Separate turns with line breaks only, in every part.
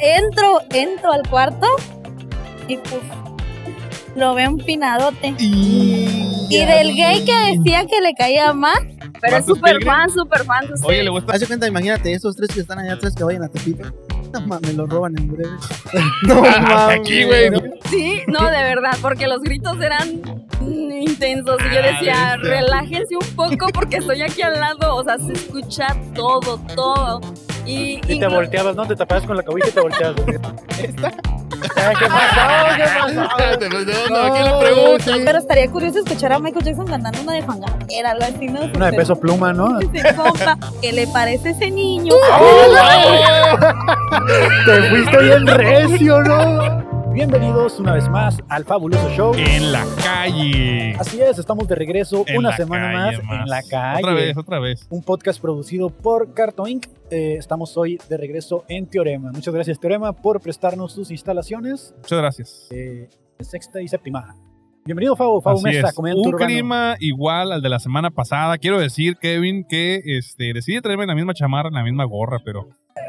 entro, entro al cuarto y pues lo veo empinadote.
Y,
Y del gay que decía que le caía más,
Pero es
¿Cuántos
súper
Pilgrim?
fan, súper fan. de
Oye,
ustedes.
le gusta.
Hace cuenta, imagínate, esos tres que están allá atrás que vayan a Tepito. No mames, lo roban en breve. No
Hasta
mames.
aquí, güey.
No,
Sí, no, de verdad, porque los gritos eran mm, intensos y yo decía,
Ah, bestia.
relájense un poco porque estoy aquí al lado, o sea, se escucha todo, todo. Y,
Y te
inclu-
volteabas, ¿no? Te tapabas con la cabeza y te volteabas.
Esta.
Ah, ¿Qué pasó? ¿Qué pasó?
Espérate, pues, no, no, aquí la pregunta.
pero estaría curioso escuchar a Michael Jackson cantando una de fangatera, algo así, ¿no?
Una de peso pluma, ¿no?
Dice, compa, ¿qué le parece ese niño?
Te fuiste bien recio, ¿no? Bienvenidos una vez más al fabuloso show.
En la calle.
Así es, estamos de regreso
En
una
la
semana
calle,
más, en la calle.
Otra vez, otra vez.
Un podcast producido por Carto Inc. Eh, estamos hoy de regreso en Teorema. Muchas gracias, Teorema, por prestarnos sus instalaciones.
Muchas gracias.
eh, sexta y séptima. Bienvenido, Fabo. Fabo
Así
Mesa,
es.
comediante
Un
urbano.
clima igual al de la semana pasada. Quiero decir, Kevin, que este, decidí traerme la misma chamarra, la misma gorra, pero.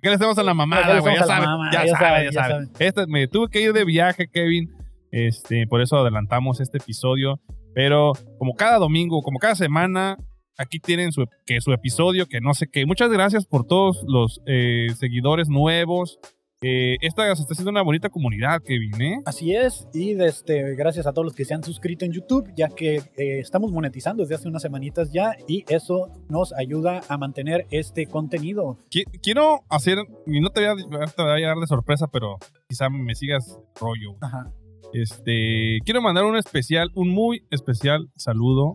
¿Qué le estamos a la
¿Qué
mamada,
le
güey? Ya
estamos a la
sabe,
mamada?
ya
Ya
sabe,
sabe,
ya
ya
sabe. Esta- me tuve que ir de viaje, Kevin. Este, por eso adelantamos este episodio. Pero como cada domingo, como cada semana, aquí tienen su, que su episodio, que no sé qué. Muchas gracias por todos los eh, seguidores nuevos. Eh, esta se está haciendo una bonita comunidad, Kevin, ¿eh?
Así es, y este, gracias a todos los que se han suscrito en YouTube, ya que eh, estamos monetizando desde hace unas semanitas ya y eso nos ayuda a mantener este contenido.
Qui- Quiero hacer, y no te voy, a, te voy a dar de sorpresa, pero quizá me sigas rollo. güey.
Ajá.
Este, quiero mandar un especial, un muy especial saludo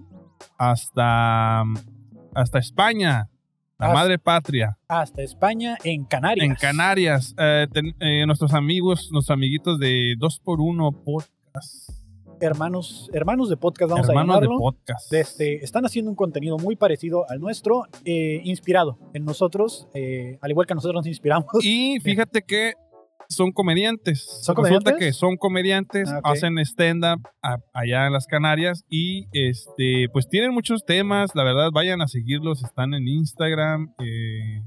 hasta, hasta España, la
Hasta-
madre patria,
Hasta España, en Canarias.
en Canarias. Eh, ten- eh, nuestros amigos, nuestros amiguitos de 2x1 Podcast.
Hermanos, hermanos de podcast, vamos
hermanos
a
de
llamarlo.
podcast.
Este, están haciendo un contenido muy parecido al nuestro, eh, inspirado en nosotros, eh, al igual que nosotros nos inspiramos.
Y fíjate que son comediantes.
¿Son
Resulta
comediantes?
que son comediantes,
Ah, ok.
hacen stand-up a- allá en las Canarias y este, pues tienen muchos temas. La verdad, vayan a seguirlos. Están en Instagram, eh,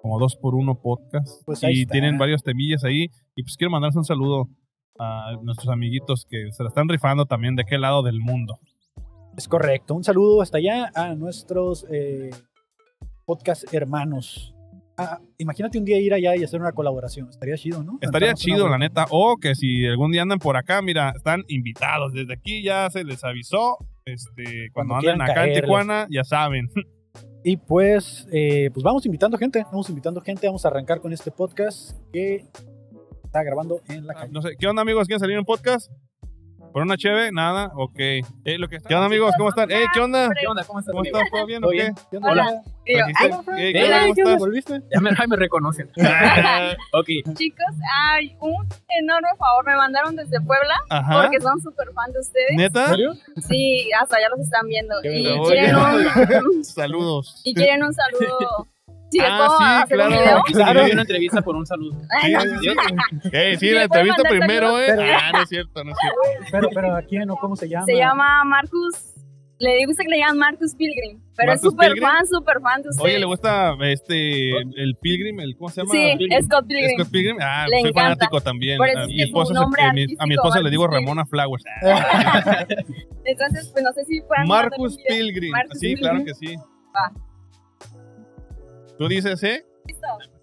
como 2x1 podcast.
Pues ahí
y
está.
tienen varios temillas ahí. Y pues quiero mandarles un saludo a nuestros amiguitos que se la están rifando también de aquel lado del mundo.
Es correcto. Un saludo hasta allá a nuestros eh, podcast hermanos. Ah, imagínate un día ir allá y hacer una colaboración. Estaría chido, ¿no?
Estaría
Lanzarnos una
chido, la
vuelta.
neta. O que si algún día andan por acá, mira, están invitados. Desde aquí ya se les avisó. Este, cuando,
Cuando
anden
quieran
acá en
caerles.
Tijuana, ya saben.
Y pues, eh, pues vamos invitando gente. Vamos invitando gente. Vamos a arrancar con este podcast que está grabando en la calle.
No sé, ¿qué onda, amigos? ¿Quieren salir en un podcast? ¿Por una cheve? Nada, ok. Eh, lo que está- ¿Qué onda, amigos? ¿Cómo están? Eh, ¿qué onda?
¿Qué
onda? ¿Cómo estás?
¿Cómo están? ¿Todo bien o
¿Todo
qué?
bien? ¿Qué onda?
Hola.
Y yo,
¿Trajiste- eh, ¿qué onda?
Hola,
¿Cómo estás?
¿Volviste?
Ya me, ay, me reconocen. ok,
chicos, hay un enorme favor, me mandaron desde Puebla
Ajá.
porque son súper fan de ustedes.
¿Neta?
Sí, hasta ya los están viendo.
Qué
Y
bueno.
quieren, un,
Saludos.
y quieren un saludo. Sí, ¿les puedo
Ah, sí,
hacer un
claro.
video?
aquí se
Claro.
vive una entrevista por un saludo.
Ay, no.
Eh, sí,
¿Le
la
puedo
entrevista
mandar
primero, ¿eh?
saludos?
Ah, no es cierto, no es cierto.
Pero, pero ¿a quién o cómo se llama?
Se llama Marcus. Le digo que le llaman Marcus Pilgrim. Pero
¿Marcus
es súper
Pilgrim?
fan, súper fan de ustedes.
Oye, ¿le gusta este, el Pilgrim? El, ¿Cómo se llama?
Sí,
Pilgrim.
Scott Pilgrim.
Scott Pilgrim, ah,
Le
soy
encanta.
fanático también.
Por eso
A
es
mi
que su
esposa se-
nombre
eh, mi- a mi
artístico,
esposa le digo
Marcus
Ramona Flowers.
Entonces, pues no sé si puedan.
Marcus
mandar un video.
Pilgrim.
Marcus
sí,
Pilgrim.
claro que sí.
Va.
Tú dices, ¿eh?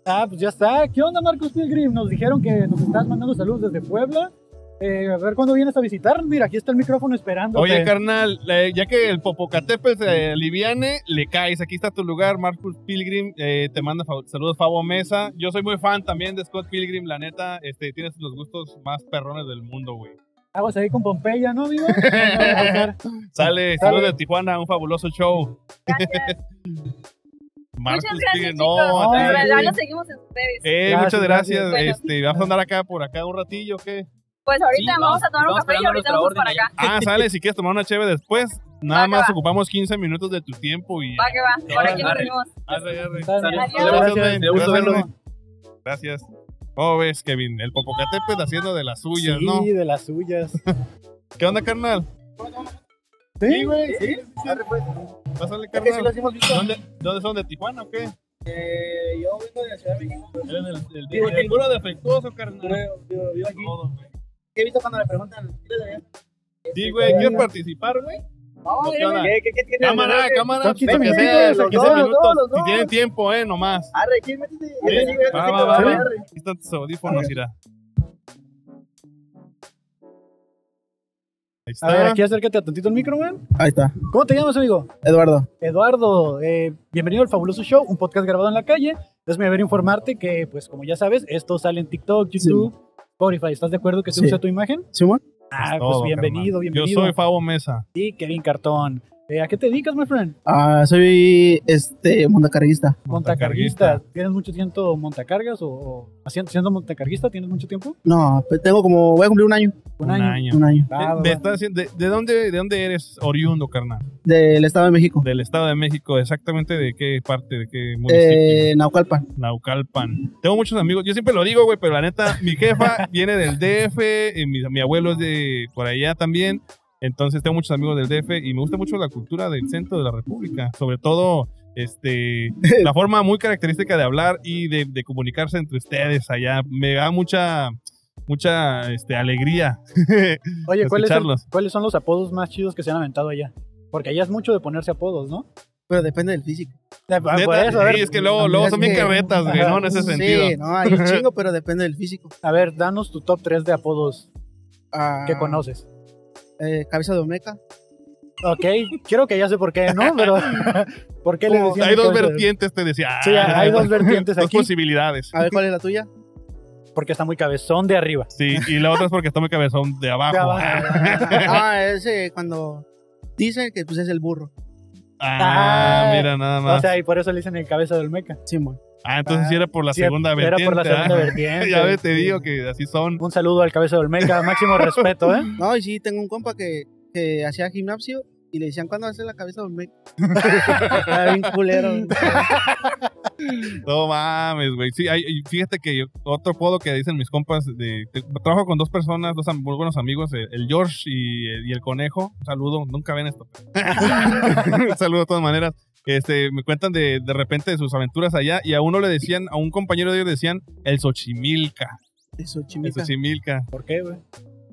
Ah, pues ya está. ¿Qué onda, Marcos Pilgrim? Nos dijeron que nos estás mandando saludos desde Puebla. Eh, a ver cuándo vienes a visitar. Mira, aquí está el micrófono esperando.
Oye, carnal, eh, ya que el Popocatépetl se aliviane, le caes. Aquí está tu lugar, Marcus Pilgrim. eh, te manda fa- saludos, Fabo Mesa. Yo soy muy fan también de Scott Pilgrim, la neta. Este, tienes los gustos más perrones del mundo, güey.
Aguas ahí con Pompeya, ¿no, amigo? Vamos a
Sale, saludos de Tijuana, un fabuloso show.
Gracias.
Marcus
Muchas gracias,
Pilgrim,
chicos.
no,
Ay,
De
a ti.
verdad,
sí.
los seguimos en ustedes.
Eh,
Gracias,
muchas gracias.
gracias.
Este, vamos a andar acá por acá un ratillo, o ¿qué?
Pues ahorita
Sí,
vamos
vamos,
a tomar un
estamos
café y
esperando
ahorita
nuestra
vamos
orden
para
ya.
acá.
Ah, sale, si quieres tomar una chévere después. Nada
Va,
más
va.
ocupamos 15 minutos de tu tiempo y.
Va que va. Por aquí nos
Arre.
vemos.
Arre, arre.
empezar.
Adiós.
Gracias.
Gracias,
de gusto
gracias,
verlo.
Kevin. Gracias. ¿Cómo ves, Kevin? El Popocatépetl haciendo de las suyas, ¿no?
Sí, de las suyas.
¿Qué onda, carnal?
Sí, güey.
sí.
pues,
Pásale, carnal. ¿Dónde, ¿Dónde son? ¿De Tijuana o qué?
Eh,
yo
no, vengo de Ciudad de México. pero
Eres del- del-
Digo,
del
sí.
puro defectuoso, carnal.
Creo, digo, vivo aquí.
Todo, güey.
¿Qué he visto cuando le preguntan? ¿Quieres de allá?
Sí, güey, ¿quieres participar, güey?
No,
¿Qué
¿qué
onda?
¿Qué, qué, qué, qué,
Cámara,
qué-
cámara.
Son 15
lo que
minutitos,
sea,
los
15
dos, los
minutos.
dos, los
Si
dos.
tienen tiempo, eh, nomás.
Arre, ¿quién métete?
Sí.
Este sí, este
Va,
sí,
va, va,
arre,
va.
arre.
Aquí están tus audífonos, irá. Ahí
A ver,
está.
aquí acércate a tantito el micro, güey.
Ahí está,
¿Cómo te llamas, amigo?
Eduardo.
Eduardo, eh, bienvenido al Fabuloso Show, un podcast grabado en la calle. Entonces me debería informarte que, pues como ya sabes, esto sale en TikTok, YouTube, Spotify. ¿Estás de acuerdo que se
Sí.
usa tu imagen?
¿Simón?
Ah, pues
Todo,
bienvenido,
carnal.
bienvenido.
Yo soy Fabo Mesa.
Sí, Kevin Cartón. Eh, ¿A qué te dedicas, my friend?
Ah, soy este montacarguista.
Montacarguista. ¿Tienes mucho tiempo montacargas o, o haciendo, siendo montacarguista? ¿Tienes mucho tiempo?
No, pues tengo como, voy a cumplir un año.
Un año.
Un año.
Va, va,
De, de-
va.
estás haciendo- de- de dónde, ¿De dónde eres oriundo, carnal?
Del Estado de México.
Del Estado de México, exactamente de qué parte, de qué municipio.
Eh, Naucalpan.
Naucalpan. Tengo muchos amigos, yo siempre lo digo, güey, pero la neta, mi jefa viene del DF, y mi, mi abuelo es de por allá también. Entonces tengo muchos amigos del DF y me gusta mucho la cultura del centro de la República, sobre todo este la forma muy característica de hablar y de, de comunicarse entre ustedes allá. Me da mucha mucha este, alegría
Oye, ¿cuáles son,
escucharlos.
¿cuáles son los apodos más chidos que se han aventado allá? Porque allá es mucho de ponerse apodos, ¿no?
Pero depende del físico.
Ah, por
Eh, Neta,
eso, a ver,
sí, es que luego, luego son bien carretas, güey, ¿no? En ese sentido.
Sí, no, hay un chingo, pero depende del físico.
a ver, danos tu top 3 de apodos
Ah,
que conoces.
eh, cabeza de Omeca.
Ok, quiero que ya sé por qué, ¿no? Pero, ¿por qué le
Como-
decían
hay dos
que-
vertientes, te decía.
Sí, hay dos vertientes
dos
aquí.
posibilidades.
A ver, ¿cuál es la tuya?
Porque está muy cabezón de arriba.
Sí, y la otra es porque tome cabezón de abajo.
De abajo.
Ah, ese cuando dicen que pues es el burro.
Ah,
Ah,
mira, nada más.
O sea, y por eso le dicen el cabeza del meca.
Simón.
ah, entonces sí era por la
Sí,
segunda
Era
vertiente.
por la segunda
¿ah?
vertiente.
ya ves, te
Sí.
digo que así son.
Un saludo al cabeza del meca, máximo respeto, ¿eh?
No, y sí, tengo un compa que, que hacía gimnasio y le decían, ¿cuándo haces la cabeza de Omeca? Era bien culero.
No mames, güey. Sí, hay- y fíjate que yo- otro podo que dicen mis compas, de, te- trabajo con dos personas, dos am- muy buenos amigos, el, el George y el, y el Conejo. Un saludo, nunca ven esto. un saludo de todas maneras. Este, me cuentan de, de repente de sus aventuras allá y a uno le decían, a un compañero de ellos decían, el Xochimilca.
Eso,
El
chimica.
Xochimilca.
¿Por qué, güey?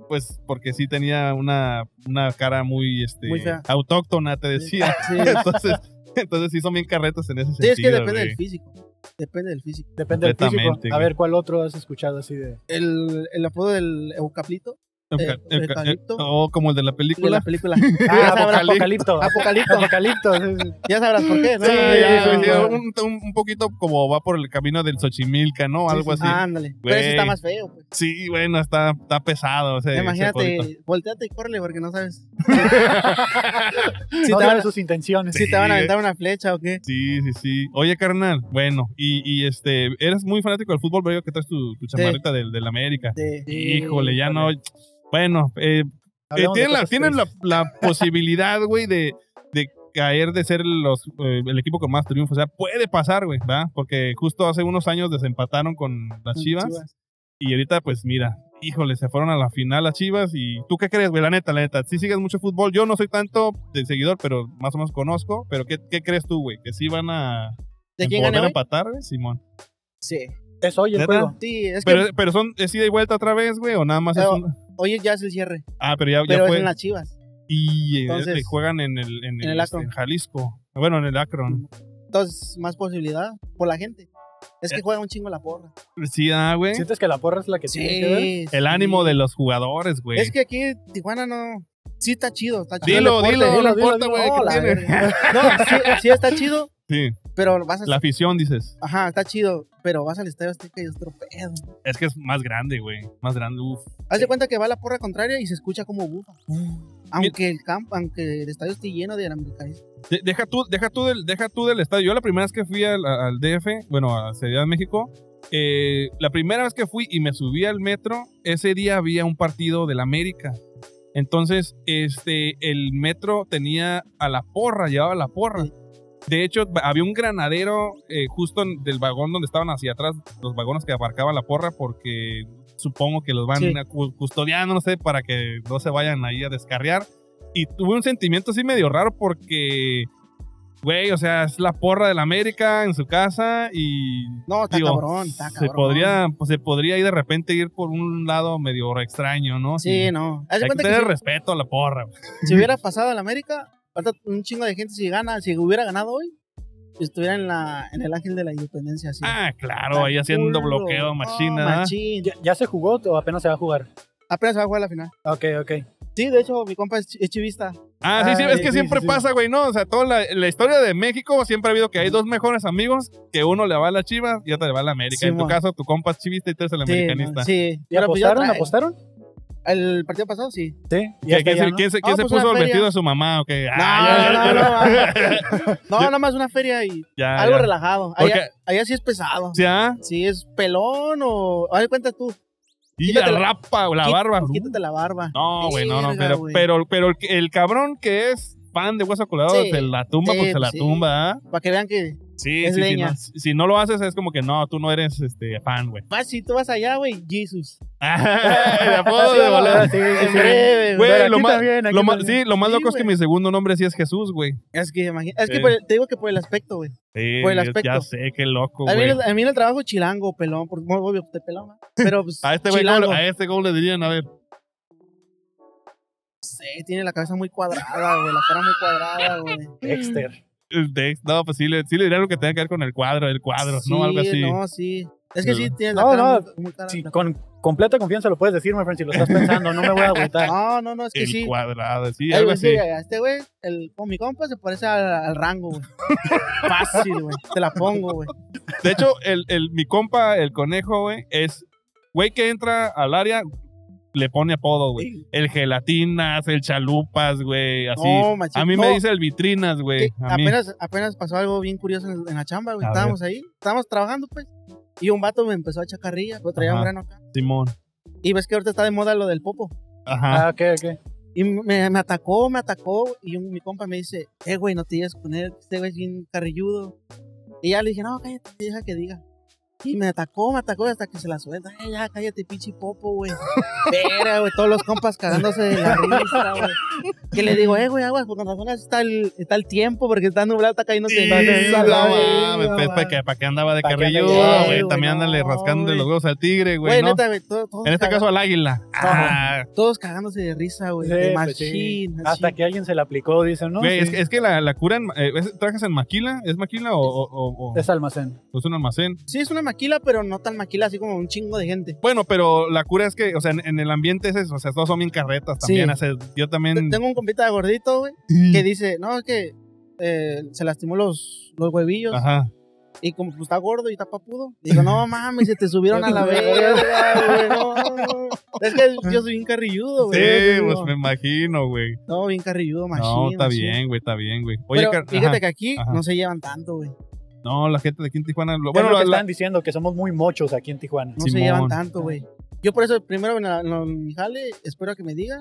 Pues porque sí tenía una, una cara muy, este,
Muy fea.
autóctona, te decía.
Sí,
entonces, entonces sí son bien carretas en ese
Sí,
sentido.
es que depende
güey.
del físico. Depende del físico.
Depende del físico.
Completamente,
A
güey.
ver, ¿cuál otro has escuchado así de...?
El, el apodo del eucaplito
Euca-
Eh,
euca-
eucalipto.
oh, como el de la
de
película.
la película.
Ah,
Apocalipto.
apocalipto.
Apocalipto.
Apocalipto.
ya sabrás por qué, ¿no?
Sí,
ya,
sí, sí,
ya.
un, un- un poquito como va por el camino del Xochimilca, ¿no? Algo así.
Ah, ándale. Pero ese
Güey.
está más feo, pues.
Sí, bueno, está, está pesado. ese- ese codito.
Imagínate, volteate y córrele porque no sabes
Sí,
te van a-
sus intenciones.
si te van a
eh.
aventar una flecha o qué.
Sí, sí, sí. Oye, carnal, bueno, y, y este, eres muy fanático del fútbol, veo que traes tu, tu chamarrita del, del América.
De,
Híjole, ya no. Bueno, eh, Eh, tienen la, tienen la, la posibilidad, güey, de, de caer de ser los, eh, el equipo con más triunfos. O sea, puede pasar, güey, ¿verdad? Porque justo hace unos años desempataron con las Chivas, y ahorita, pues mira, híjole, se fueron a la final las Chivas. ¿Y tú qué crees, güey? La neta, la neta. Si sigues mucho fútbol, yo no soy tanto de seguidor, pero más o menos conozco. ¿Pero qué, qué crees tú, güey? ¿Que sí van a
¿De quién
volver
gana
a
hoy?
empatar, güey, Simón?
Sí.
Es pues, hoy el
¿Neta?
juego.
Sí, es que
Pero, pero son, ¿es ida y vuelta otra vez, güey? ¿O nada más es
No.
un...?
hoy ya es el cierre.
Ah, pero ya, ya
pero
fue...
es en las chivas.
Y eh,
Entonces,
eh, juegan en el, en
en
el,
el
este,
Akron.
en Jalisco. Bueno, en el Akron.
Entonces, más posibilidad por la gente. Es
Eh.
que juega un chingo la porra.
Sí, ah, güey.
¿Sientes que la porra es la que tiene que ver?
El ánimo de los jugadores, güey.
Es que aquí en Tijuana no. Sí está chido, está chido.
Dilo,
el
dilo,
deporte.
no
dilo,
importa,
dilo,
güey.
No,
¿qué
la
tiene?
verga. No, sí, sí está chido,
Sí,
pero vas a.
la afición, dices.
Ajá, está chido, pero vas al estadio Azteca y es otro pedo.
Es que es más grande, güey. Más grande, uf.
Haz de cuenta que va la porra contraria y se escucha como bufa. Aunque el campo, aunque el estadio esté lleno de americanistas.
De- deja, tú, deja, tú del, deja tú del estadio. Yo la primera vez que fui al, al DF, bueno, a Ciudad de México, eh, la primera vez que fui y me subí al metro, ese día había un partido del América. Entonces, este, el metro tenía a la porra, llevaba la porra. De hecho, ba- había un granadero eh, justo en- del vagón donde estaban hacia atrás los vagones que abarcaba la porra porque supongo que los van
Sí.
a cu- custodiando, no sé, para que no se vayan ahí a descarriar. Y tuve un sentimiento así medio raro porque Güey, o sea, es la porra del América en su casa y
No, está
Digo,
cabrón, está
se
cabrón.
podría, pues, se podría ir de repente ir por un lado medio extraño, ¿no?
Sí, no. Haz de
Hay que
cuenta que
tener
si-
respeto a la porra. güey.
si hubiera pasado al América, falta un chingo de gente si gana, si hubiera ganado hoy, estuviera en la en el Ángel de la Independencia así.
Ah, claro, ahí haciendo
Culo.
bloqueo
No,
machina. ¿verdad?
machín.
¿Ya, ya se jugó o apenas se va a jugar?
Apenas se va a jugar la final.
Ok, ok.
Sí, de hecho, mi compa es, chi- es chivista.
Ah, sí, sí,
Ah,
es que
sí,
siempre
sí, sí.
pasa, güey, ¿no? O sea, toda la, la historia de México siempre ha habido que hay dos mejores amigos, que uno le va a la Chivas y otro le va a la América.
Sí,
en tu
mon.
caso, tu compa es chivista y tú eres el
Sí,
americanista.
no, sí.
¿Y
Pero pues yo
apostaron?
trae-
¿Apostaron?
El partido pasado, sí.
Sí. ¿Y
¿Qué-
hasta
¿Quién,
ya,
se,
no?
quién se-
Ah,
quién se
pues
puso
una
el vestido
feria.
de su mamá? o qué?
No,
Ah, ya, ya,
no, no, no, no, nomás una feria y
ya,
algo
ya.
relajado.
Porque-
Allá, allá sí es pesado.
Sí, ah,
Sí, es pelón o. A ver, cuenta tú.
Y la
Quítate la-
rapa, la
Quí-
barba.
Quítate la barba.
No, güey, no, no,
Verga,
pero,
güey.
pero, pero el, el cabrón que es fan de Hueso Colorado
Sí,
se la tumba
sí, pues
porque se la
sí.
tumba, ¿ah?
Para que vean que.
Sí,
Es
sí,
leña.
Si, no, si no lo haces es como que no, tú no eres este, fan, güey.
Vas, si tú vas allá, güey, Jesus.
De apodo de volada.
Sí, sí,
En
sí.
breve, güey.
Güey,
Pero
lo
aquí
más-
también, aquí
Lo ma-
también.
sí, lo más
Sí,
loco es que
güey.
mi segundo nombre sí es Jesús, güey.
Es que imagina- Es que
Eh.
por el- te digo que por el aspecto, güey.
Sí,
Por el
ya-
aspecto.
Ya sé, qué loco,
A mí,
Oh, güey.
el- a mí en el trabajo chilango, pelón, por muy obvio, te pelón, ¿no? Pero pues.
A este güey,
chilango.
¿cómo le- a este cómo le dirían, a ver.
Sí, tiene la cabeza muy cuadrada, güey. La cara muy cuadrada, güey.
Dexter.
el Dex. No, pues sí le, sí le dirían lo que tenga que ver con el cuadro, el cuadro,
Sí,
¿no? Algo así.
No, sí. Es que sí,
Pero-
tienes la
No,
cara
no,
muy, muy cara.
Sí, con completa confianza lo puedes decir, my friend, si lo estás pensando. No me voy a agüitar.
No, no, no, es que
El
sí.
cuadrado, sí,
Ey,
algo
güey, sí,
así.
a este güey, el, con mi compa se parece al, al rango, güey. Fácil, güey. Te la pongo, güey.
De hecho, el, el, mi compa, el conejo, güey, es güey que entra al área, le pone apodo, güey. El gelatinas, el chalupas, güey, así.
No, machín.
a mí
No,
me dice el vitrinas, güey.
que
A mí.
Apenas, apenas pasó algo bien curioso en, en la chamba, güey.
A
Estábamos ahí, estábamos trabajando, pues. Y un vato me empezó a echar carrilla, pues traía un
Ajá.
grano acá.
Simón.
Y ves que ahorita está de moda lo del popo.
Ajá.
Ah, ok, ok.
Y me, me atacó, me atacó. Y un- mi compa me dice, eh, güey, no te lleves con él. Este güey es bien carrilludo. Y ya le dije, no, cállate, deja que diga. Y me atacó, me atacó hasta que se la suelta. Eh, ya, cállate, pinche popo, güey. Pero, güey, todos los compas cagándose de la risa, güey. Que le digo, eh, güey, aguas, porque con razón está el, está el tiempo, porque está nublado, está cayendo
Sí,
tiempo.
no mames,
no
pues,
mames.
¿para qué, para qué andaba de
¿Para qué
carrillo,
andaba de-
güey?
güey,
También
no,
ándale rascando
güey.
los huevos al tigre, güey,
Güey,
¿no?
neta, güey, todo- todos,
En este
caga-
caso al águila. Ah,
todos cagándose de risa, güey.
Sí,
de
pues sí.
machín,
Hasta
machín.
que alguien se la aplicó, dicen, ¿no?
Güey, es,
Sí.
que- es que la, la cura en, eh, ¿es- ¿Trajes en maquila? ¿Es maquila o, o- o- o-
Es almacén.
o es un almacén?
Sí, es una maquila, pero no tan maquila, así como un chingo de gente.
Bueno, pero la cura es que, o sea, en, en el ambiente es eso, o sea, todos son bien carretas también.
Sí.
o sea, yo
Te-
también.
Tengo un compita gordito, güey, que dice, no, es que eh, se lastimó los, los huevillos
Ajá.
y como pues, está gordo y está papudo, digo, no mames, se te subieron a la verga, güey. no". Es que yo soy bien carrilludo,
Sí,
güey.
pues
no,
me imagino, güey.
no, bien carrilludo, machín.
No, está
machín.
bien, güey, está bien, güey. Oye,
Pero
car-
fíjate
ajá.
que aquí
ajá.
no se llevan tanto, güey.
no, la gente de aquí en Tijuana. lo-
Bueno,
Bueno,
lo que
la- la-
están diciendo, que somos muy mochos aquí en Tijuana.
No
Simón.
se llevan tanto, güey. Yo por eso primero en, la- en la- en mi jale, espero que me diga.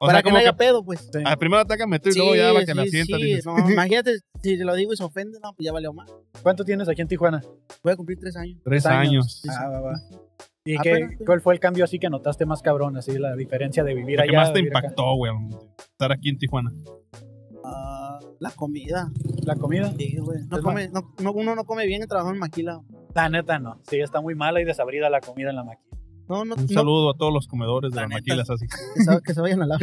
o
para
sea,
que no
como
haya
que.
pedo, pues.
Sí.
ah, primero atácame tú y luego ya para que la
sí,
sientas.
sí,
dices,
no, imagínate, si te lo digo y se ofende, no, pues ya valió más.
¿Cuánto tienes aquí en Tijuana?
Voy a cumplir tres años.
tres años.
Sí, sí.
Ah, va, va. ¿Y
Ah,
qué-
apenas, sí.
cuál fue el cambio así que notaste más cabrón? Así la diferencia de vivir
Lo
allá.
que más te
vivir acá?
impactó, güey, estar aquí en Tijuana.
Ah, la comida.
La comida.
Sí, güey. No
Es
come, no, no- uno no come bien trabajando en Maquila.
La neta no. Sí, está muy mala y desabrida la comida en la máquina.
No, no,
Un
no
saludo a todos los comedores de las maquilas así.
que, se, que se vayan a la.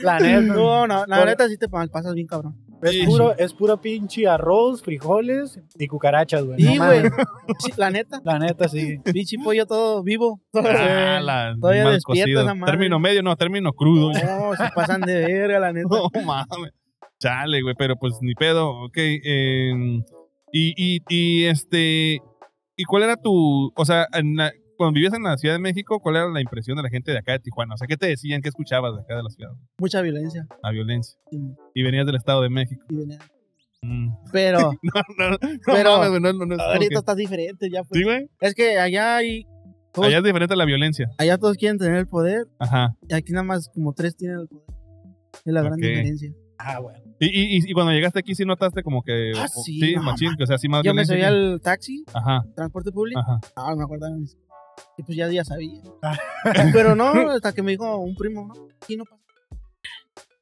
La neta.
no, no, la
Por-
neta sí te mal- pasas bien, cabrón.
Es puro, es puro pinche arroz, frijoles y cucarachas, güey. No
Y, güey,
mames.
sí, la neta,
La neta, sí.
pinche pollo todo vivo.
Ah, la
Todavía
mal
despierta
cocido.
esa madre.
Término medio, no, término crudo.
No, se pasan de verga, la neta.
No mames. Chale, güey, pero pues ni pedo, ok. em, y, y, y este. ¿Y cuál era tu. O sea, en la- cuando vivías en la Ciudad de México, ¿cuál era la impresión de la gente de acá de Tijuana? O sea, ¿qué te decían? ¿Qué escuchabas de acá de la ciudad?
Mucha violencia.
La violencia.
Sí,
Y venías del Estado de México.
y veneno.
Mm.
Pero
No, no,
Pero
mames, güey, no, no, no es como
ahorita
que-
está diferente ya. Pues.
Sí, güey.
Es que allá hay, todos-
Allá es diferente la violencia.
allá todos quieren tener el poder
Ajá.
y aquí nada más como tres tienen el poder. Es la gran
Ok.
diferencia.
Ah, bueno.
Y, y, y- y cuando llegaste aquí, sí notaste como que.
Ah,
o-
sí,
Sí,
no,
machín, que o sea, sí más
Yo me
violencia
subí
que-
al taxi,
Ajá,
transporte público.
ajá.
Ah, me acordaba. de mis- Y pues ya, ya sabía. Pero no, hasta que me dijo un primo, no, aquí no pasa.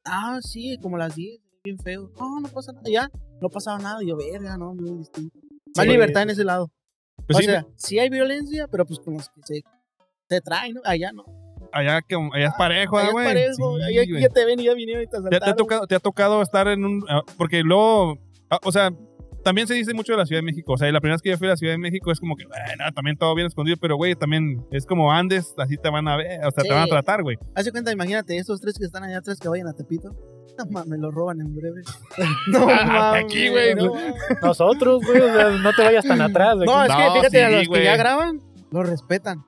Ah, sí, como las 10. bien feo. No, no pasa nada. Ya, no pasaba nada. Y yo, verga, no, muy distinto. Más
Sí.
libertad en ese lado.
Pues
o
sí,
sea, sí hay violencia, pero pues como que se, se trae, ¿no? Allá no.
allá, que- allá es parejo,
Allá
güey.
es parejo,
Ah, Sí,
allá
güey.
ya te ven y ya vinieron y te
¿Te, te ha
asaltaron.
tocado, te ha tocado estar en un... ah, Porque luego, ah, o sea, también se dice mucho de la Ciudad de México. O sea, y la primera vez que yo fui a la Ciudad de México es como que, bueno, también todo bien escondido, pero, güey, también es como Andes, así te van a ver, o sea,
Sí.
te van a tratar, güey.
Hace cuenta, imagínate, estos tres que están allá atrás que vayan a Tepito. No mames, lo roban en breve. No mames.
Ah, aquí, güey.
No, mames.
Nosotros, güey, o sea, no te vayas tan atrás. de
No,
aquí.
es que
No,
fíjate, a
sí,
los
güey.
que ya graban, lo respetan.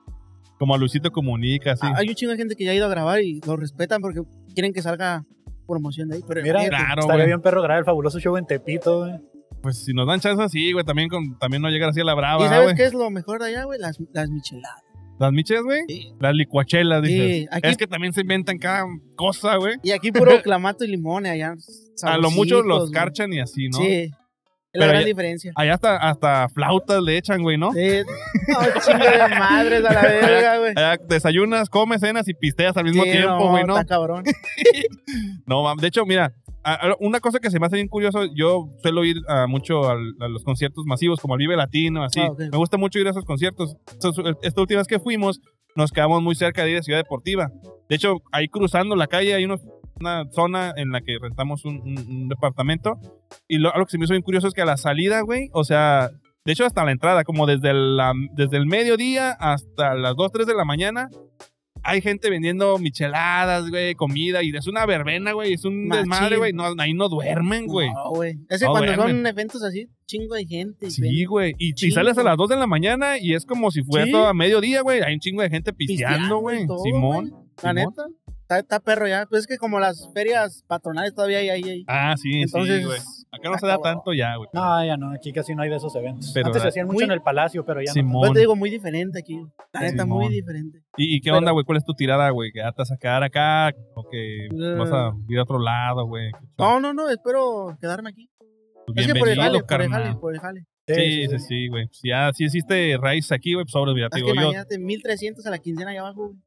Como a Luisito Comunica, así.
Ah, Hay un chingo de gente que ya ha ido a grabar y lo respetan porque quieren que salga promoción de ahí. Pero eh,
Mira,
imagínate,
claro,
Estaría
güey.
bien perro grabar el fabuloso show en Tepito, güey.
Pues si nos dan chance, sí, güey. También, con, también no llegar así a la brava,
¿Y sabes
güey.
qué es lo mejor de allá, güey? Las, las micheladas.
Las miches, güey.
Sí.
Las licuachelas, dices.
Sí, aquí-
Es que también se inventan cada cosa, güey.
Y aquí puro clamato y limón allá.
A lo mucho
saborcitos,
los
güey.
carchan y así, ¿no?
Sí. Es
Pero
la gran
ya-
diferencia.
Allá hasta, hasta flautas le echan, güey, ¿no?
Sí. No, chingo de madres a la verga, güey.
Allá Eh, desayunas, comes, cenas y pisteas al mismo
Sí,
tiempo, güey, ¿no?
Está cabrón.
No, mam, de hecho, mira, a- a- una cosa que se me hace bien curioso, yo suelo ir a mucho al- a los conciertos masivos, como al Vive Latino, así.
Ah, ok.
Me gusta mucho ir a esos conciertos. Entonces, Esta última vez que fuimos, nos quedamos muy cerca de ir a Ciudad Deportiva. De hecho, ahí cruzando la calle hay unos- una zona en la que rentamos un, un- un departamento. Y lo, algo que se me hizo bien curioso es que a la salida, güey, o sea, de hecho hasta la entrada, como desde, la- desde el mediodía hasta las 2, 3 de la mañana, hay gente vendiendo micheladas, güey, comida, y es una verbena, güey, es un
Machín.
desmadre, güey, no, ahí no duermen, güey.
No, güey. Es que
No
cuando
duermen.
son eventos así, chingo de gente.
Sí,
güey.
güey. Y, y
Chingo.
sales a las 2 de la mañana y es como si fuera
Sí.
todo a mediodía, güey. Hay un chingo de gente
Pisteando
pisteando,
y
güey.
todo,
Simón.
güey. La
Simón.
neta. Está, está perro ya. Pues es que como las ferias patronales todavía hay ahí. ahí.
Ah, sí, sí, güey.
Entonces.
Acá no se da
acabado.
tanto ya, güey.
No, ya no, aquí casi no hay de esos eventos.
Pero,
Antes se
ah,
hacían mucho
muy-
en el palacio, pero
Pues
ya no.
Simón.
te digo, muy diferente aquí. La neta, muy
Simón.
diferente.
¿Y, y qué onda, güey? ¿Cuál es tu tirada, güey? ¿Que ya te vas a quedar acá o que vas a ir a otro lado, güey?
Eh. No, no, no, espero quedarme aquí.
Pues
es que por el jale,
bienvenido,
por el
carnal.
jale, por el jale.
Sí, sí, sí, güey. Si ya si hiciste raíz aquí, güey, pues sobres, mira, te
Es
digo
que
yo.
imagínate, 1300 a la quincena allá abajo. güey.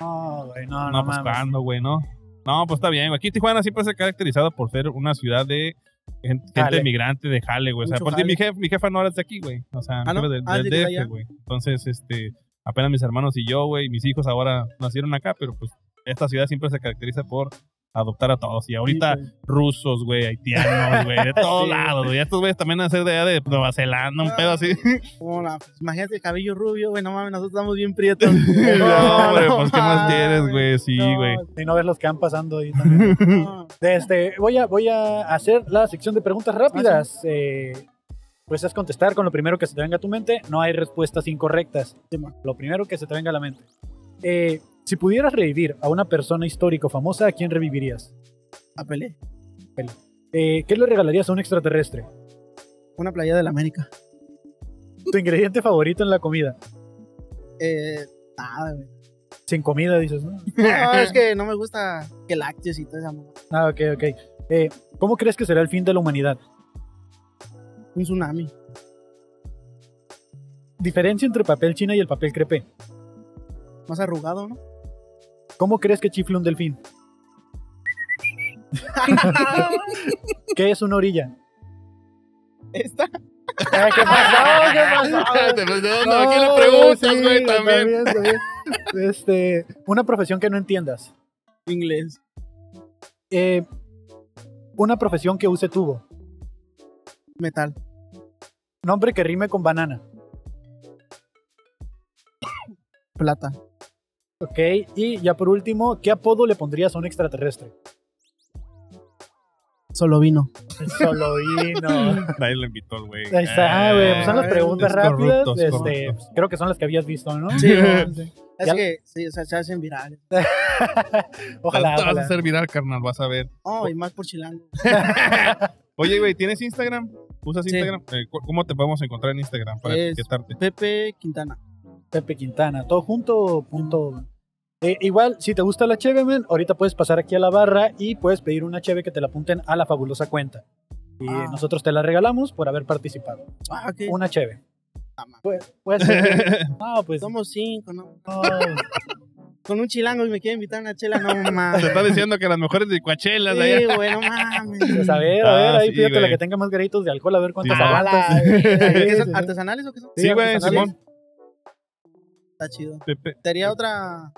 No, güey, no, no,
No, pues
mames.
cuándo, güey, ¿no? No, pues está bien, güey. Aquí Tijuana siempre se ha caracterizado por ser una ciudad de gen- gente,
Jale.
migrante de jale, güey. O sea,
Mucho
aparte mi,
jale.
jef- mi jefa no era de aquí, güey. O sea,
¿Ah,
mi
no?
jefa del,
Ah,
del
sí, de
DF,
allá.
güey. Entonces, este, apenas mis hermanos y yo, güey, y mis hijos ahora nacieron acá, pero pues esta ciudad siempre se caracteriza por adoptar a todos. Y ahorita
Sí, güey.
rusos, güey, haitianos, güey, de todos
Sí.
lados, güey. Estos güeyes también van a ser de allá de Nueva Zelanda, un pedo así.
Como la- pues, imagínate el cabello rubio, güey, no mames, nosotros estamos bien prietos.
no, hombre, pues qué más
mames,
quieres, güey. Sí,
no,
güey.
Y no ves los que van pasando ahí también.
no.
Este, voy, a, voy a hacer la sección de preguntas rápidas. Eh, pues es contestar con lo primero que se te venga a tu mente. No hay respuestas incorrectas. Lo primero que se te venga a la mente. Eh, si pudieras revivir a una persona histórico famosa, ¿a quién revivirías?
A Pelé,
Eh, ¿Qué le regalarías a un extraterrestre?
una playa de la América.
¿Tu ingrediente favorito en la comida?
Eh, nada, güey.
Sin comida, dices, ¿no?
No, es que no me gusta que lácteos y todo esa mamá.
Ah, ok, ok. Eh, ¿Cómo crees que será el fin de la humanidad?
Un tsunami.
Diferencia entre papel china y el papel crepé.
Más arrugado, ¿no?
¿Cómo crees que chifle un delfín? ¿Qué es una orilla?
Esta.
Ah, ¿Qué pasó? ¿Qué pasó?
No,
No,
pues, aquí le preguntas,
sí,
güey, también.
también, también. Este, una profesión que no entiendas.
Inglés.
Eh, una profesión que use tubo.
Metal.
Nombre que rime con banana.
Plata.
Ok, y ya por último, ¿qué apodo le pondrías a un extraterrestre?
Solo vino.
Solovino.
Nadie lo invitó, güey.
Ahí está, güey. Pues son las
Ah,
preguntas
Eh, es
rápidas.
corrupto, es
este,
corrupto.
creo que son las que habías visto, ¿no?
Sí, güey. Es
Ya-
que sí, o sea, se hacen virales.
Ojalá.
Te vas a
ojalá.
hacer viral, carnal, vas a ver.
Oh, y más por chilango.
Oye, güey, ¿tienes Instagram? ¿Usas
Sí.
Instagram? Eh, cu- ¿Cómo te podemos encontrar en Instagram para
Es-
etiquetarte?
Pepe Quintana.
Pepe Quintana, todo junto, punto. Eh, igual, si te gusta la cheve, men, ahorita puedes pasar aquí a la barra y puedes pedir una cheve que te la apunten a la fabulosa cuenta. Y
Ah.
nosotros te la regalamos por haber participado.
Ah, ok.
Una cheve.
Ah, ma.
Pues, pues, no, pues,
Somos cinco, ¿no?
no,
con un chilango y me quiere invitar a una chela, no
Te
mames.
está diciendo que las mejores licuachelas de allá.
Sí, güey, no mames.
Pues a ver, a ver,
Ah,
ahí
sí,
fíjate la
güey.
que tenga más graditos de alcohol, a ver cuántas
Sí, güey.
aguantas.
¿Qué son? ¿Artesanales o qué son?
Sí, güey,
artesanales.
Simón.
Está chido.
Te- te-
Sería otra.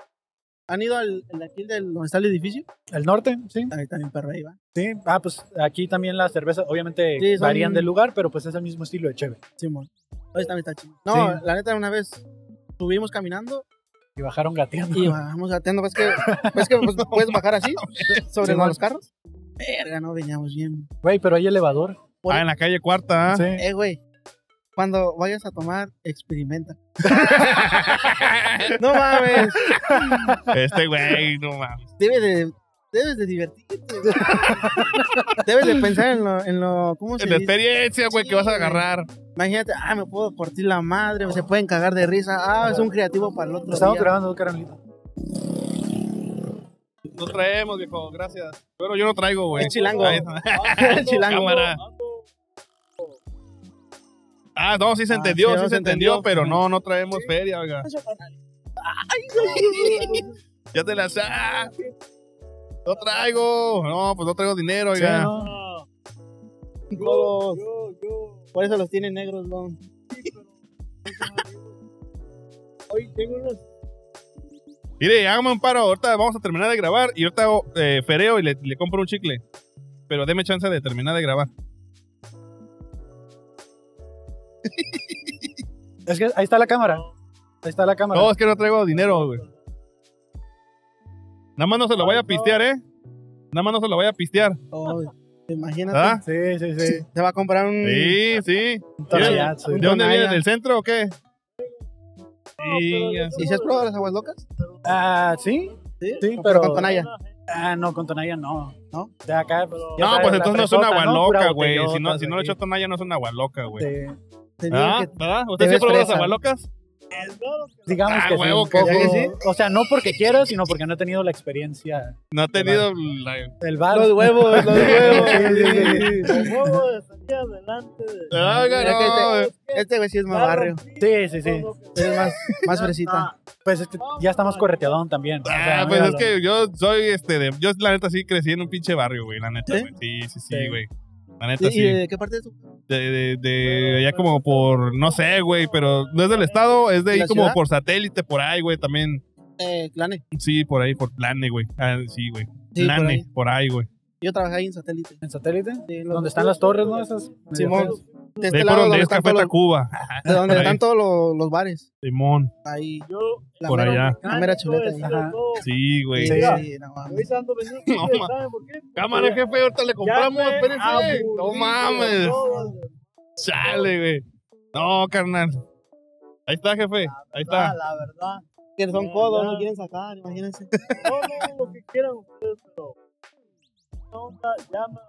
¿Han ido al, al de aquí del, donde está el edificio?
El norte, sí.
Ahí también perro ahí va.
Sí, ah, pues aquí también las cervezas, obviamente
Sí, son-
varían del lugar, pero pues es el mismo estilo de cheve.
Simón. Ahí también está chido. No,
Sí.
la neta, una vez subimos caminando
Y bajaron gateando.
y bajamos gateando. Pues que, pues que pues, puedes bajar así, sobre
Simón.
los carros. Verga, no veníamos bien.
Güey, pero hay elevador.
Ah, en la calle cuarta, ¿ah?
Sí.
Eh, güey. Cuando vayas a tomar, experimenta. no mames.
Este güey, no mames.
Debes de, debes de divertirte. güey. debes de pensar en lo, en lo ¿cómo se
En la
dice?
experiencia, güey, que
Sí,
vas a
güey.
agarrar.
Imagínate, ah, me puedo partir la madre, se pueden cagar de risa. Ah, es un creativo para el otro.
Lo estamos
día.
grabando, carnalito.
No traemos, viejo, gracias. Pero yo no traigo, güey.
Es chilango.
Ahí está.
El chilango.
Cámara. Ah, no, sí se
Ah,
entendió,
sí,
sí,
no
se
se
entendió,
entendió.
pero no, no traemos feria, oiga. Ya te la sa. No traigo. No, pues no traigo dinero,
Sí,
oiga.
¿no?
Todos. Por eso los tienen negros, ¿no?
Mire, hágame un paro. Ahorita vamos a terminar de grabar y ahorita hago, eh, fereo y le, le compro un chicle. Pero deme chance de terminar de grabar.
Es que ahí está la cámara. Ahí está la cámara.
No, es que no traigo dinero, güey. Nada más no se lo vaya a pistear, ¿eh? Nada más no se lo vaya a pistear.
Oh, imagínate.
¿Ah?
Sí, sí, sí.
Se va a comprar un.
Sí, sí.
Entonces, ya, sí.
¿De dónde
Tonaya.
viene? ¿Del centro o qué? Sí, ya sé.
¿Y si has probado las aguas locas?
Ah, sí.
Sí,
Sí,
O
pero-
Con tonalla.
Ah, no, con Tonaya no.
¿No?
De acá. ya
No,
sabes,
pues
la
entonces no es una
fresota, ¿no?
gualoca,
Pura
güey. Si no,
botellotas
si no le
aquí.
echas tonalla, no es una gualoca, güey.
Sí.
Te digo
¿Ah?
que-
¿Verdad? ¿Usted sí
te
ha probado las
estresan.
gualocas?
Digamos
Ah,
que, sí,
huevo,
un
que
poco.
sí, sí.
O sea, no porque quiero, sino porque no he tenido la experiencia
No ha tenido la...
del bar.
Los huevos, los huevos.
Ah, oiga,
Mira
no.
que Este güey sí es más barrio.
Sí, sí, sí.
Es más, más fresita.
Pues es que ya estamos correteadón también. O
Ah,
sea,
pues es
míralo.
que yo soy este de. Yo, la neta, sí crecí en un pinche barrio, güey. La neta,
¿Sí?
güey. Sí, sí, sí,
Sí.
güey. La neta,
¿Y,
sí.
y
De,
de qué parte es tu?
de, de allá como por. No sé, güey. Pero no es del estado, es de ahí
¿La
como
ciudad?
por satélite, por ahí, güey. También.
Eh, Clane.
Sí, por ahí, por Plane, güey. Ah, sí, güey.
Sí, por
Plane,
ahí.
por ahí, güey.
Yo trabajé ahí en satélite.
¿En satélite?
Sí, los-
Donde están las torres, ¿no? Esas.
Simón. De
De
este
ahí por
lado
donde
donde
es
están
Café
todos los,
Tacuba.
de donde
Por ahí.
están todos los, los bares.
Simón.
Ahí. la
Por
mera-
allá.
La mera chuleta. ahí.
Ajá.
Sí, güey.
Sí,
Sí.
sí, no mames.
Ahorita ando vendiendo,
No, ma-
¿saben por qué?
Cámara, jefe, ahorita le compramos.
Ya Ah, me
Espérense. No
aburrí de
mames.
todo.
Chale, güey. No, carnal. Ahí está, jefe. Ahí
Ah,
está.
La verdad.
Que son codos, no quieren sacar, imagínense.
No, no, lo que quieran ustedes, pero. No, llama.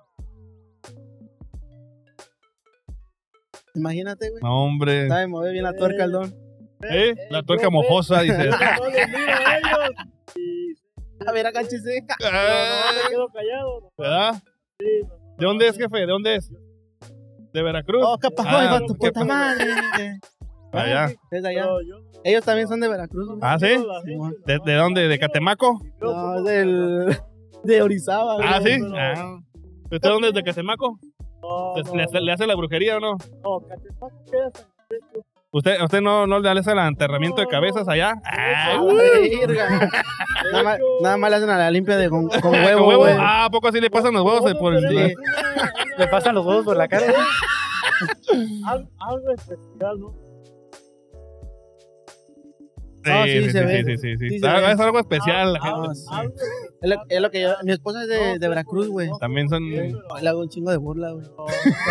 Imagínate, güey.
No, hombre.
Sabe mover bien la tuerca el don.
¿Eh? La tuerca mojosa, dice.
No les miro a ellos.
A ver, agánchese.
No, no, me
Ah,
quedo callado.
¿Verdad? ¿De dónde es, jefe? ¿De dónde es? ¿De Veracruz?
Oh, capaz,
Ah,
va tu
qué
puta
pa-
madre.
Allá.
Desde allá.
Pero yo no
Ellos también son de Veracruz. güey.
¿Ah, sí?
la gente,
Simón.
¿De, de dónde? ¿De Catemaco?
No, es del. De Orizaba, güey.
Ah, sí. Ah. ¿Usted dónde es de Catemaco?
No,
¿Le,
no,
le hace, le hace la brujería o no?
no, Catemaco queda hasta el centro.
¿Usted, usted no, no le hace el enterramiento de cabezas allá? Ah,
Ah,
uh,
verga. Nada más, nada más le hacen a la limpia de con, con huevo,
¿Con huevo?
güey.
Ah, ¿a poco así le pasan los huevos por el
Sí.
Le pasan los huevos por la cara.
Al- Algo especial, ¿no?
No, sí, se ve.
sí, sí, sí.
Sí se
Ah,
ve.
es algo especial, la
Al-
gente.
algo
Ah, Es lo, es lo que yo. Mi esposa es de, de Veracruz, güey.
También son.
Le hago un chingo de burla, güey.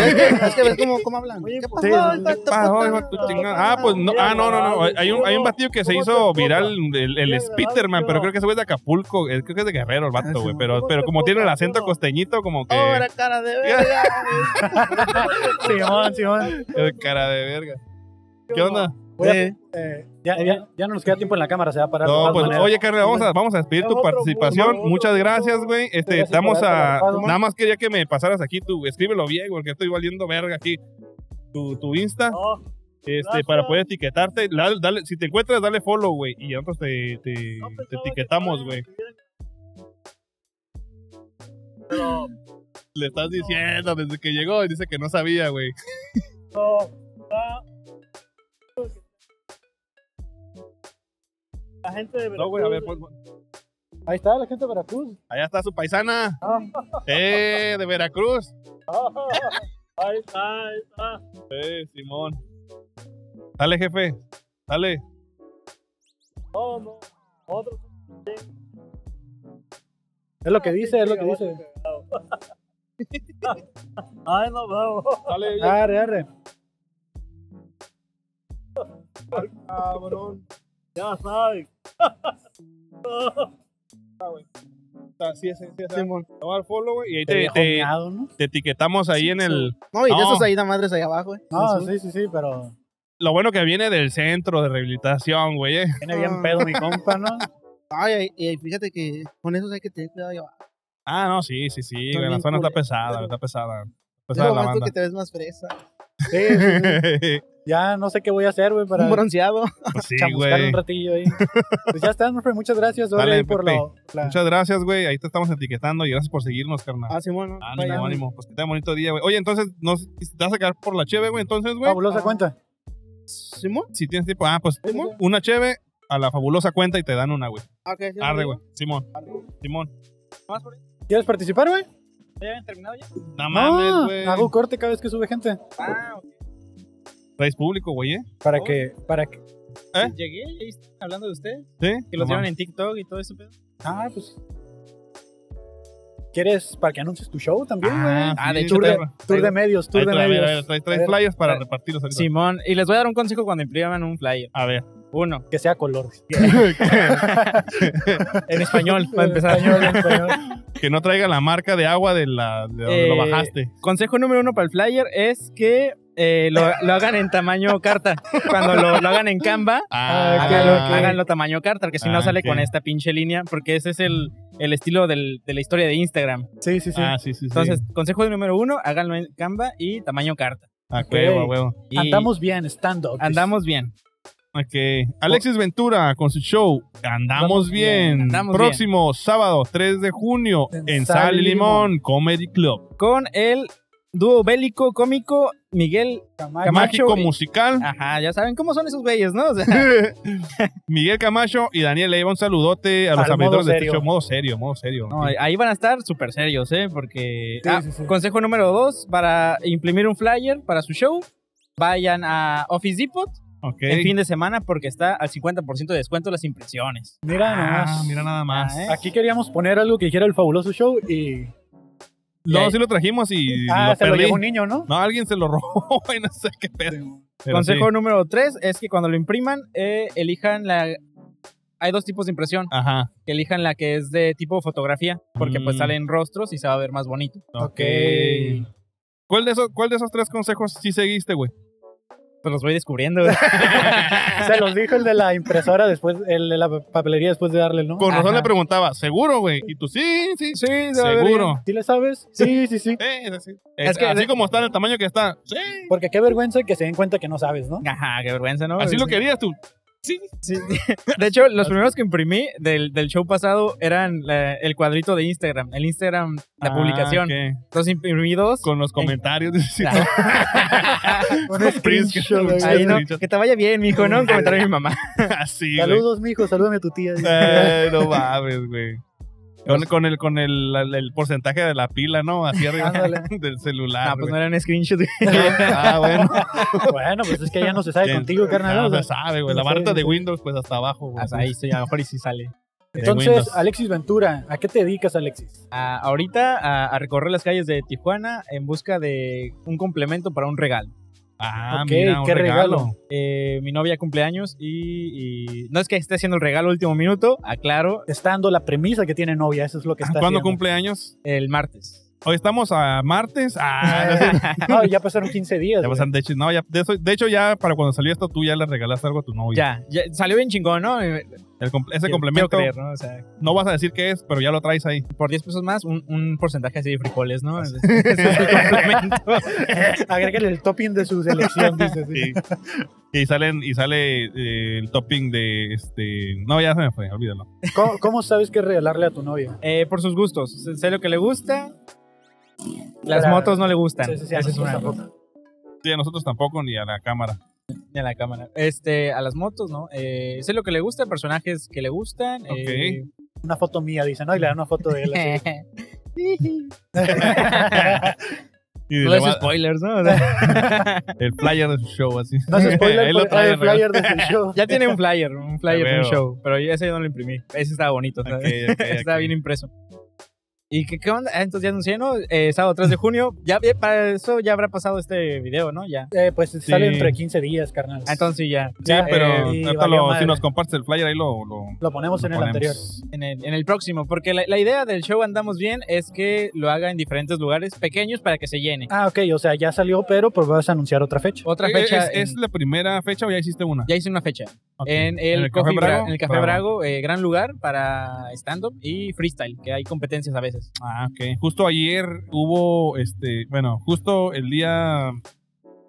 Es que, es que ves cómo, cómo hablan. ¿Qué pasó? Esta- esta
Ah,
puta-
hijo de tu chingada. Ah, pues no, ah, no, no, no. Hay un, hay un batido que se hizo viral, el, el Spiderman, pero creo que ese güey es de Acapulco, eh, creo que es de Guerrero el vato, güey. Pero, pero como tiene el acento costeñito, como que
Oh, la cara de verga.
Simón, Simón.
eh, cara de verga. ¿Qué onda?
Voy a-
Sí.
eh, ya, ya, ya no nos queda tiempo en la cámara, se va a parar. de
No,
todas
pues,
maneras.
oye, carnal, vamos a, vamos a despedir tu participación. Muchas gracias, güey. Este, estamos a. Nada más quería que me pasaras aquí tu. Escríbelo bien, porque estoy valiendo verga aquí. Tu, tu Insta.
No,
este,
Gracias.
para poder etiquetarte. la- dale- si te encuentras, dale follow, güey. Y nosotros te, te-
No pensaba
te
que
etiquetamos,
fueran
güey.
los que vieran. Pero,
Le estás diciendo desde que llegó y dice que no sabía, güey.
no, está- La gente de
No, güey, a ver,
Veracruz,
pon- pon-
Ahí está la gente de Veracruz.
allá está su paisana. Eh, de Veracruz.
Ahí está, ahí está.
Eh, Simón. Dale, jefe. Dale.
No, no. Otro.
Es lo que dice, es lo que dice.
Ay, no, bravo.
Dale.
Arre, arre.
Cabrón. Ya sabes.
Sí, sí, sí, sí.
Simón.
Te voy a dar follow, güey. Y ahí
Te
te,
viejo
te-
miado, ¿no?
te etiquetamos ahí en el.
No, y de
No.
esos ahí, da madres ahí abajo, güey.
No,
Sí,
sí, sí, sí, pero
Lo bueno que viene del centro de rehabilitación, güey. eh.
tiene bien pedo mi compa, ¿no?
Ay, y fíjate que con esos hay que tener cuidado ahí abajo.
Ah, no, sí, sí, sí.
Son
güey, la
bien
zona está
culeros.
pesada, güey, está pesada.
Es
Pesada
lo
la
más tú
banda.
que te ves más fresa.
Sí, sí, sí. ya no sé qué voy a hacer, güey, para
Un bronceado.
Pues sí,
chamuscar
güey.
un ratillo ahí. Pues ya está, Murphy, muchas gracias,
Dale,
Dori, ahí por
Pepe.
lo, la-
Muchas gracias, güey. Ahí te estamos etiquetando y gracias por seguirnos, carnal.
Ah, Simón. no,
Ánimo,
vaya.
ánimo. Pues que tenga bonito día, güey. Oye, entonces, ¿nos te vas a quedar por la cheve, güey? Entonces, güey,
fabulosa
Ah.
cuenta.
Simón.
si tienes tiempo, ah, pues
Sí, sí, sí.
una cheve a la fabulosa cuenta y te dan una, güey.
Ah, ok, Simón.
Arre, güey. Simón. Simón.
¿Quieres participar, güey?
¿Ya habían terminado ya?
No
No,
mames, güey.
hago corte cada vez que sube gente.
Ah, ok.
Traes público, güey, ¿eh?
Para que, para que.
¿Eh?
Llegué y ahí están hablando de ustedes.
Sí.
Que los
No
llevan
mames.
en TikTok y todo eso, pedo.
Ah, pues. ¿Quieres para que anuncies tu show también, güey?
Ah,
Ah, de
sí,
hecho,
te-
tour, de,
ahí
tour de
ahí-
medios, tour de
te- a ver, a ver,
medios.
traes,
A
traes
ver,
flyers para
a ver.
repartirlos ahorita.
Simón, y les voy a dar un consejo cuando impriman un flyer.
A ver.
Uno,
Que sea color.
en español, para empezar.
Español, español.
Que no traiga la marca de agua de la de donde lo
Eh,
bajaste.
Consejo número uno para el flyer es que eh, lo, lo hagan en tamaño carta. Cuando lo, lo hagan en Canva,
Ah, ok,
háganlo,
ok.
háganlo tamaño carta, porque si no
Ah,
sale
ok.
con esta pinche línea, porque ese es el, el estilo del- de la historia de Instagram.
Sí, sí, sí.
Ah, sí, sí, sí.
Entonces, consejo número uno, háganlo en Canva y tamaño carta.
a huevo, a
ok.
huevo.
Y
Andamos bien, stand-up.
andamos bien.
Ok. Alexis Ventura con su show Andamos
Andamos
Bien.
bien,
andamos
Próximo sábado 3 de junio en,
En
Sal
Sal
y
y
Limón Comedy Club.
Con el dúo bélico cómico Miguel.
Camacho.
Camacho
Mágico
y- Ah.
musical.
Ajá, ya saben cómo son esos güeyes, ¿no? O sea,
Miguel Camacho y Daniel Leiva. Un saludote a los
Al
abridores
modo
de
serio.
Ticho. Modo serio, modo serio.
no, eh, ahí van a estar súper serios, ¿eh? Porque.
Sí,
Ah,
sí, sí.
Consejo número dos, para imprimir un flyer para su show, vayan a Office Depot
ok.
el fin de semana porque está al 50% de descuento las impresiones.
Mira
Ah,
nomás.
mira nada más.
Ah, ¿eh?
Aquí queríamos poner algo que dijera el fabuloso show y.
No, sí lo trajimos y
Ah,
lo
se lo
perdí.
llevó un niño, ¿no?
No, alguien se lo robó y no sé qué pedo. Pero
Consejo
sí.
número tres es que cuando lo impriman, eh, elijan la... Hay dos tipos de impresión,
Ajá.
que elijan la que es de tipo fotografía, porque pues
Mm.
salen rostros y se va a ver más bonito.
Ok.
Ok.
¿Cuál de, esos, ¿Cuál de esos tres consejos sí seguiste, güey?
Pues los voy descubriendo. güey.
Se los dijo el de la impresora después, el de la papelería después de darle, ¿no?
Con razón
Ajá.
le preguntaba, ¿seguro, güey? Y tú, sí, sí, sí. Seguro.
¿Sí le sabes? Sí, sí, sí.
Eh, es así.
Es
Es
que-
así como está, el tamaño que está. Sí.
Porque qué vergüenza que se den cuenta que no sabes, ¿no?
Ajá, qué vergüenza, ¿no?
Así lo querías tú.
Sí. De hecho, los primeros que imprimí del, del show pasado eran la- el cuadrito de Instagram, el Instagram, la
Ah,
publicación.
ok.
Entonces imprimí dos.
Con los comentarios. dices,
Claro.
Con
screenshot, güey.
Ahí no,
screenshot.
que te vaya bien, mijo, ¿no? Un comentario de mi mamá.
Así, güey.
Saludos, mijo, salúdame a tu tía.
Eh, no mames, güey. Con, con el, con el, el, porcentaje de la pila, ¿no? Así arriba
Ándale.
del celular.
No, pues no
güey.
eran screenshots.
ah, bueno.
bueno, pues es que ya no se sabe contigo,
Ya
carnal. o
Ah, se
sea.
sabe, güey. La
no pues, sabe,
barra de
no sabe.
Windows, pues hasta abajo, güey.
Hasta ahí sí, a lo mejor y sí sale.
De
Entonces,
Windows.
Alexis Ventura, ¿a qué te dedicas, Alexis?
Ah, ahorita a, a recorrer las calles de Tijuana en busca de un complemento para un regalo.
Ah,
Ok,
mira, un
qué
regalo.
regalo.
Eh, mi novia cumpleaños y, y no es que esté haciendo el regalo último minuto, aclaro,
Está dando la premisa que tiene novia, eso es lo que está
¿Cuándo
haciendo.
cumple años?
el martes.
Hoy estamos a martes. Ah, no sé.
No, ya pasaron 15 días.
Ya
güey.
pasan, de hecho, no, ya- de, eso- de hecho, ya para cuando salió esto, tú ya le regalaste algo a tu novia.
Ya, ya, salió bien chingón, ¿no? Eh,
El com- ese
Quiero-
complemento
quiero creer, ¿no? O sea,
no vas a decir qué es, pero ya lo traes ahí.
por 10 pesos más, un, un porcentaje así de frijoles, ¿no? Ese es el complemento.
Agregan el topping de su selección, dices.
Sí. y salen y sale eh, el topping de este no ya se me fue olvídalo
¿Cómo, cómo sabes qué regalarle a tu novia?
Eh, por sus gustos. Sé- Sé lo que le gusta. Las
Para-
motos no le gustan.
Sí, sí, sí, a
Esa es una
nosotros
cosa.
sí a nosotros tampoco ni a la cámara
En la cámara. Este, a las motos, ¿no? Eh, sé lo que le gusta, personajes que le gustan. eh,
Una foto mía, dicen, ¿no? Y le dan una foto de él. así.
y
no
le
es
va-
spoilers, ¿no? O sea,
el flyer de su show así
No se
Ahí
spoiler,
lo
pero trae el
trae,
flyer de su show.
ya tiene un flyer, un flyer de un
veo.
show. Pero yo- ese yo no lo imprimí. Ese estaba bonito.
Ok,
¿sabes?
ok,
estaba
ok.
bien impreso. ¿Y qué, qué onda? Ah, entonces ya anuncié, ¿no? Eh, sábado 3 de junio. Ya, eh, para eso ya habrá pasado este video, ¿no? Ya.
Eh, pues sale entre 15 días, carnal.
Ah, Entonces ya.
sí
Ya,
pero
eh, y
ahorita
valió
lo- si
madre.
nos compartes el flyer ahí lo, lo,
Lo ponemos
lo
en el
ponemos.
anterior.
en el, en el próximo, porque la, la idea del show Andamos Bien es que lo haga en diferentes lugares pequeños para que se llene.
Ah, ok, o sea, ya salió, pero pues vas a anunciar otra fecha. Eh,
Otra
Eh,
fecha.
es, es
en-
la primera fecha o ya hiciste una
Ya hice una fecha.
Ok.
En el, Coffee Bra- en el Café
Bravo.
Brago, eh, gran lugar para stand-up y freestyle, que hay competencias a veces.
ah ok justo ayer hubo este bueno justo el día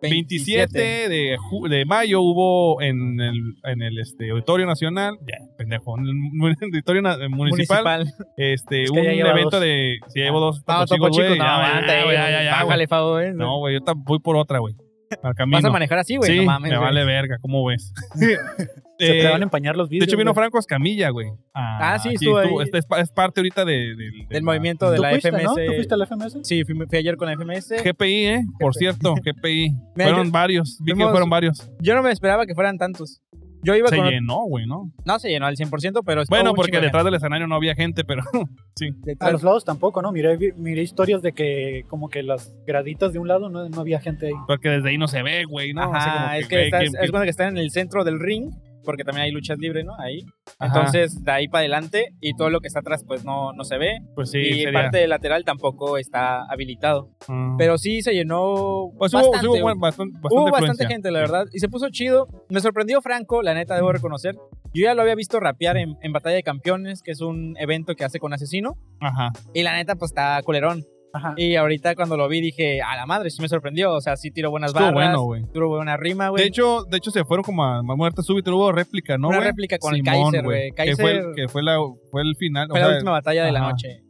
27 de, ju- de mayo hubo en el, en el este, Auditorio Nacional, ya, pendejo, en el mu- Auditorio na- eh, Municipal, este,
Es que
un
ya lleva
evento
dos.
de. Si ya llevo dos
No,
tacos
Topo
chicos,
Chico,
güey,
no,
ya,
aguanta,
ya,
eh,
ya, ya, ya,
bájale,
güey.
Favo, eh.
No, güey, yo tam- voy por otra, güey. Al camino.
Vas a manejar así, güey,
sí,
no mames.
me
güey.
vale verga, ¿cómo ves?
Se
Eh,
te van a empañar los
de
vídeos.
hecho, vino Franco Escamilla, güey.
Ah, sí,
aquí
estuvo ahí.
este es, pa- es parte ahorita de- del-
Del
la-
movimiento de
¿Tú
la
fuiste,
FMS.
no? ¿Tú fuiste a la FMS?
Sí, fui, fui ayer con la FMS.
GPI, ¿eh? Por cierto, GPI.
Mira,
fueron
yo-
varios. Vi que
fuimos-
fueron varios.
Yo no me esperaba que fueran tantos. Yo iba
Se
con...
llenó, güey, ¿no?
No se llenó al 100%, pero... estuvo
Bueno,
un
porque
chingo de
detrás del escenario no había gente, pero
gente.
A
Detrás-
los lados tampoco, ¿no? Miré, vi- miré historias de que como que las graditas de un lado no, no había gente ahí.
porque desde ahí no se ve, güey, ¿no? Así como
Ajá, es que
güey,
estás,
¿quién-
es cuando que están en el centro del ring, porque también hay luchas libres, ¿no? Ahí.
Ajá.
Entonces, de ahí para adelante y todo lo que está atrás, pues no, no se ve.
pues sí,
y
sería-
parte del lateral tampoco está habilitado.
Ah.
Pero sí se llenó
Pues hubo,
bastante.
sí hubo
güey.
buen- bastan- bastante,
Hubo bastante
afluencia.
gente, la verdad. Y se puso chido. Me sorprendió Franco, la neta, debo reconocer. Yo ya lo había visto rapear en, en Batalla de Campeones, que es un evento que hace con Asesino.
Ajá.
Y la neta, pues está colerón.
Ajá.
Y ahorita cuando lo vi dije, a la madre, sí me sorprendió. O sea, sí tiró buenas
Estuvo
barras,
bueno, güey.
tiró buena rima, güey.
De hecho, de hecho, se fueron como a, a muerte súbita. Hubo réplica, ¿no,
una
güey?
réplica con el
Simón,
Kaiser, güey.
Que fue,
Kaiser
el- que fue, la, fue el final. o
fue la
sea,
última batalla de la
ajá.
noche.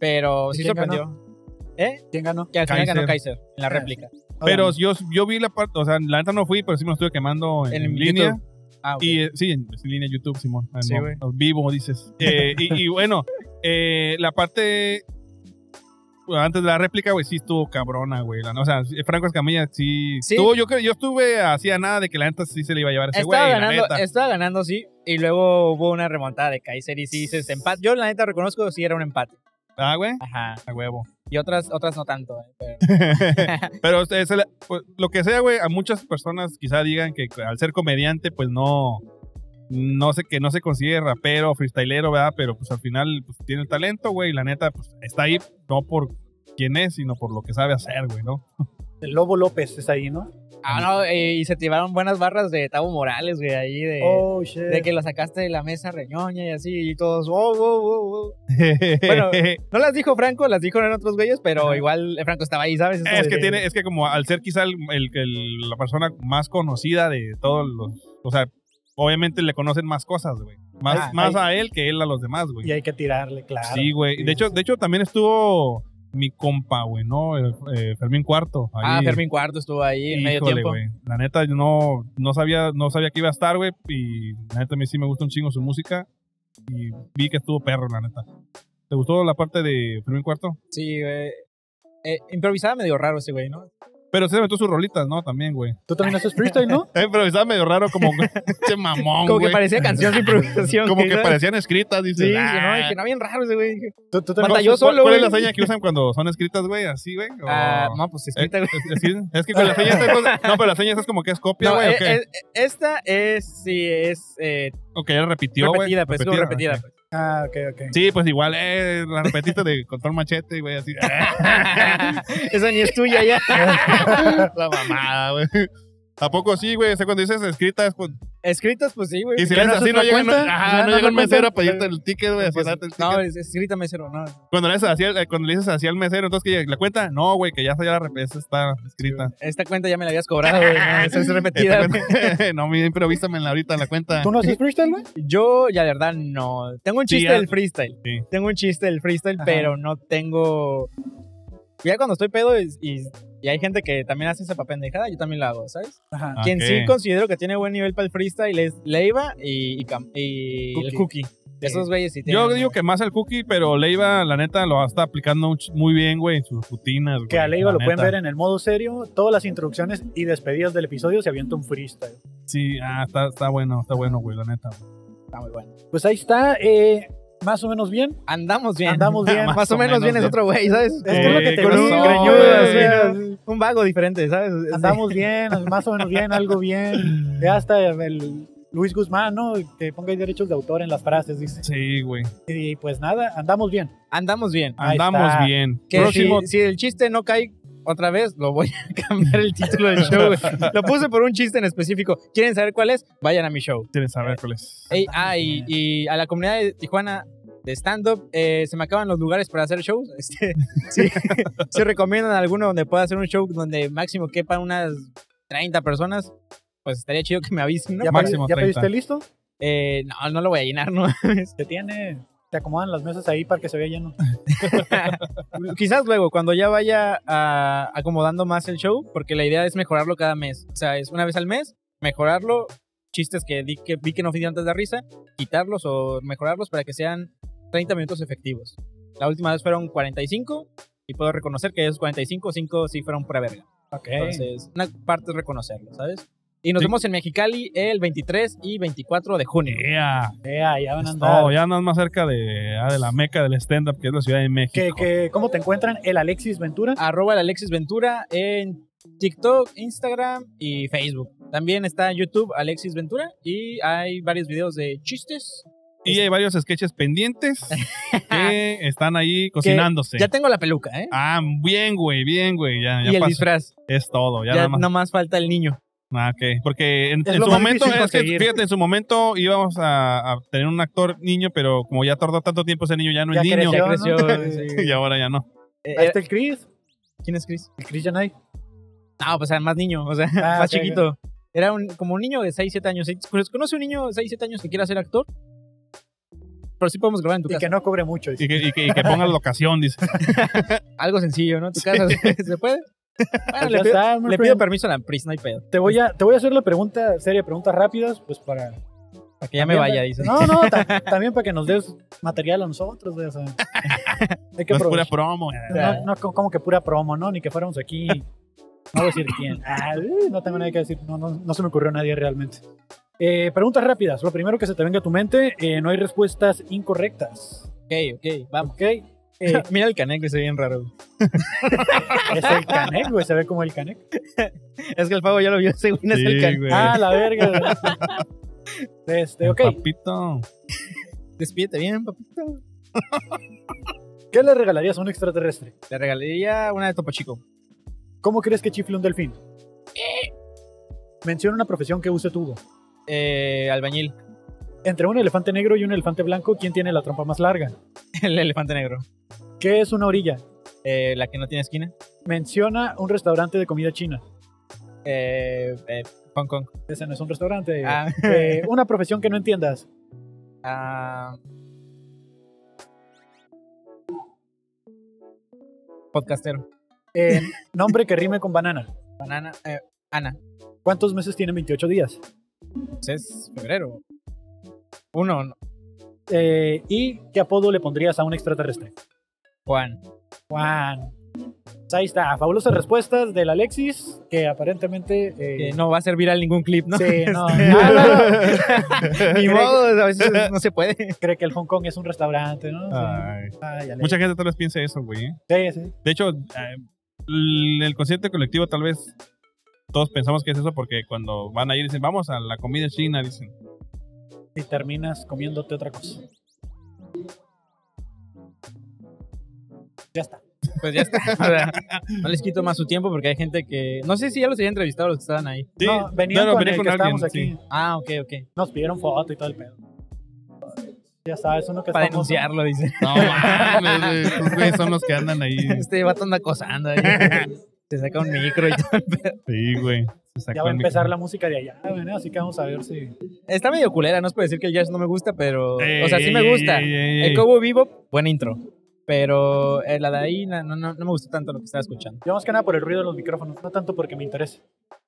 Pero
¿Y
sí
quién
sorprendió. ¿Eh?
¿Quién ganó?
Que al final ganó
Kaiser. Ah,
Kaiser en la réplica.
Pero yo, yo vi la parte, o sea, la neta no fui, pero sí me lo estuve quemando en,
En
en
YouTube.
línea.
Ah, ok.
Y eh, sí, en, en línea YouTube, Simón. Ah,
Sí,
no,
güey.
no, vivo, dices. Eh, y, y bueno, eh, la parte. bueno, Antes de la réplica, güey, sí estuvo cabrona, güey. La- O sea, Franco Escamilla sí.
Sí.
Estuvo, yo creo, yo estuve hacía nada de que la neta sí se le iba a llevar a ese güey.
Estaba
la
ganando,
neta.
estaba ganando, sí. Y luego hubo una remontada de Kaiser y sí dices empate. Yo la neta reconozco que sí era un empate.
Ah, güey.
Ajá.
A huevo.
Y otras, otras no tanto. eh, pero-
Pero este, se le- pues, lo que sea, güey, a muchas personas quizá digan que al ser comediante, pues no. No sé que no se considere rapero, freestylero, ¿verdad? Pero pues al final pues, tiene el talento, güey. Y la neta, pues está ahí no por quién es, sino por lo que sabe hacer, güey, ¿no?
El Lobo López es ahí, ¿no?
Ah, no, eh, y se tiraron buenas barras de Tavo Morales, güey, ahí de.
oh, shit.
De que lo sacaste de la mesa reñoña y así, y todos, wow, wow, wow, wow. Bueno, No las dijo Franco, las dijo en otros güeyes, pero igual eh, Franco estaba ahí, ¿sabes?
es
como
que
de-
tiene, es que como al ser quizá el, el- el- la persona más conocida de todos los. O sea, obviamente le conocen más cosas, güey. Más,
Ah,
más a él que él a los demás, güey.
Y hay que tirarle, claro.
Sí, güey. De
Sí,
hecho, de hecho, también estuvo mi compa, güey, ¿no? El, eh, Fermín Cuarto.
Ah,
ahí.
Fermín Cuarto estuvo ahí en medio
Híjole,
tiempo.
güey. La neta, yo no, no, sabía, no sabía que iba a estar, güey. Y la neta, a mí sí me gusta un chingo su música. Y vi que estuvo perro, la neta. ¿Te gustó la parte de Fermín Cuarto?
Sí, güey. Eh, improvisaba medio raro ese güey, ¿no?
Pero se aventó sus rolitas, ¿no? También, güey.
Tú también haces freestyle, ¿no?
Eh, pero estaba medio raro, como. Che mamón,
Como
güey.
que parecía canción de improvisación.
Como que
¿sabes?
parecían escritas, dice.
Sí,
"Ah".
sí, no, dije, no, bien raro ese güey. Dije,
Tú, tú
¿Cuál-
también.
Mata yo
cuál-
solo,
¿Cuál es la
güey.
seña que usan cuando son escritas, güey? ¿Así, güey? ¿O-
Ah, no,
Eh,
pues escrita, güey.
Es, es- es que con la seña esta es cosa- No, pero la seña esta es como que es copia,
No,
güey.
eh,
¿o qué?
eh, esta es, sí, es eh,
O que ya la repitió, güey.
repetida, pues, como repetida.
ok.
pues.
Ah, ok, ok.
Sí, pues igual, eh, la repetiste de control machete, güey, así. ¡ah,
pues. Esa ni es tuya ya.
la mamada, güey. Tampoco sí, güey. O sea, cuando dices escrita es cuando...
Escritas, pues sí, güey.
Y
¿Que
si le haces
no
así,
se
no
da
llega, no,
cuenta?
ajá,
Ah,
no llega el
da cuenta.
mesero a pedirte el ticket, güey. a
Pues,
pasarte el ticket.
No, es, escrita mesero, no.
Cuando le haces así, al- cuando le dices así al mesero, entonces que la cuenta, no, güey, que ya está, ya la rep- esa está escrita.
Esta cuenta ya me la habías cobrado, güey. no, esa es repetida.
Esta cuenta- no, mira, improvísamela ahorita la cuenta.
¿Tú no haces freestyle, güey?
Yo, ya la verdad, no. Tengo un
Sí,
chiste
ya-
del freestyle.
sí.
Tengo un chiste del freestyle,
Ajá.
pero no tengo. Ya cuando estoy pedo y, y, y hay gente que también hace esa papendejada, yo también la hago, ¿sabes?
Ajá.
Ah,
Quien sí
ok.
considero que tiene buen nivel para el freestyle es Leiva y, y, Cam- y el Cookie. Esos güeyes sí tienen.
Yo digo que más el cookie, pero Leiva, la neta, lo está aplicando un ch- muy bien, güey, en sus rutinas.
Que a Leiva lo pueden ver en el modo serio, todas las introducciones y despedidas del episodio se avienta un freestyle.
Sí, ah, está, está bueno, está bueno, güey, la neta.
Está muy bueno.
Pues ahí está, eh, más o menos bien.
Andamos bien.
Andamos bien.
Más, o menos, bien es otro güey, ¿sabes? Eh,
Es que es lo que te
con
digo,
un
güey.
greñudo,
güey.
así, un vago diferente, ¿sabes?
Andamos bien, más o menos bien, algo bien. Ya hasta el Luis Guzmán, ¿no? Que ponga ahí derechos de autor en las frases, dice.
Sí, güey.
Y pues nada, andamos bien.
Andamos bien.
Ahí
Andamos
está.
bien.
Que
Próximo.
si, si el chiste no cae otra vez, lo voy a cambiar el título del show. güey. Lo puse por un chiste en específico. ¿Quieren saber cuál es? Vayan a mi show.
¿Quieres saber cuál es?
Ey, ah, y, y a la comunidad de Tijuana de stand-up, eh, se me acaban los lugares para hacer shows. Este, si, si recomiendan alguno donde pueda hacer un show donde máximo quepan unas 30 personas, pues estaría chido que me avisen, ¿no?
¿Ya,
Máximo
pedi- ya
30.
pediste listo?
Eh, no, no lo voy a llenar, ¿no?
Te tiene, te acomodan las mesas ahí para que se vea lleno.
Quizás luego, cuando ya vaya ah, acomodando más el show, porque la idea es mejorarlo cada mes. O sea, es una vez al mes, mejorarlo, chistes que, di- que vi que no fui antes de risa, quitarlos o mejorarlos para que sean 30 minutos efectivos. La última vez fueron 45 y puedo reconocer que esos 45, 5 sí fueron pura verga.
Ok.
Entonces, una parte es reconocerlo, ¿sabes? Y nos
Sí.
vemos en Mexicali el 23 y 24 de junio.
Yeah.
ya, ya van
pues,
a
Es
andar.
todo, ya andas más cerca de, ah, de la meca del stand-up, que es la Ciudad de México.
que, que, ¿Cómo te encuentran el Alexis Ventura?
arroba el Alexis Ventura en TikTok, Instagram y Facebook. También está YouTube Alexis Ventura y hay varios videos de chistes.
Y hay varios sketches pendientes que están ahí cocinándose.
Ya tengo la peluca, ¿eh?
Ah, bien, güey, bien, güey. Ya, ya
y el
pasó.
disfraz.
Es todo, ya,
Ya,
nada más.
nomás falta el niño.
Ah, ok. Porque en,
Es
en
lo
su
más
momento,
difícil
es que,
conseguir.
fíjate, en su momento íbamos a, a tener un actor niño, pero como ya tardó tanto tiempo ese niño, ya no es niño.
creció.
Y ahora ya no.
Eh,
Ahí
eh,
está el Chris,
¿Quién es Chris?
el Chris Janay.
No, pues era más niño, o sea,
Ah,
más
ok, ok.
chiquito. Era un, como un niño de 6, 7 años. ¿Conoce un niño de 6, 7 años que quiera ser actor? Pero sí podemos grabar en tu
Y
casa.
que no cobre mucho. dice.
Y que, y que, y que ponga locación, dice.
Algo sencillo, ¿no? En tu casa se puede. Bueno,
Pues
Ah, le
ya
pido,
está, my
le
friend.
pido permiso a la PRIS, no hay pedo.
te voy a te voy a hacer la pregunta serie de preguntas rápidas pues para
Para que ya me vaya, dice.
no no ta- también para que nos des material a nosotros güey, o sea, hay que
No es pura
aprovechar.
promo.
no, no, co- como que pura promo no ni que fuéramos aquí no voy a decir quién Ah, uh, no tengo nadie que decir no, no, no se me ocurrió a nadie realmente Eh, preguntas rápidas lo primero que se te venga a tu mente eh, no hay respuestas incorrectas
Ok, ok, vamos.
ok Eh,
Mira el canal que se ve bien raro.
es el Canek güey se ve como el Canek
Es que el pavo ya lo vio, según es el canal.
güey.
ah la verga este ok
Papito.
Ah, Despídete bien, papito.
¿qué le regalarías a un extraterrestre?
Le regalaría una de Topo Chico.
¿cómo crees que chifle un delfín? menciona una profesión que use tubo
Eh, albañil,
Entre un elefante negro y un elefante blanco, ¿quién tiene la trompa más larga?
el elefante negro.
¿Qué es una orilla?
Eh, la que no tiene esquina.
Menciona un restaurante de comida china.
Eh, eh, Hong Kong.
Ese no es un restaurante.
Ah,
Eh, una profesión que no entiendas.
ah. podcastero.
Eh, nombre que rime con banana.
Banana. eh, Ana.
¿Cuántos meses tiene 28 días?
Pues es febrero. Uno, no.
Eh, ¿Y qué apodo le pondrías a un extraterrestre?
Juan.
Juan. Pues Ahí está. Fabulosas respuestas del Alexis, que aparentemente... eh,
Que no va a ser viral ningún clip, ¿no? este. Ah,
Sí, no, no, no, no.
Ni modo, a veces no se puede.
Cree que el Hong Kong es un restaurante, ¿no?
Ah.
Ay.
Ay, Alexis.
Mucha gente tal vez piense eso, güey. ¿eh?
Sí, sí.
De hecho, eh, el el consciente colectivo tal vez todos pensamos que es eso porque cuando van ahí dicen, vamos a la comida china, dicen.
y terminas comiéndote otra cosa. Ya está.
pues ya está. O sea, no les quito más su tiempo porque hay gente que. No sé si ya los había entrevistado los que estaban ahí.
Sí,
no, venían
no, no,
con
venía
el
con
que
alguien,
estábamos aquí.
Ah, ok, ok.
Nos pidieron foto y todo el pedo. Ya sabes, uno que
Para
estamos-
denunciarlo, dice.
No mames, güey, estos güeyes son los que andan ahí.
Este vato anda acosando ahí. Se saca un micro y todo.
Sí, güey. Se sacó
Ya va a
el
empezar
micrófono.
la música de allá, güey, ¿no? así que vamos a ver si...
Está medio culera, no es por decir que el jazz no me gusta, pero. o sea, sí me
Ey,
gusta.
ey, ey, ey.
El Cobo Vivo, buena intro. Pero eh, la de ahí no, no, no no me gustó tanto lo que estaba escuchando.
Yo más que nada por el ruido de los micrófonos, no tanto porque me interese.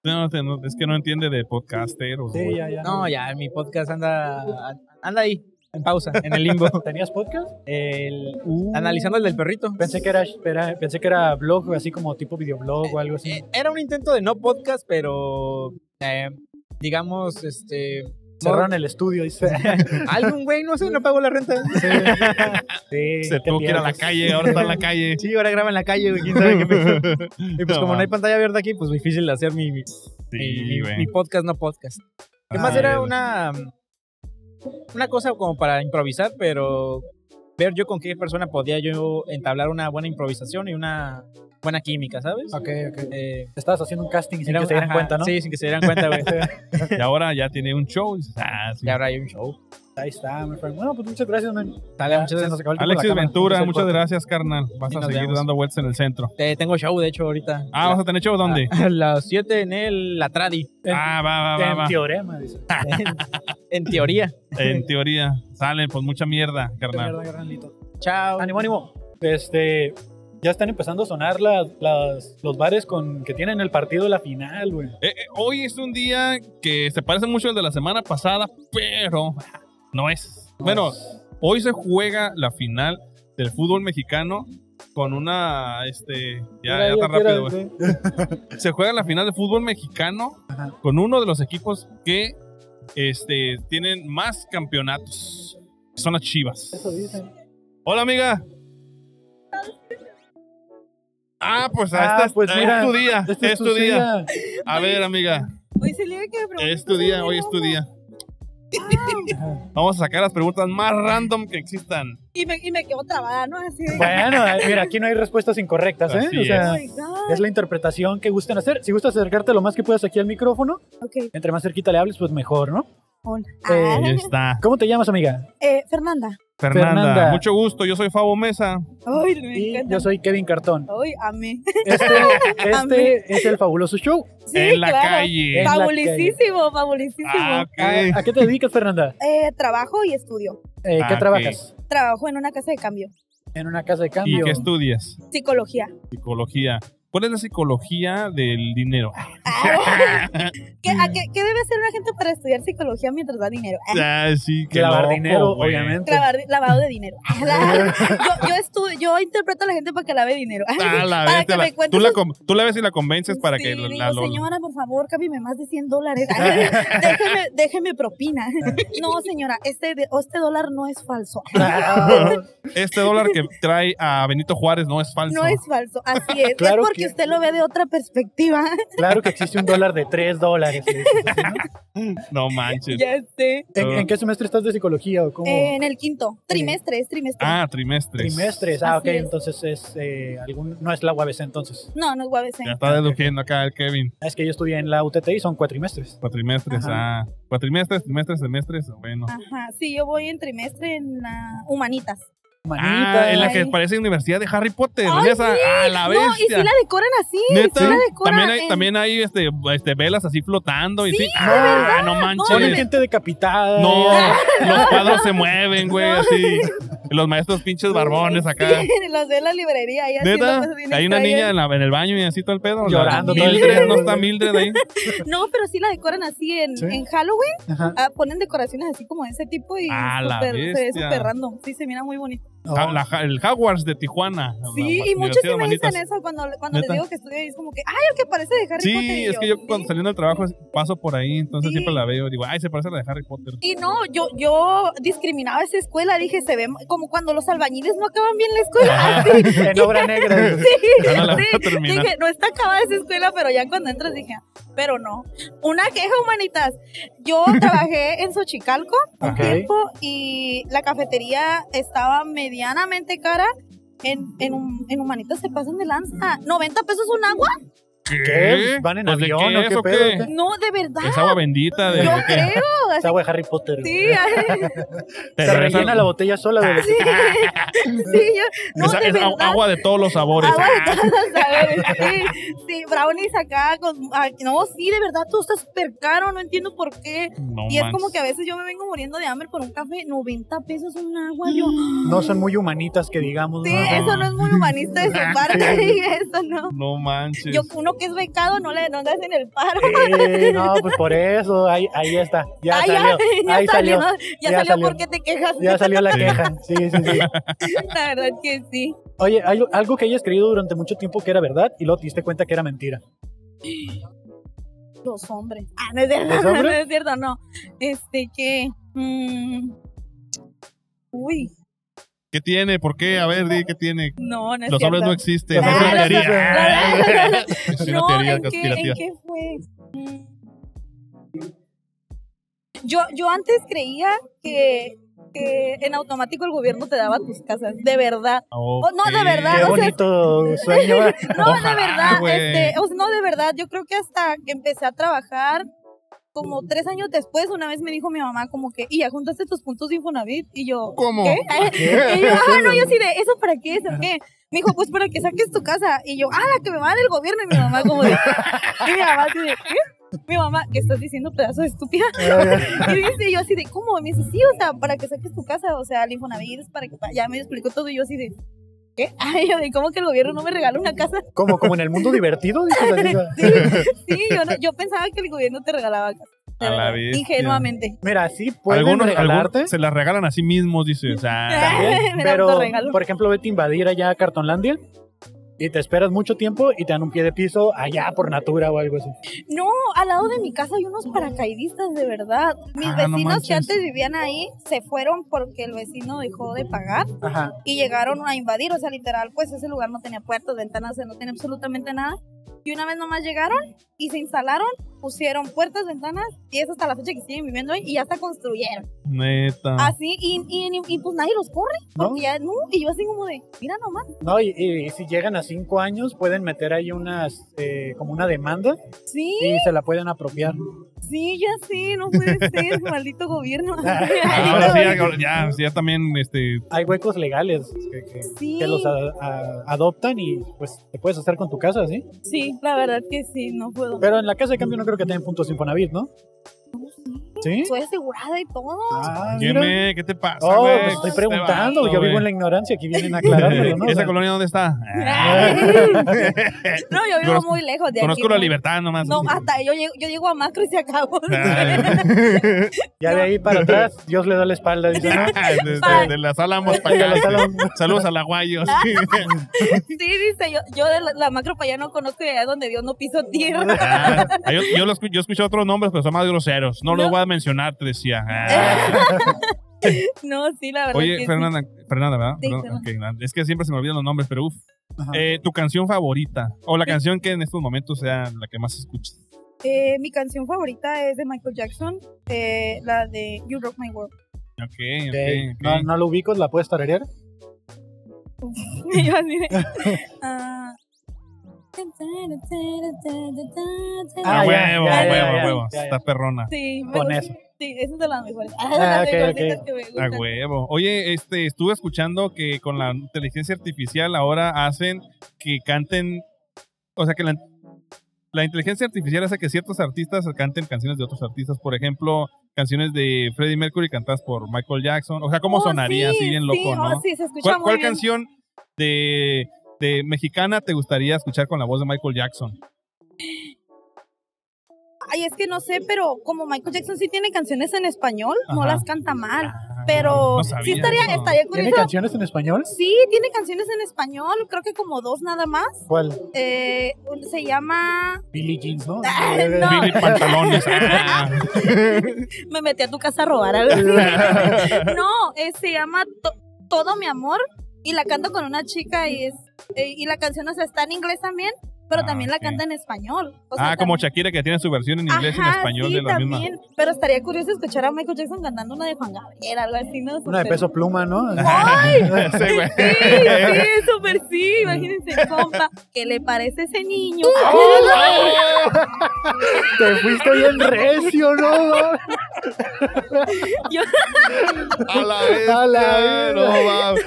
No, te- no, es que no entiende de podcasteros,
Sí,
güey.
ya, ya.
No, ya, mi podcast anda, anda ahí, en pausa, en el limbo.
¿Tenías podcast?
El-
Uh.
analizando el del perrito.
Pensé que era, era- pensé que era blog, güey, así como tipo videoblog o algo así.
Eh, Era un intento de no podcast, pero eh, digamos, este...
Cerraron el estudio, dice.
Algún güey, no sé, no pagó la renta.
Sí,
Se
te
tuvo que ir a la
pierdes.
calle, ahora está en la calle.
Sí, ahora graba en la calle, güey, quién sabe qué pedo. Y pues
No,
como no hay
mames.
pantalla abierta aquí, pues difícil de hacer mi, mi, mi-
Sí, güey.
mi podcast no podcast. Que más
Ah,
era
güey.
una, una cosa como para improvisar, pero ver yo con qué persona podía yo entablar una buena improvisación y una buena química, ¿sabes?
Ok, ok.
Eh,
Estabas haciendo un casting sin
era
que
un-
se dieran
ajá,
cuenta, ¿no?
Sí, sin que se dieran cuenta, güey.
Y ahora ya tiene un show. y dices, Ah, sí.
y ahora hay un show.
Ahí está, mi friend. Bueno, pues muchas gracias, man.
Dale,
Ya,
muchas
se
gracias.
nos acabó el tiempo en
Alexis
la cámara.
Ventura,
Entonces,
muchas
corta.
gracias, carnal. Vas
Y
a
nos
seguir
vemos.
dando vueltas en el centro.
Te- tengo show, de hecho, ahorita.
Ah, vas a tener show, ¿dónde?
A las 7 en el La Tradi,
Ah, va, va, va,
En
va.
teorema, dice.
en teoría.
En teoría. Salen, pues mucha mierda, carnal.
Mierda, carnalito.
Chao.
Ánimo, ánimo. Este, ya están empezando a sonar las, las- los bares con que tienen el partido de la final, güey.
Eh, eh, hoy es un día que se parece mucho al de la semana pasada, pero no es. Bueno,
Pues,
hoy se juega la final del fútbol mexicano con una. Este, ya, ya está rápido, güey. Se juega la final del fútbol mexicano con uno de los equipos que este, tienen más campeonatos. que Son las Chivas.
Eso dicen.
Hola, amiga. Ah, pues
Ah,
este es-
pues,
es
mira,
tu día.
Este
es tu día.
día.
A ver, amiga.
Hoy se le ve que me pregunté
Es tu día,
cosas
hoy
bien
es tu día.
Ajá.
Vamos a sacar las preguntas más random que existan.
Y me, y me quedo trabada, ¿no? Así de.
Bueno, eh, mira, aquí no hay respuestas incorrectas, ¿eh?
Así
o
Oh
sea,
my God.
es la interpretación que gusten hacer. Si gustas acercarte lo más que puedas aquí al micrófono,
Ok,
entre más cerquita le hables, pues mejor, ¿no?
hola.
Eh,
Ah,
Ahí está.
¿Cómo te llamas, amiga?
eh, Fernanda.
Fernanda.
Fernanda.
Mucho gusto, yo soy Fabo Mesa.
Ay, me
Y
encanta.
yo soy Kevin Cartón.
Ay, amé.
Este, este es el fabuloso show.
Sí,
en la
claro.
calle.
En la
Fabulicísimo, fabulicísimo.
Ah, ok.
¿A, a qué te dedicas, Fernanda?
Eh, trabajo y estudio.
Eh, ¿Qué
Ah,
trabajas?
Trabajo en una casa de cambio.
En una casa de
¿Y
cambio.
qué estudias?
Psicología.
Psicología. ¿Cuál es la psicología del dinero?
Ah. ¿Qué, a qué, qué debe hacer una gente para estudiar psicología mientras da dinero? Ah,
Ah, sí, qué
Clavar
loco,
dinero,
güey.
obviamente.
clavar di- lavado de dinero. Ah, la- yo, yo, estu- yo interpreto a la gente para que lave dinero.
Ah, la
Para
bestia,
que me
la-
cuentes
tú, la
sus-
con- tú la ves y la convences para
Sí,
que la,
digo,
la- lo-
señora, por favor, cámbiame más de 100 dólares. Ah, déjeme, déjeme propina. No, señora, este, de- este dólar no es falso.
Este dólar que trae a Benito Juárez no es falso.
No es falso, así es.
Claro
es porque
que-
usted lo ve de otra perspectiva.
Claro que existe un dólar de tres dólares. le dices así, ¿no?
No manches.
ya sé.
¿En, en qué semestre estás de psicología o cómo?
en el quinto, trimestre, es trimestre.
Oh. Ah, trimestres.
Trimestres. Ah, ok.
Así es.
Entonces es eh, algún, no es la UABC entonces.
No, no es ¿eh? UABC.
Ya está deduciendo acá el Kevin.
Es que yo estudié en la UTT y son cuatrimestres.
Cuatrimestres, ah. Cuatrimestres, trimestres, semestres, bueno.
Ajá, sí, yo voy en trimestre en la humanitas.
Manita.
Ah, en la que
Ay.
parece universidad de Harry Potter.
Ay,
esa,
sí.
ah, la bestia.
No, y si la decoran así.
Neta,
Sí la decoran
también hay,
en-
también hay este, este, velas así flotando y sí.
Sí,
Ah, no
Ponen
manches.
gente decapitada.
No, los cuadros se mueven, güey, así. Y los maestros pinches barbones acá.
Los de la librería. Y haciendo
Neta,
cosas bien
hay una
extrañas.
niña en, la- en el baño y así todo el pedo. la-
Llorando todo el
Mildred,
día,
no
güey.
está Mildred ahí.
No, pero sí la decoran así en,
Sí.
en Halloween.
Ajá.
ah, ponen decoraciones así como de ese tipo y
Ah, la
súper- se ve
bestia.
súper random. Sí, se mira muy bonito.
Ah,
Ja- Ah, la ja- el Hogwarts de Tijuana. la
Sí, y
Universidad
muchos
de
sí me
Manitas.
dicen eso cuando, cuando les
Neta.
digo que estudio y es como que, ay, el que parece de Harry Potter.
Sí,
y
es que yo
"Sí".
cuando saliendo del trabajo paso por ahí, entonces
Sí.
siempre la veo. Digo, ay, se parece a la de Harry Potter.
Y no, yo, yo discriminaba esa escuela, dije, se ve como cuando los albañiles no acaban bien la escuela.
Ajá.
así.
En obra negra.
Sí,
Ya no la voy a
sí.
terminar.
Dije, no está acabada esa escuela, pero ya cuando entras dije, ah, pero no. Una queja, humanitas. Yo trabajé en Xochicalco un
Ok.
tiempo y la cafetería estaba medianamente cara En, en, hum- en humanitas se pasan de lanza. ¿90 pesos un agua?
¿Qué? ¿Van en
Pues, ¿de
avión o
es
qué
o
pedo?
qué?
No, de verdad.
Es agua bendita de
Yo
¿qué?
creo.
Es agua de Harry Potter.
Sí, ah.
Te
Se
regresan-
rellena la botella sola de
sí, sí, yo. No,
es-
de
es
verdad.
agua- agua de todos los sabores.
Agua de
Ah,
todas, a ver, sí, sí, brownies acá con... ah, no, sí, de verdad, todo está súper caro, no entiendo por qué.
Ah, no
Y es
manches.
como que a veces yo me vengo muriendo de hambre por un café, 90 pesos un agua, yo...
No son muy humanitas que digamos.
Sí,
¿no?
eso no es muy humanista de su parte, eso no.
No manches.
Yo, uno que es becado, no le, no le hacen el paro.
Sí, no, pues por eso. Ahí, ahí está. Ya
Ay,
salió.
ya
ahí salió.
salió, ya,
ya
salió,
salió.
porque te quejas.
Ya salió la
Sí.
queja. Sí, sí, sí.
La verdad que sí.
Oye, algo, algo que hayas creído durante mucho tiempo que era verdad y luego te diste cuenta que era mentira.
Los hombres. Ah, no es cierto,
¿Los
no
hombres?
es cierto, no. Este que. mm, uy,
¿Qué tiene? ¿Por qué? A ver, di, ¿qué tiene?
no, no es
Los
cierto.
hombres no existen.
Los
Es una
hombres no
teoría.
existen.
Ah, Es una
No,
teoría
¿en, qué,
conspirativa.
en qué fue? Mm. Yo, yo antes creía que, que en automático el gobierno te daba tus casas, de verdad. Oh, no, de
Ah, Ok.
verdad,
Qué
o sea,
bonito sueño. ¿eh?
No,
Ojalá,
de verdad,
güey.
este, o sea, no, de verdad, yo creo que hasta que empecé a trabajar, como tres años después, una vez me dijo mi mamá como que, y ya juntaste tus puntos de Infonavit, y yo,
¿Cómo?
¿qué? Y yo, ah, no, yo sí de, ¿eso para qué? ¿Eso qué? Me dijo, pues para que saques tu casa, y yo, ah, la que me va a dar el gobierno, y mi mamá como de, y mi mamá así de, ¿qué? Mi mamá, ¿qué estás diciendo, pedazo de estúpida?
Ah.
Y dice, yo así de, ¿cómo? Y me dice, sí, o sea, para que saques tu casa, o sea, el Infonavit es para que, ya me explicó todo, y yo así de, ¿qué? Ay, yo de, ¿cómo que el gobierno no me regala una casa?
Como, como en el mundo divertido. dices así, ¿no?
Sí, sí, yo, no- yo pensaba que el gobierno te regalaba casas. de
A la
verdad,
bestia.
Ingenuamente.
Mira, sí pueden
Algunos,
regalarte.
algunos se las regalan a sí mismos, dice. O
Ah,
sea,
Bien,
Me la
pero,
autorregalo.
por ejemplo, vete a invadir allá a Cartonlandia y te esperas mucho tiempo y te dan un pie de piso allá por Natura o algo así.
No, al lado de mi casa hay unos paracaidistas, de verdad. Mis
Ah, no
vecinos que
manches.
antes vivían ahí se fueron porque el vecino dejó de pagar
Ajá.
y llegaron a invadir. O sea, literal, pues ese lugar no tenía puertas, ventanas, o sea, no tenía absolutamente nada. Y una vez nomás llegaron y se instalaron, pusieron puertas, ventanas y es hasta la fecha que siguen viviendo ahí y ya hasta construyeron.
neta.
Así, y, y, y pues nadie los corre
Ah.
porque ya, no, y yo así como de, mira nomás.
No, y, y- y si llegan a cinco años pueden meter ahí unas, eh, como una demanda
Sí,
y se la pueden apropiar.
sí, ya sí, no puede ser, maldito gobierno.
Ah, Ahora sí, ya, ya, sí, ya también, este,
Hay huecos legales que, que-
Sí.
que los a- a- adoptan y pues te puedes hacer con tu casa, ¿sí?
Sí, la verdad que sí, no puedo.
Pero en la casa de cambio no creo que tengan puntos Infonavit, ¿no? ¿Sí?
Soy asegurada y todo.
Ah, mira.
Jimmy, ¿qué te pasa?
Oh,
güey?
pues estoy
Este
preguntando,
vato,
yo vivo en
güey.
la ignorancia, aquí vienen a aclarármelo, ¿no? O
¿Esa
sea,
colonia dónde está?
No, yo vivo
Conozco-
muy lejos de
Conozco
aquí.
la
¿no?
libertad nomás.
No, hasta ahí yo llego, yo llego a macro y se acabó.
Ah,
Ya de ahí para atrás, Dios le da la espalda, dice, ¿no?
Ah, de, de- de las álamos para
De
acá.
las Álamos.
Saludos a la Guayos.
Ah.
sí, dice, yo, yo de la, la macro para allá no conozco y allá es donde Dios no piso tierra.
Ah, yo, yo, lo escu- yo escuché otros nombres, pero son más groseros. No, los voy a mencionar, te decía. Ah.
No, sí, la verdad. que
Oye,
sí.
Fernanda, Fernanda, ¿verdad?
Sí,
Perdón, ok, es que siempre se me olvidan los nombres, pero uff.
Ajá.
Eh, tu canción favorita o la canción que en estos momentos sea la que más escuchas.
Eh, mi canción favorita es de Michael Jackson, eh, la de You Rock My World.
Ok, ok.
Ok,
ok.
No, no lo ubico, la puedes tararear.
Y yo así de, ah.
A
Ah, ya,
huevo,
ya,
a
ya,
huevo,
ya,
a huevo.
ya, ya.
Está perrona.
Sí, me
Con
gusta-
eso.
Sí, esa es de las mejores. Ah,
Ah, ok, ok.
que me
A
gustan.
huevo. Oye, este, estuve escuchando que con la inteligencia artificial ahora hacen que canten, o sea, que la, la inteligencia artificial hace que ciertos artistas canten canciones de otros artistas, por ejemplo, canciones de Freddie Mercury cantadas por Michael Jackson. O sea, ¿cómo
Oh,
sonaría
sí,
así bien
sí,
loco,
oh,
no?
sí, se escucha
¿Cuál,
muy
cuál
bien.
canción de, de mexicana te gustaría escuchar con la voz de Michael Jackson?
Ay, es que no sé, pero como Michael Jackson sí tiene canciones en español, no
Ajá.
las canta mal.
Ah,
Pero
no
sí
sabía
estaría,
eso.
estaría
¿Tiene
curioso.
canciones en español?
Sí, tiene canciones en español, creo que como dos nada más.
¿Cuál?
Eh, un- se llama...
Billie Jeans, ¿no?
Ah, no.
Billy Pantalones. ah.
Me metí a tu casa a robar algo así. No, eh, se llama To- Todo mi amor y la canto con una chica y es... eh, y la canción, o sea, está en inglés también, pero
Ah,
también la
ok.
canta en español. O sea,
Ah, como
también-
Shakira que tiene su versión en inglés y en
Ajá,
español
sí,
de la misma.
también, Pero estaría curioso escuchar a Michael Jackson cantando una de Juan Gabriel, algo así, ¿no?
Una de
Súper-
peso pluma, ¿no?
Sí, güey.
Sí, sí, súper sí. Imagínense, compa, ¿qué le parece ese niño?
Oh,
Te fuiste bien recio, ¿no?
¡Oh, A la
A la
bestia,
bestia.
no mames.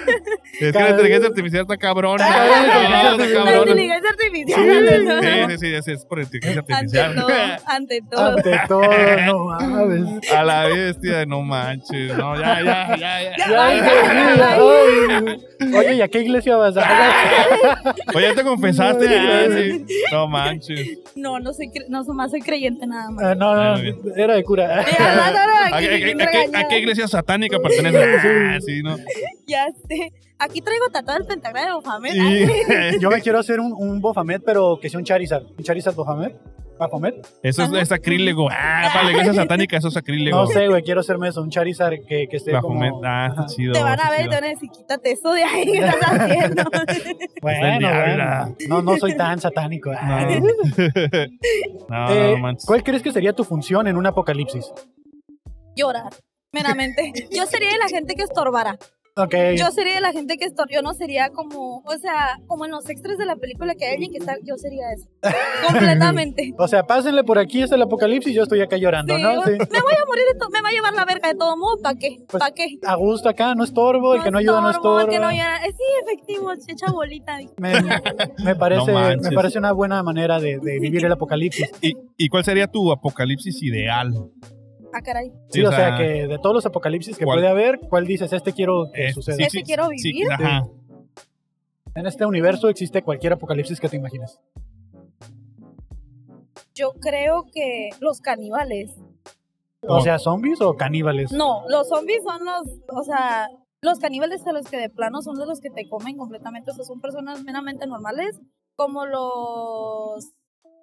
Es que la
Cabrón.
inteligencia artificial está cabrón.
Cabrón,
Ah,
la
está
La
cabrón. Sí,
inteligencia artificial. ¿no?
sí, sí, sí, es por inteligencia
Ante todo,
artificial.
ante todo.
Ante todo, no mames.
A la bestia, no manches. No, ya, ya, ya, ya.
Ya, ya, ya. Ay. Oye, ¿y a qué iglesia vas? Ah, a
Oye, ya te confesaste. Ah, sí. No manches.
No, no soy, cre- no nomás soy creyente nada más.
Ah, no,
Muy bien.
no, era de cura.
Ya, no, no, no, aquí
¿A qué-
bien
a qué-
regañada.
a qué iglesia satánica pertenece? Ah, sí, ¿no?
Ya sé. Aquí traigo tatuado el pentagrama de Mohamed.
Y-
Yo me quiero hacer un, un Bofamet, pero que sea un Charizard. ¿Un Charizard Bofamet? ¿Bafomet?
Eso es, es sacrílego. Ah, para la iglesia satánica eso es sacrílego.
No sé, güey, quiero hacerme eso, un Charizard que, que esté
Bafomet.
como...
Ah, está
Ajá.
chido.
Te van
está
a ver y
chido.
te van a decir, quítate eso de ahí que estás haciendo.
Está
Bueno,
el diablo.
bueno. No, no soy tan satánico. Ah.
No,
Eh,
no manches.
¿Cuál crees que sería tu función en un apocalipsis?
Llorar. Meramente. Yo sería de la gente que estorbara.
Ok.
Yo sería de la gente que estorbara. Yo no sería como, o sea, como en los extras de la película que hay alguien que está. Yo sería eso. Completamente.
O sea, pásenle por aquí, es el apocalipsis, yo estoy acá llorando,
Sí,
¿no?
bueno,
Sí.
Me voy a morir de todo. Me va a llevar la verga de todo modo. ¿Para qué?
Pues,
¿Para qué?
A gusto acá, no estorbo, el que no ayuda no
estorbo,
estorba.
el que no ayuda- eh, Sí, efectivo. Echa bolita. dije.
Me, me parece,
No manches.
me parece una buena manera de, de vivir el apocalipsis.
¿Y, y cuál sería tu apocalipsis ideal?
Ah, caray.
Sí, o sea, que de todos los apocalipsis que
¿Cuál?
puede haber, ¿cuál dices? Este quiero que
es-
suceda.
sí. ¿Ese quiero vivir?
ajá.
En este universo existe cualquier apocalipsis que te imagines.
Yo creo que los caníbales.
O sea, zombies o caníbales.
No, los zombies son los, o sea, los caníbales de los que de plano son de los que te comen completamente, o sea, son personas meramente normales, como los,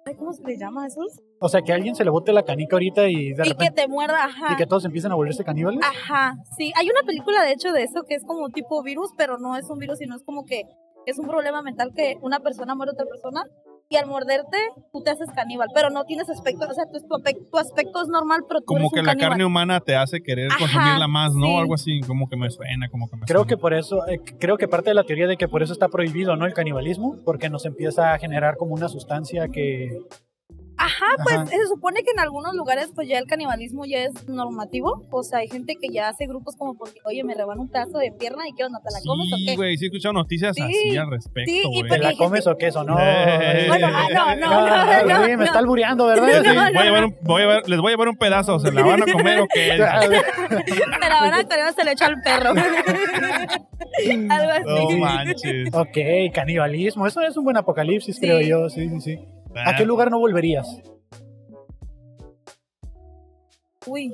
ay, ¿cómo se les llama a esos?
O sea, que a alguien se le bote la canica ahorita y de
Y que
repente...
te muerda, ajá. Ah.
Y que todos empiezan a volverse caníbales.
Ajá, sí, hay una película de hecho de eso que es como tipo virus, pero no es un virus, sino es como que es un problema mental que una persona muere a otra persona y al morderte tú te haces caníbal, pero no tienes aspecto, o sea, tu, tu aspecto, tu aspecto es normal, pero tú
Como
eres
que
un
la
caníbal.
carne humana te hace querer
Ajá,
consumirla más, ¿no?
sí.
Algo así, como que me suena, como que me
Creo que
suena.
por eso, eh, creo que parte de la teoría de que por eso está prohibido, ¿no? El canibalismo, porque nos empieza a generar como una sustancia que...
Ajá, pues
Ajá.
se supone que en algunos lugares pues ya el canibalismo ya es normativo, o sea, hay gente que ya hace grupos como porque, oye, me reban un pedazo de pierna y quiero no te la comes o
Sí,
qué.
güey, sí he escuchado noticias
Sí,
así al respecto,
sí, y pues,
güey.
¿Te
pero-
la comes o queso? No.
Eh.
Bueno, ah, no, no,
Ah,
no, no,
sí,
no.
me está albureando,
Sí,
¿verdad?
sí,
No, no,
voy a
no.
llevar un- voy a llevar- les voy a llevar un pedazo, ¿se la van a comer o qué?
Te la van a comer, se le echa al perro. Algo
No
así.
manches.
ok, canibalismo. Eso es un buen apocalipsis,
Sí.
creo yo. Sí, sí, sí. ¿A
Ah.
qué lugar no volverías?
Uy,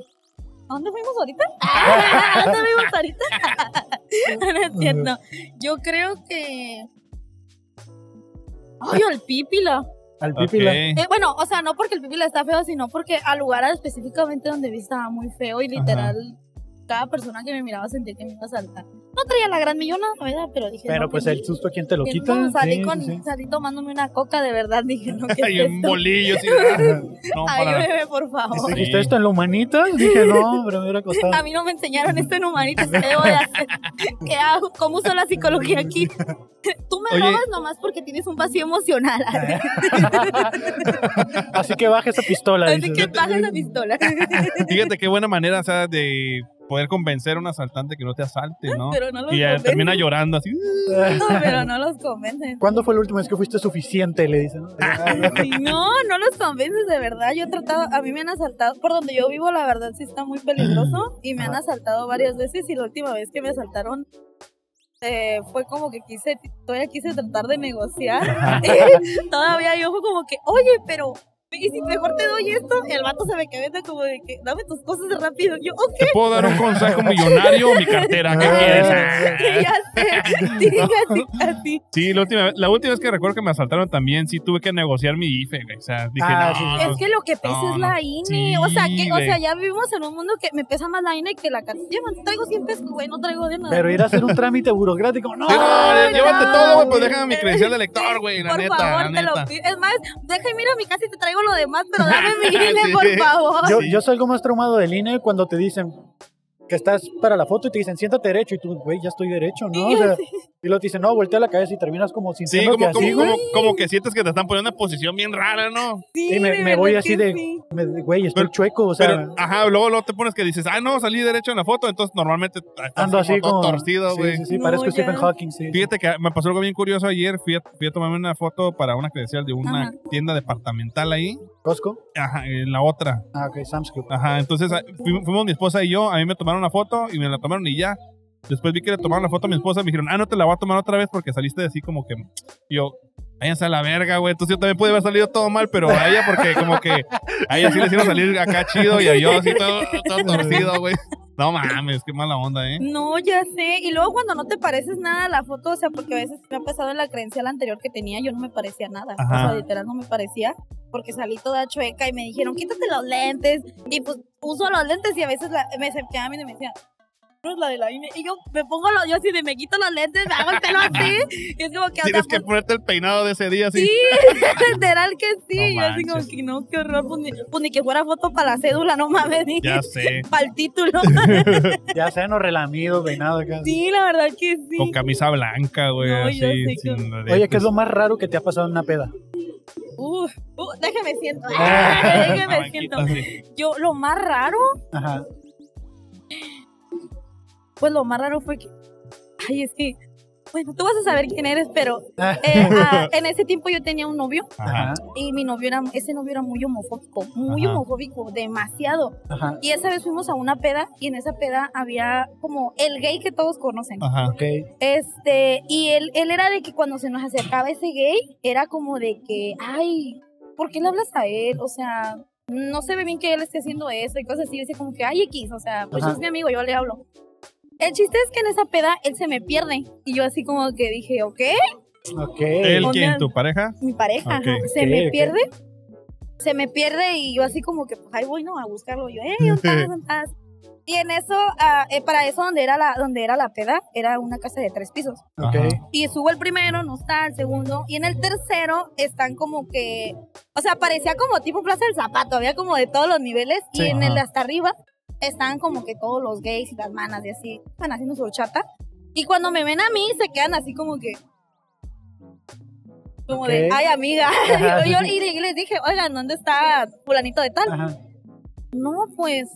¿a dónde fuimos ahorita? ¿A dónde fuimos ahorita? no es cierto. Yo creo que... Ay, al pípila.
Al
Ok.
pipila.
Eh, bueno, o sea, no porque el pipila está feo, sino porque al lugar específicamente donde vi estaba muy feo y literal cada persona que me miraba sentía que me iba a saltar. No traía la gran millona, la verdad, pero dije.
Pero
no,
pues
que-
el susto, ¿quién te lo
que
quita?
no, salí,
Sí,
con,
sí, sí.
salí tomándome una coca de verdad, dije, no, que
Hay
es
un
esto?
bolillo así. No, para
Ayúdeme, por favor.
Dijiste
Sí.
esto en la humanitas. Dije, no, pero me hubiera costado.
A mí no me enseñaron esto en humanitas, ¿qué debo de hacer? ¿Qué hago? ¿Cómo uso la psicología aquí? Tú me
Oye.
robas nomás porque tienes un vacío emocional.
Así que baja esa pistola.
Así
dices.
que baja esa pistola.
Fíjate qué buena manera, o sea, de poder convencer a un asaltante que no te asalte, ¿no?
Pero no los
Y eh,
convencen.
termina llorando así.
Pero no los convencen.
¿Cuándo fue la última vez que fuiste suficiente? Le dicen. ¿no?
Sí, no, no los convences, de verdad. Yo he tratado, a mí me han asaltado, por donde yo vivo, la verdad sí está muy peligroso y me han asaltado varias veces y la última vez que me asaltaron eh, fue como que quise, todavía quise tratar de negociar. todavía yo fue como que, oye, pero Y si mejor te doy esto, el vato se me queda como de que dame tus cosas rápido. Yo, ok,
Te puedo dar un consejo millonario o mi cartera.
Ah.
¿Qué quieres?
ya sé. Sí, así, así.
Sí, la última, vez- la última vez que recuerdo que me asaltaron también, sí tuve que negociar mi IFE, güey. O sea, dije,
Ah,
no,
sí,
no,
sí.
no.
Es que lo que pesa
no, no.
es la INE. o sea, que, o
Sí,
sea,
güey.
ya vivimos en un mundo que me pesa más la INE que la cartera. Llevan, traigo 100 pesos, güey, no traigo de nada.
Pero ir a hacer un trámite burocrático, no.
Sí, no, llévate
no,
todo, güey, pues
güey.
déjame mi credencial de lector, güey, la
por
neta,
favor,
la
te lo
neta.
pido. Es más, deja y mira mi casa y te traigo lo demás, pero dame mi INE,
Sí.
por favor.
Yo,
Sí.
yo salgo más traumado del INE cuando te dicen que estás para la foto y te dicen siéntate derecho y tú, güey, ya estoy derecho, ¿no? O sea, y luego te dicen, no, voltea la cabeza y terminas como
Sí,
sintiéndote
como,
así,
como,
güey.
como, como que sientes que te están poniendo en una posición bien rara, ¿no?
Sí,
y me-
de
me voy
verdad
así
que
de-
sí.
Me- Güey, estoy
Pero-
chueco, o sea,
Pero, ajá, luego, luego te pones que dices, ah, no, salí derecho en la foto, entonces normalmente ah, estás
ando
como
así
todo
como...
torcido,
sí,
güey.
Sí, sí,
No,
parezco
ya.
Stephen Hawking, sí.
Fíjate que me pasó algo bien curioso ayer, fui a, fui a tomarme una foto para una credencial de una
Ajá.
tienda departamental ahí,
Costco.
ajá, en la otra.
Ah, ok, Sam's Club.
Pues,
Ajá, entonces ah, fuimos, fuimos mi esposa y yo, a mí me tomaron una foto y me la tomaron y ya. Después vi que le tomaron la foto a mi esposa y me dijeron, ah, no te la voy a tomar otra vez porque saliste así como que... y yo, váyanse a la verga, güey. Entonces yo también pude haber salido todo mal, pero a ella porque como que... A ella sí le hicieron salir acá chido y a yo así todo, todo torcido, güey. No mames, qué mala onda, ¿eh?
No, ya sé. Y luego cuando no te pareces nada a la foto, o sea, porque a veces me ha pasado en la credencial anterior que tenía, yo no me parecía nada.
Ajá.
O sea, literal no me parecía. Porque salí toda chueca y me dijeron, quítate los lentes. Y pues uso los lentes y a veces la- me acercaban y me decían, no es la de la INE. Y yo me pongo los, yo así de me quito los lentes, me hago el pelo así. Y es como que hasta
Tienes que ponerte el peinado de ese día, así.
pues Sí, literal que sí.
No
y yo así como
manches.
que no, qué horror. Pues ni, pues ni que fuera foto para la cédula, no mames. Ni
Ya sé.
para el título.
Ya sean los relamidos, peinado acá.
sí, la verdad que sí.
Con camisa blanca, güey,
No,
así.
yo sé
sin
que-
lentes.
Oye, ¿qué es lo más raro que te ha pasado en una peda?
Uf, uh, déjame siento. Ah, déjame siento.
Naranjita, sí.
Yo, lo más raro,
Ajá.
pues lo más raro fue que. Ay, es que. Bueno, tú vas a saber quién eres, pero eh, ah, en ese tiempo yo tenía un novio
Ajá.
Ajá.
y mi novio era, ese novio era muy homofóbico, muy
Ajá.
homofóbico, demasiado.
Ajá.
Y esa vez fuimos a una peda y en esa peda había como el gay que todos conocen.
Ajá.
Ok.
Este, y él, él era de que cuando se nos acercaba ese gay, era como de que, ay, ¿por qué le hablas a él? O sea, no se ve bien que él esté haciendo eso y cosas así. Yo decía como que, ay, X, o sea, pues
Ajá.
es mi amigo, yo le hablo. El chiste es que en esa peda él se me pierde. Y yo así como que dije, ok,
Ok.
¿El
Ponle
quién?
al-
¿Tu pareja?
mi pareja, ajá,
Ok,
se me
ok.
pierde. Se me pierde y yo así como que, pues ahí voy, ¿no? A buscarlo. Yo, eh, ¿dónde estás? ¿Dónde estás? Y en eso, ah, eh, para eso donde era, la, donde era la peda, era una casa de tres pisos.
Ok.
Ajá.
Y subo el primero, no está, el segundo. Y en el tercero están como que. O sea, parecía como tipo Plaza del Zapato, había como de todos los niveles.
Sí.
y en el de
Ajá.
hasta arriba están como que todos los gays y las manas y así. Están haciendo su horchata. Y cuando me ven a mí, se quedan así como que. Como de,
Ok.
ay, amiga.
Ajá,
Yo- yo-
sí,
y le- y les dije, oigan, ¿dónde está Fulanito de tal?
Ajá.
no, pues,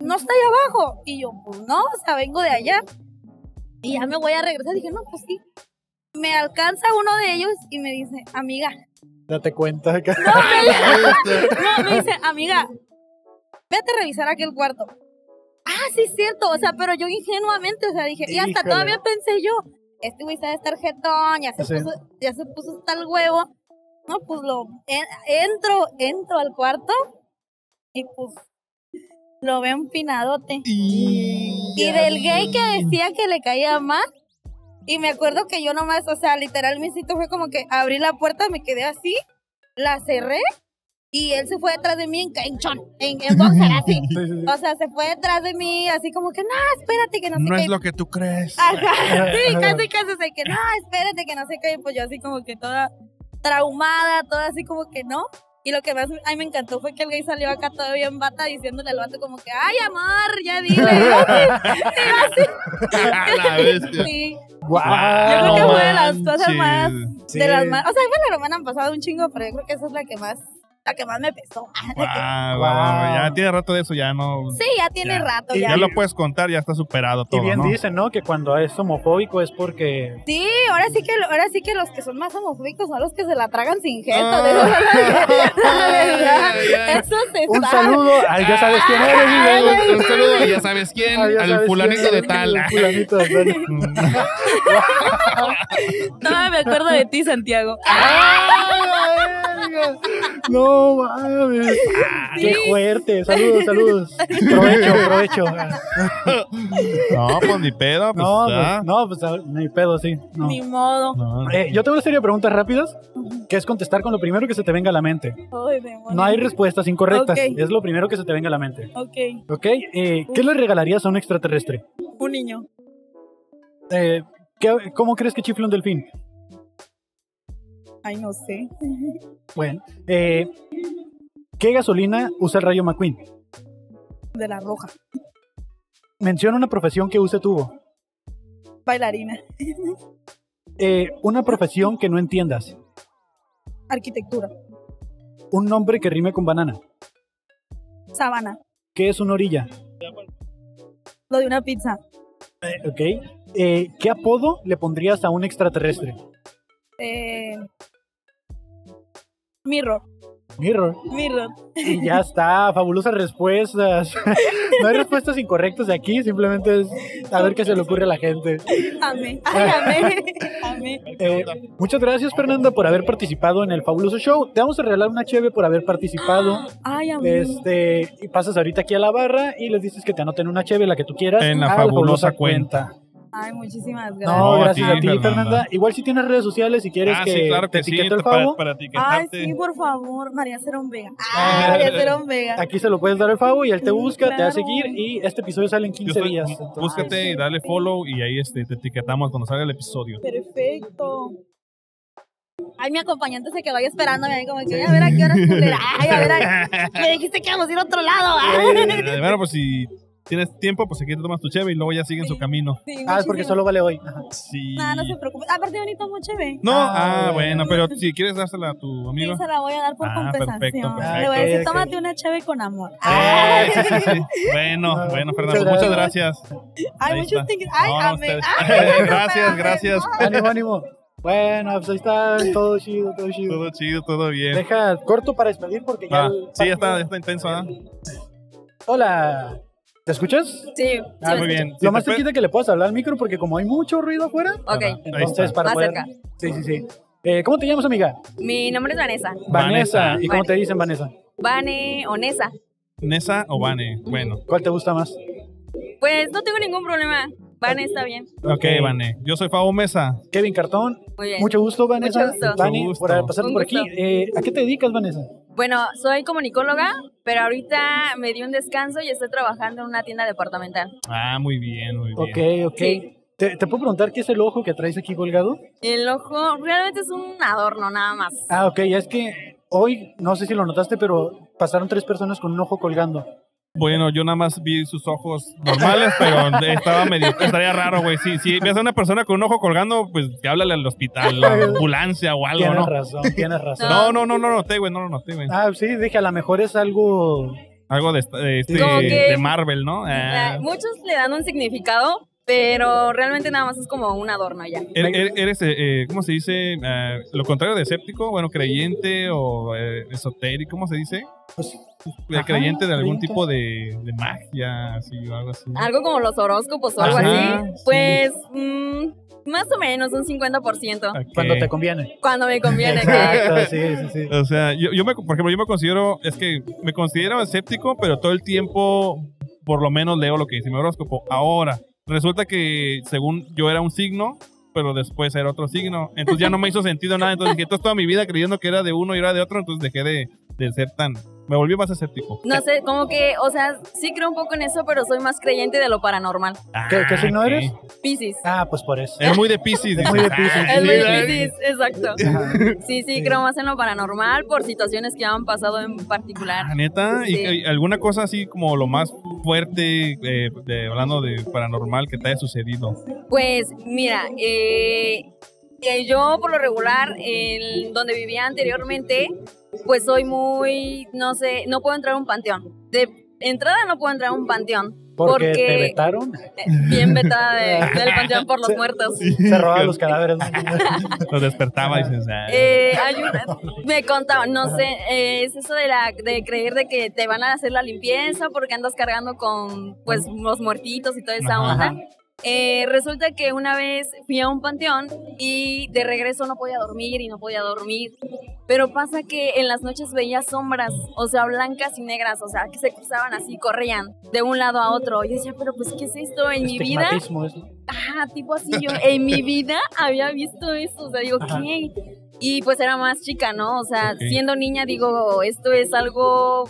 no está ahí abajo. Y yo, pues no, o sea, vengo de allá. Y ya me voy a regresar. Dije, no, pues sí. Me alcanza uno de ellos y me dice, amiga.
Date cuenta acá.
No, me dice, amiga, vete a revisar aquel cuarto. Ah, sí, es cierto. O sea, pero yo ingenuamente, o sea, dije, y hasta
Híjole.
todavía pensé yo, este güey sabe estar jetón, ya se,
Sí.
puso, ya se puso hasta el huevo. No, pues lo, en- entro, entro al cuarto y pues lo veo empinadote. Y del gay que decía que le caía más. Y me acuerdo que yo nomás, o sea, literal, mi instinto fue como que abrí la puerta, me quedé así, la cerré y él se fue detrás de mí en, ca- en chon, en, en boxer, así.
Sí, sí, sí.
O sea, se fue detrás de mí, así como que, no, espérate, que Ah, no sé
No
qué.
es lo que tú crees.
Ajá, sí,
Ajá.
casi, casi, de que no, espérate, que no sé qué. Y Pues yo así como que toda traumada, toda así como que no. Y lo que más ay, me encantó fue que el gay salió acá todavía en bata diciéndole al vato como que, ay, amor, ya dile.
A la bestia. Ah,
Sí,
Guau.
creo que
No
fue de las cosas más-
manches.
Sí.
de las más, o sea, bueno, me han pasado un chingo, pero yo creo que esa es la que más, la que más me pesó.
Guau,
Wow.
guau, Ya tiene rato de eso, ya no.
Sí, ya tiene
Ya.
rato,
Y
ya.
Ya lo puedes contar, ya está superado todo.
Y bien
¿no?
dicen, ¿no? Que cuando es homofóbico es porque.
Sí, ahora sí que lo- ahora sí que los que son más homofóbicos son los que se la tragan sin gente.
Ah,
la verdad,
Ay, ay.
eso se
Un
sabe.
saludo. Ay, ya sabes quién eres.
Ay,
güey.
Un saludo, ya sabes quién,
Ah, ya
al
sabes
fulanito
quién
de
eres,
tal.
al fulanito de tal.
Todavía me acuerdo de ti, Santiago.
Ay, verga. No mames. Ah, Qué
Sí.
fuerte. Saludos, saludos. Provecho, provecho.
Pues No, pues ni pedo, pues.
No,
ah,
pues, no, pues a- ni pedo, sí. No.
Ni modo.
no, no.
Eh, yo tengo una serie de preguntas rápidas que es contestar con lo primero que se te venga a la mente.
Ay, demonios.
No hay respuestas incorrectas.
Ok.
Es lo primero que se te venga a la mente.
Ok,
¿Ok? Eh, ¿Qué le regalarías a un extraterrestre?
un niño.
Eh, ¿qué- ¿Cómo crees que chifla un delfín?
Ay, no sé.
Bueno, eh, ¿qué gasolina usa el rayo McQueen?
De la roja.
Menciona una profesión que use tubo.
Bailarina.
Eh, una profesión que no entiendas.
Arquitectura.
Un nombre que rime con banana.
Sabana.
¿Qué es una orilla?
Lo de una pizza.
Eh, ok. Eh, ¿Qué apodo le pondrías a un extraterrestre?
Eh... Mirror.
Mirror.
Mirror.
Y ya está, fabulosas respuestas. No hay respuestas incorrectas de aquí, simplemente es a ver qué se le ocurre a la gente.
Amé. Ay, amé. amé.
Eh, muchas gracias, Fernanda, por haber participado en el fabuloso show. Te vamos a regalar una cheve por haber participado.
Ay, amé.
Este, y pasas ahorita aquí a la barra y les dices que te anoten una cheve, la que tú quieras.
En la
a
fabulosa cuenta.
Ay, muchísimas gracias.
No,
No, a
gracias
ti,
a ti, Fernanda.
Fernanda.
Igual si tienes redes sociales, si quieres
Ah,
que
sí, claro
te
que sí,
etiquete el
para,
favo,
para
Ay,
etiquetarte.
sí, por favor. María Cerón Vega. Ay, María Cerón Vega.
aquí se lo puedes dar el favo y él te
Sí,
busca, te va a
claro.
seguir y este episodio sale en
Yo
15
estoy-
días.
búscate y dale follow y ahí este, te etiquetamos cuando salga el episodio.
Perfecto. Ay, mi acompañante se quedó ahí esperándome. Ahí como que, a ver a qué hora es culera. Ay, a ver, a- me dijiste que íbamos a ir a otro lado. Ay,
Eh, bueno, pues si tienes tiempo, pues aquí te tomas tu cheve y luego ya siguen su camino.
sí,
Ah, es porque
muchísimas-
solo vale hoy. Ajá.
Sí.
Nada, no se preocupe. Aparte, bonito, muy chévere.
No,
Ah,
ah, bueno, pero si quieres dársela a tu
Sí,
amigo.
se la voy a dar por
Ah,
compensación.
perfecto,
Le voy a
perfecto.
decir,
Ok, ok.
tómate una chévere con amor.
Eh,
Ay,
sí, sí, sí. Bueno,
Ah,
bueno,
muchas
Fernando, muchas gracias.
ay,
ahí
muchos
está.
thank yous. Ay,
No,
amén.
ustedes-
Ay,
Gracias,
amén.
gracias.
Ánimo, ánimo. Bueno, pues ahí está, todo chido, todo chido.
Todo chido, todo bien.
Deja corto para despedir porque ya.
Va.
el
Sí, ya está,
partido-
ya está intenso, ¿ah?
Hola. ¿Te escuchas?
Sí, sí,
Ah,
Muy
me
bien. Si te
Lo más
puede-
cerquita que le puedas hablar al micro porque como hay mucho ruido afuera,
escucho. Ok,
Ahí
entonces
está.
para
más
poder...
cerca.
Sí, sí, sí. Eh, ¿Cómo te llamas, amiga?
Mi nombre es Vanessa.
Vanessa.
Vanessa.
¿Y cómo
Vane.
te dicen, Vanessa?
Vane o Nessa.
Nessa o Vane. Bueno,
¿Cuál te gusta más?
Pues no tengo ningún problema. Vane está bien.
ok, Vane. Yo soy Fabo Mesa.
Kevin Cartón.
Muy bien.
Mucho gusto, Vanessa.
Mucho gusto.
Vane,
Mucho
por
gusto.
pasar
Un
por aquí.
gusto.
Eh, ¿A qué te dedicas, Vanessa?
Bueno, soy comunicóloga, pero ahorita me di un descanso y estoy trabajando en una tienda departamental.
Ah, muy bien, muy bien.
Ok, ok.
Sí.
¿Te, te puedo preguntar qué es el ojo que traes aquí colgado?
El ojo realmente es un adorno nada más.
Ah, ok, es que hoy, no sé si lo notaste, pero pasaron tres personas con un ojo colgando.
Bueno, yo nada más vi sus ojos normales, pero estaba medio. Estaría raro, güey. Si, si ves a una persona con un ojo colgando, pues que háblale al hospital, a la ambulancia o algo,
Tienes
¿no?
razón, tienes razón.
No, no, no, no, no, te, güey, no, no, no, te, güey.
Ah, sí, dije, a lo mejor es algo...
Algo de, esta- de este,
Como que-
de Marvel, ¿no? Ah.
La- muchos le dan un significado, pero realmente nada más es como un adorno ya.
Er- er- ¿Eres, eh, eh, cómo se dice? Ah, lo contrario de escéptico, bueno, creyente o eh, esotérico, ¿cómo se dice?
Pues,
Eh,
ajá,
creyente de algún
creyente.
tipo de, de magia, así o algo así.
Algo como los horóscopos o algo
Ajá,
así.
sí.
Pues mm, más o menos un 50%
Ok.
Cuando te conviene.
cuando me conviene. que-
Exacto, sí, sí, sí.
O sea, yo, yo me, por ejemplo, yo me considero, es que me considero escéptico, pero todo el tiempo, por lo menos leo lo que dice mi horóscopo. Ahora, resulta que según yo era un signo, pero después era otro signo. Entonces ya no me hizo sentido nada. Entonces dije, entonces toda mi vida creyendo que era de uno y era de otro, entonces dejé de, de ser tan... Me volví más escéptico.
No sé, como que, o sea, sí creo un poco en eso, pero soy más creyente de lo paranormal.
¿Qué- qué signo
Ah, ok.
eres?
Piscis.
Ah, pues por eso.
Es muy de Pisces.
Es muy de Piscis.
Es muy
Sí,
Piscis, exacto.
Ajá.
Sí, sí, creo más en lo paranormal por situaciones que han pasado en particular.
Ah, neta, ¿Y-
Sí.
¿y alguna cosa así como lo más fuerte, eh, de- hablando de paranormal, que te haya sucedido?
Pues mira, eh, eh, yo por lo regular, en donde vivía anteriormente, pues soy muy, no sé, no puedo entrar a un panteón. De entrada no puedo entrar a un panteón.
Porque,
Porque-
te vetaron.
Eh, Bien vetada de- del panteón por los muertos.
Se robaban los cadáveres.
Lo despertaba y dices, "Ah".
Eh, hay una- me contaban, no sé, eh, es eso de, la, de creer de que te van a hacer la limpieza porque andas cargando con pues los muertitos y toda esa
Ajá.
onda. Eh, resulta que una vez fui a un panteón y de regreso no podía dormir y no podía dormir. Pero pasa que en las noches veía sombras, o sea, blancas y negras, o sea, que se cruzaban así, corrían de un lado a otro. Yo decía, pero pues, ¿qué es esto? En mi vida,
Estigmatismo es-
ajá, tipo así, yo en mi vida había visto eso, o sea, digo,
Ajá.
¿qué? Y pues era más chica, ¿no? O sea,
Ok.
siendo niña, digo, esto es algo,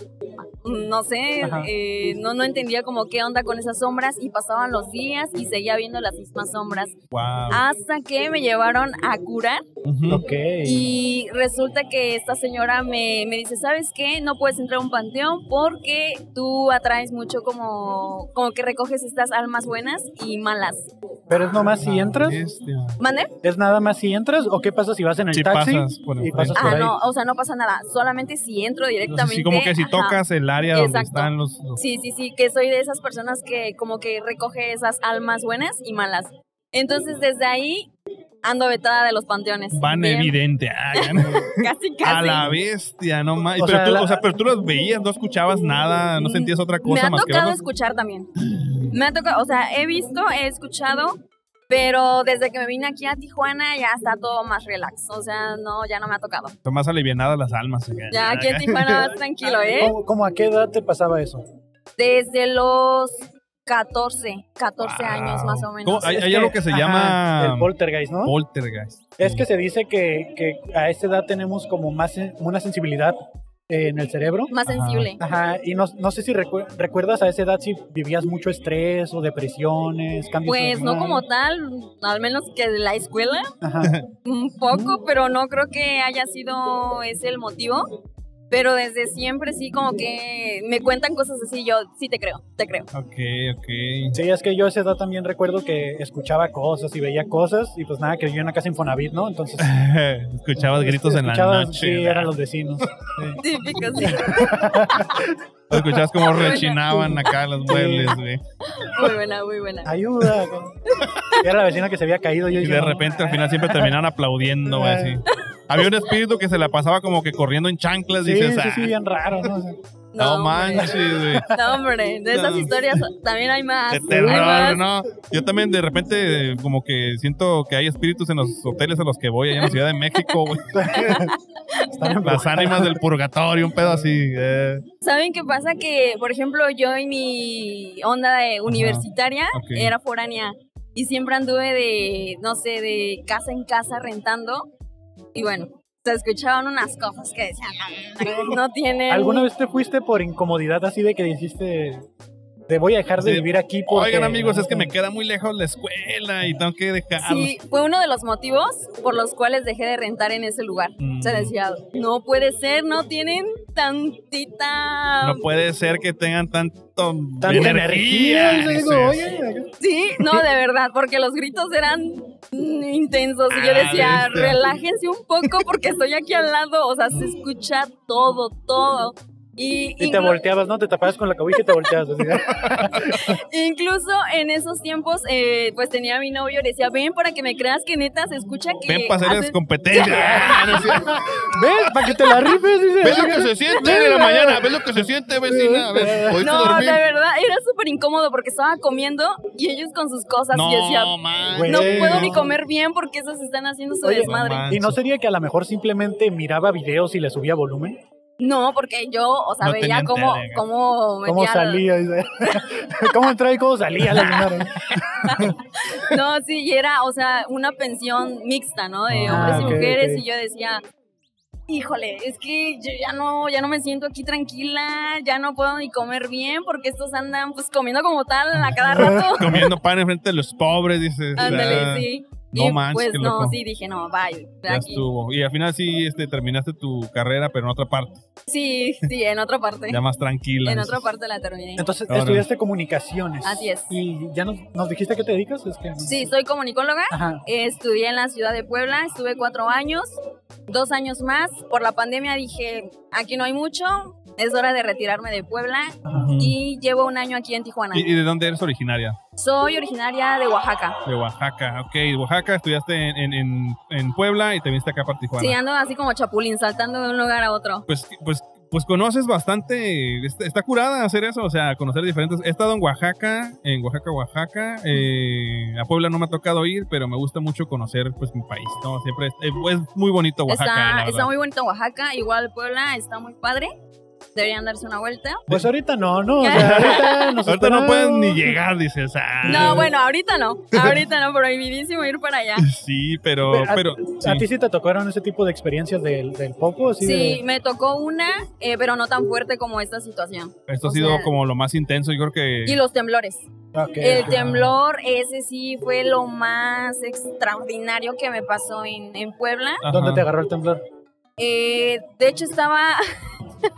no sé,
Ajá.
eh, no, no entendía como qué onda con esas sombras y pasaban los días y seguía viendo las mismas sombras.
Wow.
ah,
Hasta que me llevaron a curar
Ujú.
Ok.
y resulta que esta señora me, me dice, ¿sabes qué? No puedes entrar a un panteón porque tú atraes mucho como, como que recoges estas almas buenas y malas.
Pero es nomás
Ah,
si entras.
Bestia.
¿Mande?
¿Es nada más si entras o qué pasa si vas en el
Si
taxi?
pasas por
y
el
pasas
frente.
por
Ah,
ahí.
no, o sea, no pasa nada. Solamente si entro directamente.
Así como que si
ajá.
tocas el área donde
Exacto.
están los, los-
Sí, sí, sí, que soy de esas personas que como que recoge esas almas buenas y malas. Entonces desde ahí ando vetada de los panteones.
Van
Bien,
evidente. Ah, ya no.
Casi, casi.
A la bestia, no más.
O
Pero,
sea,
tú-
la-
o sea, pero tú los veías, no escuchabas nada, no sentías otra
Me
cosa
ha
más que
tocado
verlos.
escuchar también. Me ha tocado, o sea, he visto, he escuchado, pero desde que me vine aquí a Tijuana ya está todo más relax. O sea, no, ya no me ha tocado.
Son más alivianadas las almas. acá.
Ya aquí en Tijuana más tranquilo, ¿eh?
¿Cómo, cómo a qué edad te pasaba eso?
Desde los 14, 14
Wow.
años más o
¿Cómo?
menos.
Hay,
Es
hay algo que se
ajá,
llama
El poltergeist, ¿no?
poltergeist.
es que se dice que, que a esta edad tenemos como más sen- una sensibilidad eh, en el cerebro.
Más sensible.
Ajá, y no, no sé si recu- recuerdas a esa edad si vivías mucho estrés o depresiones, cambios.
Pues no como
hormonales.
tal, al menos que de la escuela,
Ajá.
un poco, pero no creo que haya sido ese el motivo. Pero desde siempre sí, como que me cuentan cosas así, yo sí te creo, te creo.
Ok, ok.
Sí, es que yo a esa edad también recuerdo que escuchaba cosas y veía cosas y pues nada, que vivía en una casa Infonavit, ¿no? Entonces...
Escuchabas gritos en la
escuchabas-
noche.
Sí, eran los vecinos.
Típico, sí.
Escuchabas como rechinaban acá los muebles, güey.
Muy buena, muy buena.
ayuda. Era la vecina que se había caído. Yo
Y
dije,
de
"No,
repente al
ah".
final siempre terminaban aplaudiendo, güey, así. Había un espíritu que se la pasaba como que corriendo en chanclas,
Sí,
dices,
sí, sí,
"Ah,
bien raro, ¿no?
no
hombre.
manches, güey.
No, hombre, de esas
No.
historias también hay más.
De
hay
terror,
más.
¿no? Yo también de repente eh, como que siento que hay espíritus en los hoteles a los que voy allá en la Ciudad de México, güey.
Están embrujadas.
Las ánimas del purgatorio, un pedo así. eh.
¿Saben qué pasa? Que, por ejemplo, yo en mi onda de universitaria
ok.
era foránea y siempre anduve de, no sé, de casa en casa rentando. Y bueno, se escuchaban unas cosas que decían, no tienen...
¿Alguna vez te fuiste por incomodidad así de que dijiste, te voy a dejar de
Sí.
vivir aquí? Porque,
Oigan amigos, es que me queda muy lejos la escuela y tengo que dejarlos.
Sí, fue uno de los motivos por los cuales dejé de rentar en ese lugar.
Mm.
Se decía, no puede ser, no tienen tantita...
pues, No puede ser que tengan tanto
um, Tanta energía. Y yo digo,
dices.
oye,
Sí, no, de verdad, porque los gritos eran mm, intensos y yo
Ah,
decía,
bestia.
relájense un poco porque estoy aquí al lado, o sea, se escucha todo, todo. Y,
y te
inclu-
volteabas, ¿no? Te tapabas con la cobija y te volteabas. así.
incluso en esos tiempos, eh, pues tenía a mi novio y le decía, ven para que me creas que neta se escucha que...
Ven para hacerles
haces-
competencia.
¿Ves? Para que te la rifes. dice.
¿Ves lo que se siente de la mañana? ¿Ves lo que se siente, vecina? ¿Ves? ¿Pudiste
No, de
dormir?
verdad, era súper incómodo porque estaba comiendo y ellos con sus cosas y yo decía,
No, man.
Güey,
no
güey,
puedo
no.
ni comer bien porque esos están haciendo su
Oye,
desmadre.
no
Y no sería que a lo mejor simplemente miraba videos y le subía volumen.
No, porque yo, o sea,
No
veía
tenían
cómo,
tele,
cómo,
¿Cómo
metía-
salía? dice. ¿Cómo entraba y cómo salía la señora?
No, sí, y era, o sea, una pensión mixta, ¿no? De
Ah,
hombres y
ok,
mujeres,
ok.
y yo decía, híjole, es que yo ya no, ya no me siento aquí tranquila, ya no puedo ni comer bien, porque estos andan pues comiendo como tal a cada rato.
Comiendo pan enfrente de los pobres, dices. ah,
Ándale, sí.
no
y
manches,
pues
qué
no,
loco.
sí, dije, no, bye, de
Ya
aquí.
estuvo. Y al final sí este, terminaste tu carrera, pero en otra parte,
Sí, sí, en otra parte.
ya más tranquila.
en
dices.
otra parte la terminé.
Entonces,
Ahora.
estudiaste comunicaciones.
Así es.
Y ya nos, nos dijiste a qué te dedicas. Es que no-
Sí, soy comunicóloga.
Ajá.
Eh, Estudié en la ciudad de Puebla, estuve cuatro años, dos años más. Por la pandemia dije, aquí no hay mucho, es hora de retirarme de Puebla
Ujú.
y llevo un año aquí en Tijuana.
¿Y, y de dónde eres originaria?
Soy originaria de Oaxaca.
De Oaxaca. Ok, de Oaxaca estudiaste en, en- en- en Puebla y te viniste acá para Tijuana.
Sí, ando así como chapulín, saltando de un lugar a otro.
Pues, pues pues conoces bastante, está, está curada hacer eso, o sea, conocer diferentes. He estado en Oaxaca, en Oaxaca, Oaxaca, eh, a Puebla no me ha tocado ir, pero me gusta mucho conocer pues mi país, ¿no? Siempre es, eh, pues, muy bonito Oaxaca. la
Está,
verdad.
está muy bonito Oaxaca, igual Puebla está muy padre. Deberían darse una vuelta.
Pues ahorita no, no. O sea, ahorita, nos
Ahorita no
esperamos.
pueden ni llegar, dices. ah.
No, bueno, ahorita no. Ahorita no, prohibidísimo ir para allá.
Sí, pero,
Pero, a-
pero,
¿A
sí.
ti sí te tocaron ese tipo de experiencias del, del poco? Así
Sí,
de-
me tocó una, eh, pero no tan fuerte como esta situación.
esto ha
o
sido
sea-
como lo más intenso, yo creo
Y
que
los temblores.
Ok,
El
ok.
temblor, ese sí fue lo más extraordinario que me pasó en, en Puebla.
¿Dónde
Ajá.
te agarró el temblor?
Eh, de hecho, estaba.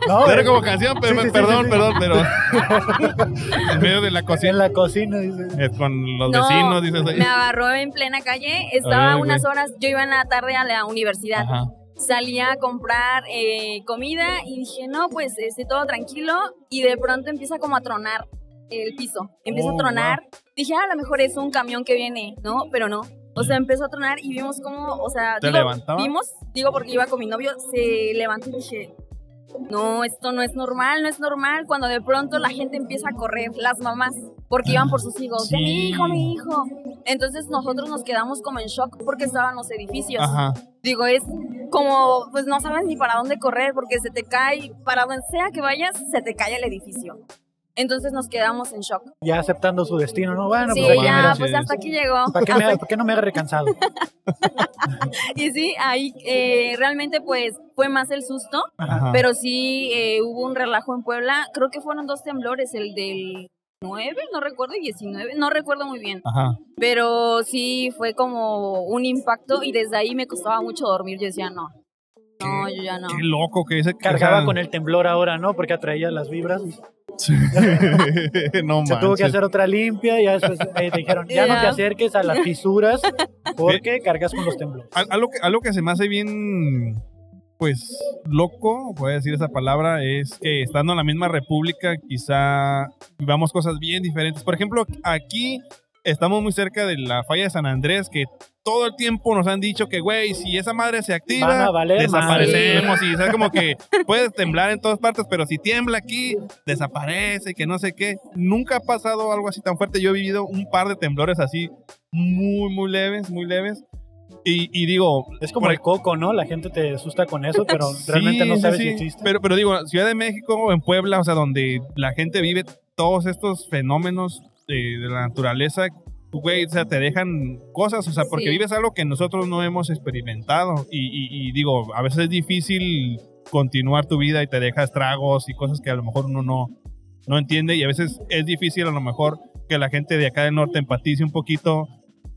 No,
Era como canción, pero,
Sí, sí, sí,
perdón,
sí, sí.
perdón, pero en medio de la
en
cocina
la cocina. dices.
eh, con los
No,
vecinos, dices.
Me agarró en plena calle. Estaba
Ay, güey.
unas horas. Yo iba en la tarde a la universidad.
Ajá.
Salía a comprar eh, comida y dije, no, pues esté todo tranquilo. Y de pronto empieza como a tronar el piso. Empieza
Oh,
a tronar. Dije, "Ah, a lo mejor es un camión que viene, ¿no? Pero no. O sea, empezó a tronar y vimos cómo, o sea,
¿Te
digo,
levantaba?
vimos, digo porque iba con mi novio, se levantó y dije, no, esto no es normal, no es normal, cuando de pronto la gente empieza a correr, las mamás, porque iban por sus hijos, de mi
Sí.
hijo, mi hijo. Entonces nosotros nos quedamos como en shock porque estaban los edificios.
Ajá.
Digo, es como, pues no sabes ni para dónde correr porque se te cae, para donde sea que vayas, se te cae el edificio. Entonces nos quedamos en shock.
Ya aceptando su destino, ¿no? Bueno,
sí,
pues aquí,
ya,
mira,
pues
sí,
hasta
sí.
aquí llegó.
¿para qué, me, ¿para qué no me agarré cansado?
Y sí, ahí eh, realmente pues fue más el susto,
Ajá.
pero sí eh, hubo un relajo en Puebla. Creo que fueron dos temblores, el del 9, no recuerdo, y 19, no recuerdo muy bien.
Ajá.
Pero sí fue como un impacto y desde ahí me costaba mucho dormir. Yo decía, no, no, yo ya no.
Qué loco que ese
Cargaba con el temblor ahora, ¿no? Porque atraía las vibras.
el. no
Se tuvo que
manches.
hacer otra limpia y ya después eh, te dijeron, ya no te
Ya.
acerques a las fisuras porque cargas con los temblores.
Al- Algo que, algo que se me hace bien, pues, loco, voy a decir esa palabra, es que estando en la misma república, quizá vivamos cosas bien diferentes. Por ejemplo, aquí estamos muy cerca de la falla de San Andrés, que todo el tiempo nos han dicho que, güey, si esa madre se
Van a
activa,
valer madre.
desaparecemos. Y es como que puedes temblar en todas partes, pero si tiembla aquí, desaparece y que no sé qué. Nunca ha pasado algo así tan fuerte. Yo he vivido un par de temblores así, muy, muy leves, muy leves. Y, y digo,
Es como
Por-
el coco, ¿no? La gente te asusta con eso, pero realmente
sí,
no
sí,
sabes
sí.
si existe.
Pero, pero digo, Ciudad de México, en Puebla, o sea, donde la gente vive todos estos fenómenos de, de la naturaleza, güey, o sea, te dejan cosas, o sea, porque
Sí.
vives algo que nosotros no hemos experimentado. Y, y- y digo, a veces es difícil continuar tu vida y te deja estragos y cosas que a lo mejor uno no, no entiende y a veces es difícil a lo mejor que la gente de acá del norte empatice un poquito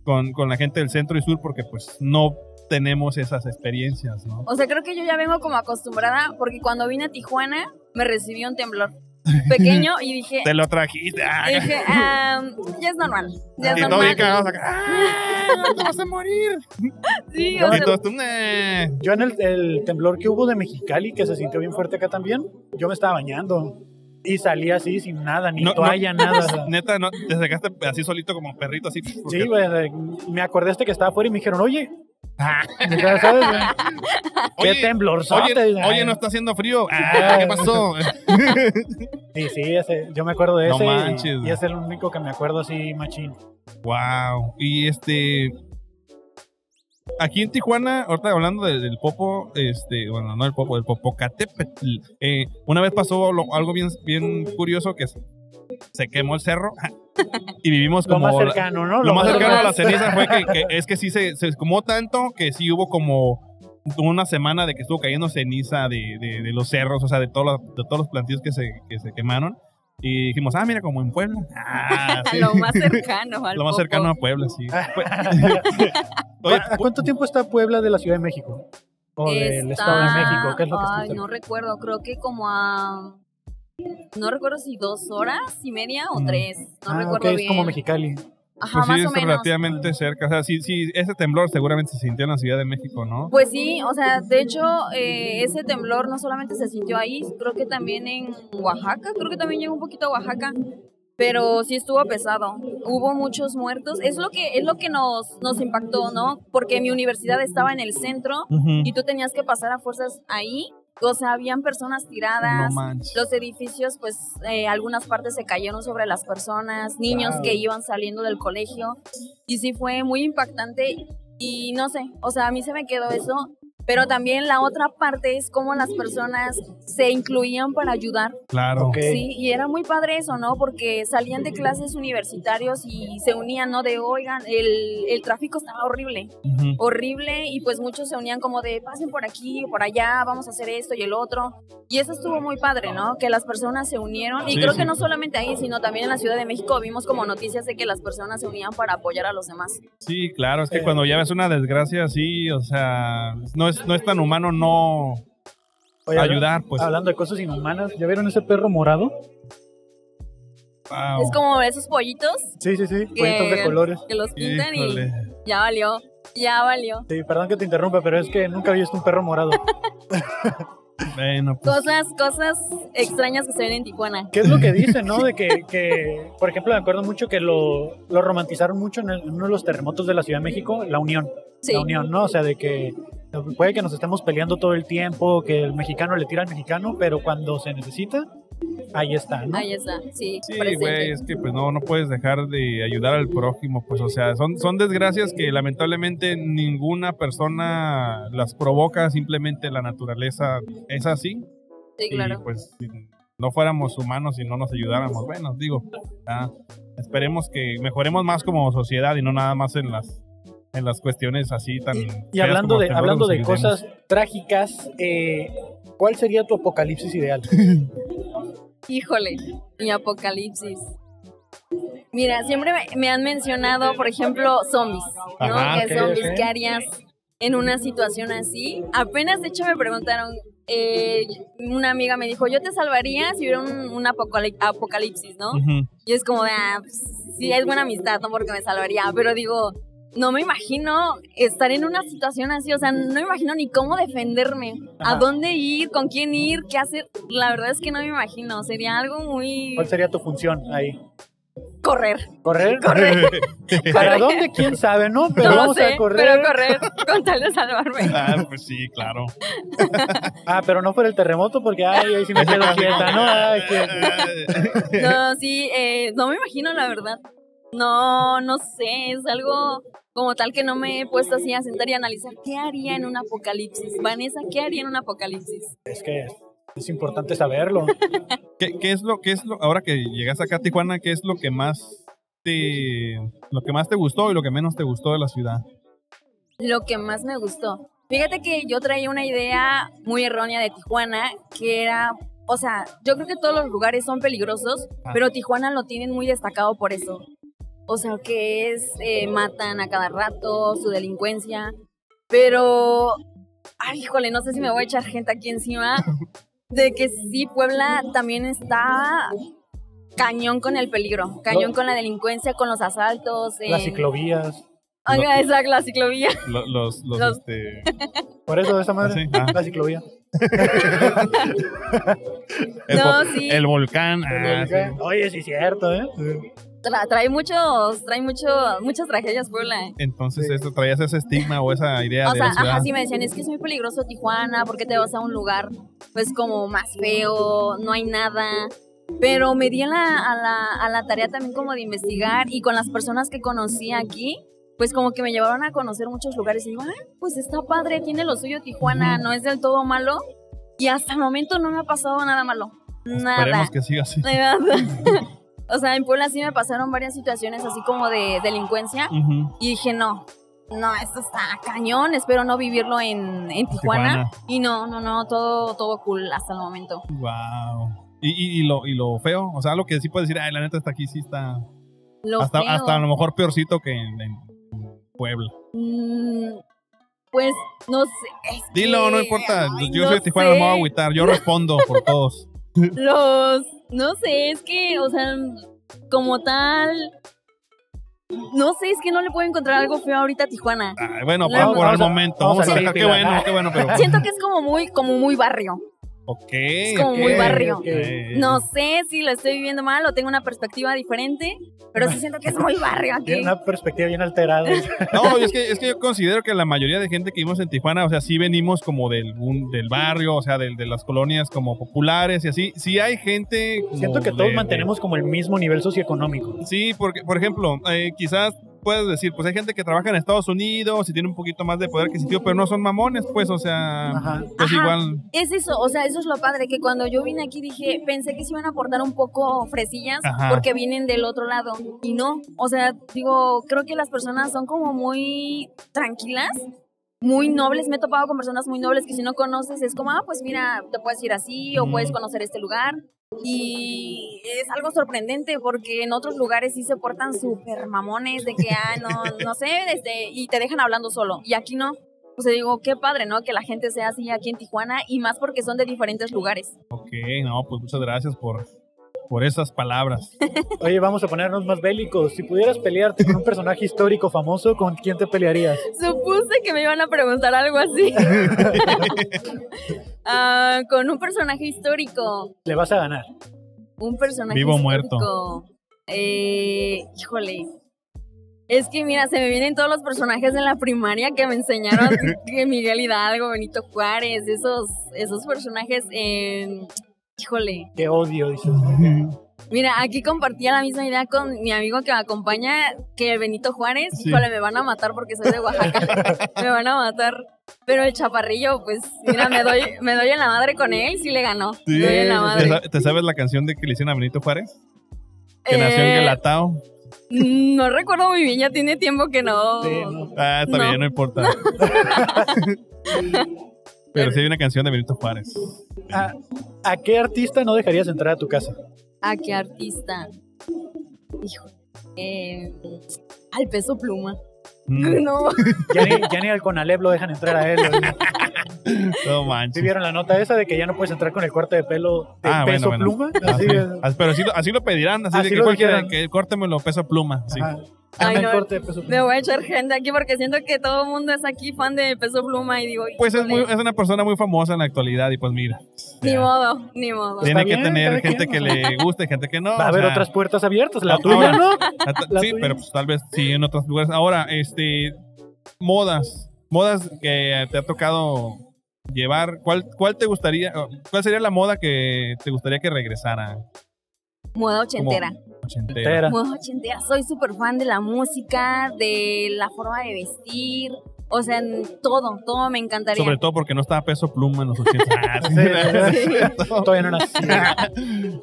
con, con la gente del centro y sur porque pues no tenemos esas experiencias, ¿no?
O sea, creo que yo ya vengo como acostumbrada porque cuando vine a Tijuana me recibió un temblor pequeño y dije,
Te lo trajiste. ah,
dije "Ah, ya es normal, ya es
y todo bien
normal.
cagados acá. "Ah, ¡Te vas a morir!
Sí, o
Y
sea,
todos tú, "Nah".
Yo en el, el temblor que hubo de Mexicali, que se sintió bien fuerte acá también, yo me estaba bañando y salí así sin nada, ni
No, no.
toalla, nada. o sea.
Neta, ¿no? te sacaste así solito como perrito, así. porque-
Sí, güey, de- me acordé este que estaba afuera y me dijeron, oye, ya sabes, güey, qué
ah, oye,
temblor.
oye, oye, no está haciendo frío. Ah, ¿Qué pasó?
Sí, sí, ese- yo me acuerdo de
No
ese y-
manches,
y,
güey.
es el único que me acuerdo así machín.
Wow. Y este. Aquí en Tijuana, ahorita hablando de- del Popo, este, bueno, no del Popo, del Popocatépetl. eh, una vez pasó lo- algo bien, bien curioso que se, se quemó el cerro y vivimos
Lo
como
más
la-
cercano, ¿no?
lo más cercano a la
más.
ceniza fue que, que es que sí se, se escumó tanto que sí hubo como una semana de que estuvo cayendo ceniza de, de- de los cerros, o sea, de, todos los- de todos los plantíos que se, que se quemaron. Y dijimos, ah, mira, como en Puebla. Ah, sí.
lo más cercano al
Lo más
poco.
cercano a Puebla, sí. Pues- Oye, pues,
¿A cuánto tiempo está Puebla de la Ciudad de México? O del Estado de
Está-
México, ¿qué es lo que está
Ay,
cerca?
no recuerdo, creo que como a... No recuerdo si dos horas y media o
Mm.
tres, no
Ah,
recuerdo
ok, es
bien.
como Mexicali.
Ajá,
pues sí,
más o
es
menos.
relativamente cerca. O sea, sí, sí, ese temblor seguramente se sintió en la Ciudad de México, ¿no?
Pues sí, o sea, de hecho, eh, ese temblor no solamente se sintió ahí, creo que también en Oaxaca, creo que también llegó un poquito a Oaxaca, pero sí estuvo pesado. Hubo muchos muertos, es lo que es lo que nos nos impactó, ¿no? Porque mi universidad estaba en el centro
Ujú.
y tú tenías que pasar a fuerzas ahí o sea, habían personas tiradas,
No manches.
los edificios, pues eh, algunas partes se cayeron sobre las personas, niños
Wow.
que iban saliendo del colegio. Y sí fue muy impactante y no sé, o sea, a mí se me quedó eso. Pero también la otra parte es cómo las personas se incluían para ayudar.
Claro.
Ok.
Sí, y era muy padre eso, ¿no? Porque salían de clases universitarios y se unían, ¿no? De, oigan, el, el tráfico estaba horrible,
Ujú.
horrible, y pues muchos se unían como de, pasen por aquí, por allá, vamos a hacer esto y el otro. Y eso estuvo muy padre, ¿no? Que las personas se unieron, y
Sí,
creo
sí.
que no solamente ahí, sino también en la Ciudad de México vimos como noticias de que las personas se unían para apoyar a los demás.
Sí, claro, es que
Eh.
cuando ya ves una desgracia así, o sea, no es, no es tan humano no
Oye,
ayudar, pues.
Hablando de cosas inhumanas, ¿ya vieron ese perro morado?
Wow. ah,
Es como esos pollitos
Sí, sí, sí.
Que-
Pollitos de colores.
que los pintan
Híjole.
y ya valió, ya valió.
Sí, perdón que te interrumpa, pero es que nunca había visto un perro morado.
Bueno, pues,
Cosas, cosas extrañas que se ven en Tijuana.
¿Qué es lo que dicen, no? De que, que, por ejemplo, me acuerdo mucho que lo, lo romantizaron mucho en, el- en uno de los terremotos de la Ciudad de México, la Unión.
Sí.
La Unión, ¿no? O sea, de que puede que nos estemos peleando todo el tiempo, que el mexicano le tira al mexicano, pero cuando se necesita, ahí está, ¿no?
Ahí está, sí.
sí,
presente.
güey, es que pues no, no puedes dejar de ayudar al prójimo, pues, o sea, son, son desgracias que lamentablemente ninguna persona las provoca, simplemente la naturaleza es así.
Sí,
Y
claro.
pues si no fuéramos humanos y no nos ayudáramos, bueno, digo, ya, esperemos que mejoremos más como sociedad y no nada más en las en las cuestiones así tan
Y
feas
hablando
como
de,
terror
hablando
los
de
evidentes.
cosas trágicas, eh, ¿cuál sería tu apocalipsis ideal?
Híjole, mi apocalipsis. Mira, siempre me, me han mencionado, por ejemplo, zombies, ¿no?
Ajá,
que
ok,
zombies,
ok.
¿qué harías en una situación así? Apenas, de hecho, me preguntaron, eh, una amiga me dijo, yo te salvaría si hubiera un, un apocali- apocalipsis, ¿no?
Ujú.
Y es como de, ah, pues, sí, es buena amistad, ¿no? Porque me salvaría. Pero digo, no me imagino estar en una situación así. O sea, no me imagino ni cómo defenderme.
Ajá.
¿A dónde ir? ¿Con quién ir? ¿Qué hacer? La verdad es que no me imagino. Sería algo muy...
¿Cuál sería tu función ahí?
Correr.
¿Correr? ¿Para
Correr.
dónde? ¿Quién sabe, no? Pero
no lo
vamos
sé,
a correr.
pero correr con tal de salvarme.
Ah, pues sí, claro.
Ah, pero no por el terremoto, porque ay, ahí sí me quedo quieta, ¿no? Ay, que-
No, sí, eh, no me imagino, la verdad. No, no sé, es algo como tal que no me he puesto así a sentar y analizar. ¿Qué haría en un apocalipsis? Vanessa, ¿qué haría en un apocalipsis?
Es que es importante saberlo.
¿Qué, qué es lo qué es lo ahora que llegas acá a Tijuana, qué es lo que más te lo que más te gustó y lo que menos te gustó de la ciudad?
Lo que más me gustó. Fíjate que yo traía una idea muy errónea de Tijuana, que era, o sea, yo creo que todos los lugares son peligrosos,
Ah.
pero Tijuana lo tienen muy destacado por eso. O sea, que es, eh, matan a cada rato, su delincuencia, pero, ay, híjole, no sé si me voy a echar gente aquí encima, de que sí, Puebla también está cañón con el peligro, cañón con la delincuencia, con los asaltos.
Las
eh,
ciclovías.
Oiga, esa la ciclovía.
Lo- Los los,
Los-
este
Por eso, esa madre.
Sí, ah.
La ciclovía.
el,
No,
vo-
sí.
el volcán. ah, sí.
Oye, sí, cierto, ¿eh?
Tra- trae muchos, trae mucho, muchas tragedias Puebla. ¿eh?
Entonces
Sí.
esto traías ese estigma o esa idea
O
de
sea,
la ciudad.
ajá, sí me decían, es que es muy peligroso Tijuana, ¿por qué te vas a un lugar pues como más feo? No hay nada. Pero me di a la, a la- a la tarea también como de investigar y con las personas que conocí aquí, pues como que me llevaron a conocer muchos lugares y digo, ah, pues está padre, tiene lo suyo Tijuana, no es del todo malo. Y hasta el momento no me ha pasado nada malo. Nada.
Esperemos que siga así.
o sea, en Puebla sí me pasaron varias situaciones así como de delincuencia.
Ujú.
Y dije, no, no, esto está cañón, espero no vivirlo en, en Tijuana.
Tijuana.
Y no, no, no, todo, todo cool hasta el momento.
Wow. Y, y- y lo, y lo feo, o sea, lo que sí puedes decir, ay, la neta, hasta aquí sí está.
Lo
Hasta,
feo,
hasta a lo mejor peorcito que en, en Puebla.
mm, pues, no sé. es
Dilo,
que-
no importa.
ay,
yo
no
soy de Tijuana, no me voy a
sé.
agüitar. Yo respondo por todos.
Los, no sé, es que, o sea, como tal... No sé, es que no le puedo encontrar algo feo ahorita a Tijuana.
Ay, bueno,
Vamos-
por el
vamos a-
momento.
vamos
Vamos a
a
dejar. Qué
City,
bueno,
¿verdad?
qué bueno, pero.
Siento que es como muy, como muy barrio.
Ok.
Es como muy
ok,
barrio.
ok.
No sé si lo estoy viviendo mal o tengo una perspectiva diferente, pero sí siento que es muy barrio aquí.
Tiene una perspectiva bien alterada.
No, es que, es que yo considero que la mayoría de gente que vivimos en Tijuana, o sea, sí venimos como del, un- del barrio, o sea, del- de las colonias como populares y así. Sí hay gente. como
Siento que
de-
todos
de-
mantenemos como el mismo nivel socioeconómico.
Sí, porque, por ejemplo, eh, quizás puedes decir, pues hay gente que trabaja en Estados Unidos y tiene un poquito más de poder adquisitivo, pero no son mamones, pues, o sea,
Ajá.
pues
Ajá.
igual.
Es eso, o sea, eso es lo padre, que cuando yo vine aquí dije, pensé que se iban a portar un poco fresillas
Ajá.
porque vienen del otro lado y no, o sea, digo, creo que las personas son como muy tranquilas, muy nobles, me he topado con personas muy nobles que si no conoces es como, ah, pues mira, te puedes ir así o
Mm.
puedes conocer este lugar y es algo sorprendente porque en otros lugares sí se portan súper mamones de que, ah, no, no sé, este, y te dejan hablando solo y aquí no. O sea, digo, qué padre, ¿no? Que la gente sea así aquí en Tijuana y más porque son de diferentes lugares.
Ok, no, pues muchas gracias por, por esas palabras.
Oye, vamos a ponernos más bélicos. Si pudieras pelearte con un personaje histórico famoso, ¿con quién te pelearías?
Supuse que me iban a preguntar algo así. Ah, con un personaje histórico.
Le vas a ganar.
Un personaje
Vivo o
histórico. Eh, híjole. Es que mira, se me vienen todos los personajes de la primaria que me enseñaron que Miguel Hidalgo, Benito Juárez, esos, esos personajes. en- híjole.
Qué odio, dices.
Mira, aquí compartía la misma idea con mi amigo que me acompaña, que Benito Juárez.
Sí.
Híjole, me van a matar porque soy de Oaxaca. me van a matar. Pero el chaparrillo, pues, mira, me doy, me doy en la madre con él, sí le ganó.
Sí,
me doy en la
¿Te,
madre.
sa- te sabes la canción de que le hicieron a Benito Juárez? Que nació en
Eh,
Guelatao.
no recuerdo muy bien, ya tiene tiempo que no.
Sí, no.
Ah, está
no.
bien, no importa. Pero sí hay una canción de Benito Juárez.
¿A, Ah, a qué artista no dejarías entrar a tu casa?
¿A qué artista? Hijo. eh, al peso pluma.
Mm,
No.
Ya ni, ya ni al Conalep lo dejan entrar a él. oye.
No
¿Sí
manches.
vieron la nota esa de que ya no puedes entrar con el corte de pelo de
Ah,
peso
bueno, bueno.
pluma?
Ah,
Así
sí.
es.
Ah, Pero así lo, así lo pedirán, así,
Así
de que
lo
cualquiera,
dijeron.
que córtemelo peso pluma. sí.
Ajá.
Ay,
Dame el
no.
corte de peso pluma.
Me voy a echar gente aquí porque siento que todo el mundo es aquí fan de peso pluma y digo.
Pues es, muy-
híjole,
es una persona muy famosa en la actualidad y pues mira.
Ni
ya.
modo, ni modo.
Tiene
Está
que
bien,
tener
cada quien,
gente que
o sea.
le guste y gente que no.
Va a
o
haber
sea,
otras puertas abiertas, la
Ah. ahora-
tuya, ¿no?
la ta-
la
sí,
tuya.
pero pues tal vez sí en otros lugares. Ahora, este, modas, modas que te ha tocado llevar. ¿Cuál, cuál te gustaría, o cuál sería la moda que te gustaría que regresara?
Moda ochentera.
Ochentera.
Entera.
Moda ochentera. Soy súper fan de la música, de la forma de vestir. O sea, en todo, todo me encantaría.
Sobre todo porque no estaba peso pluma en los ochentas. Ah, sí.
Sí, Todavía no nací.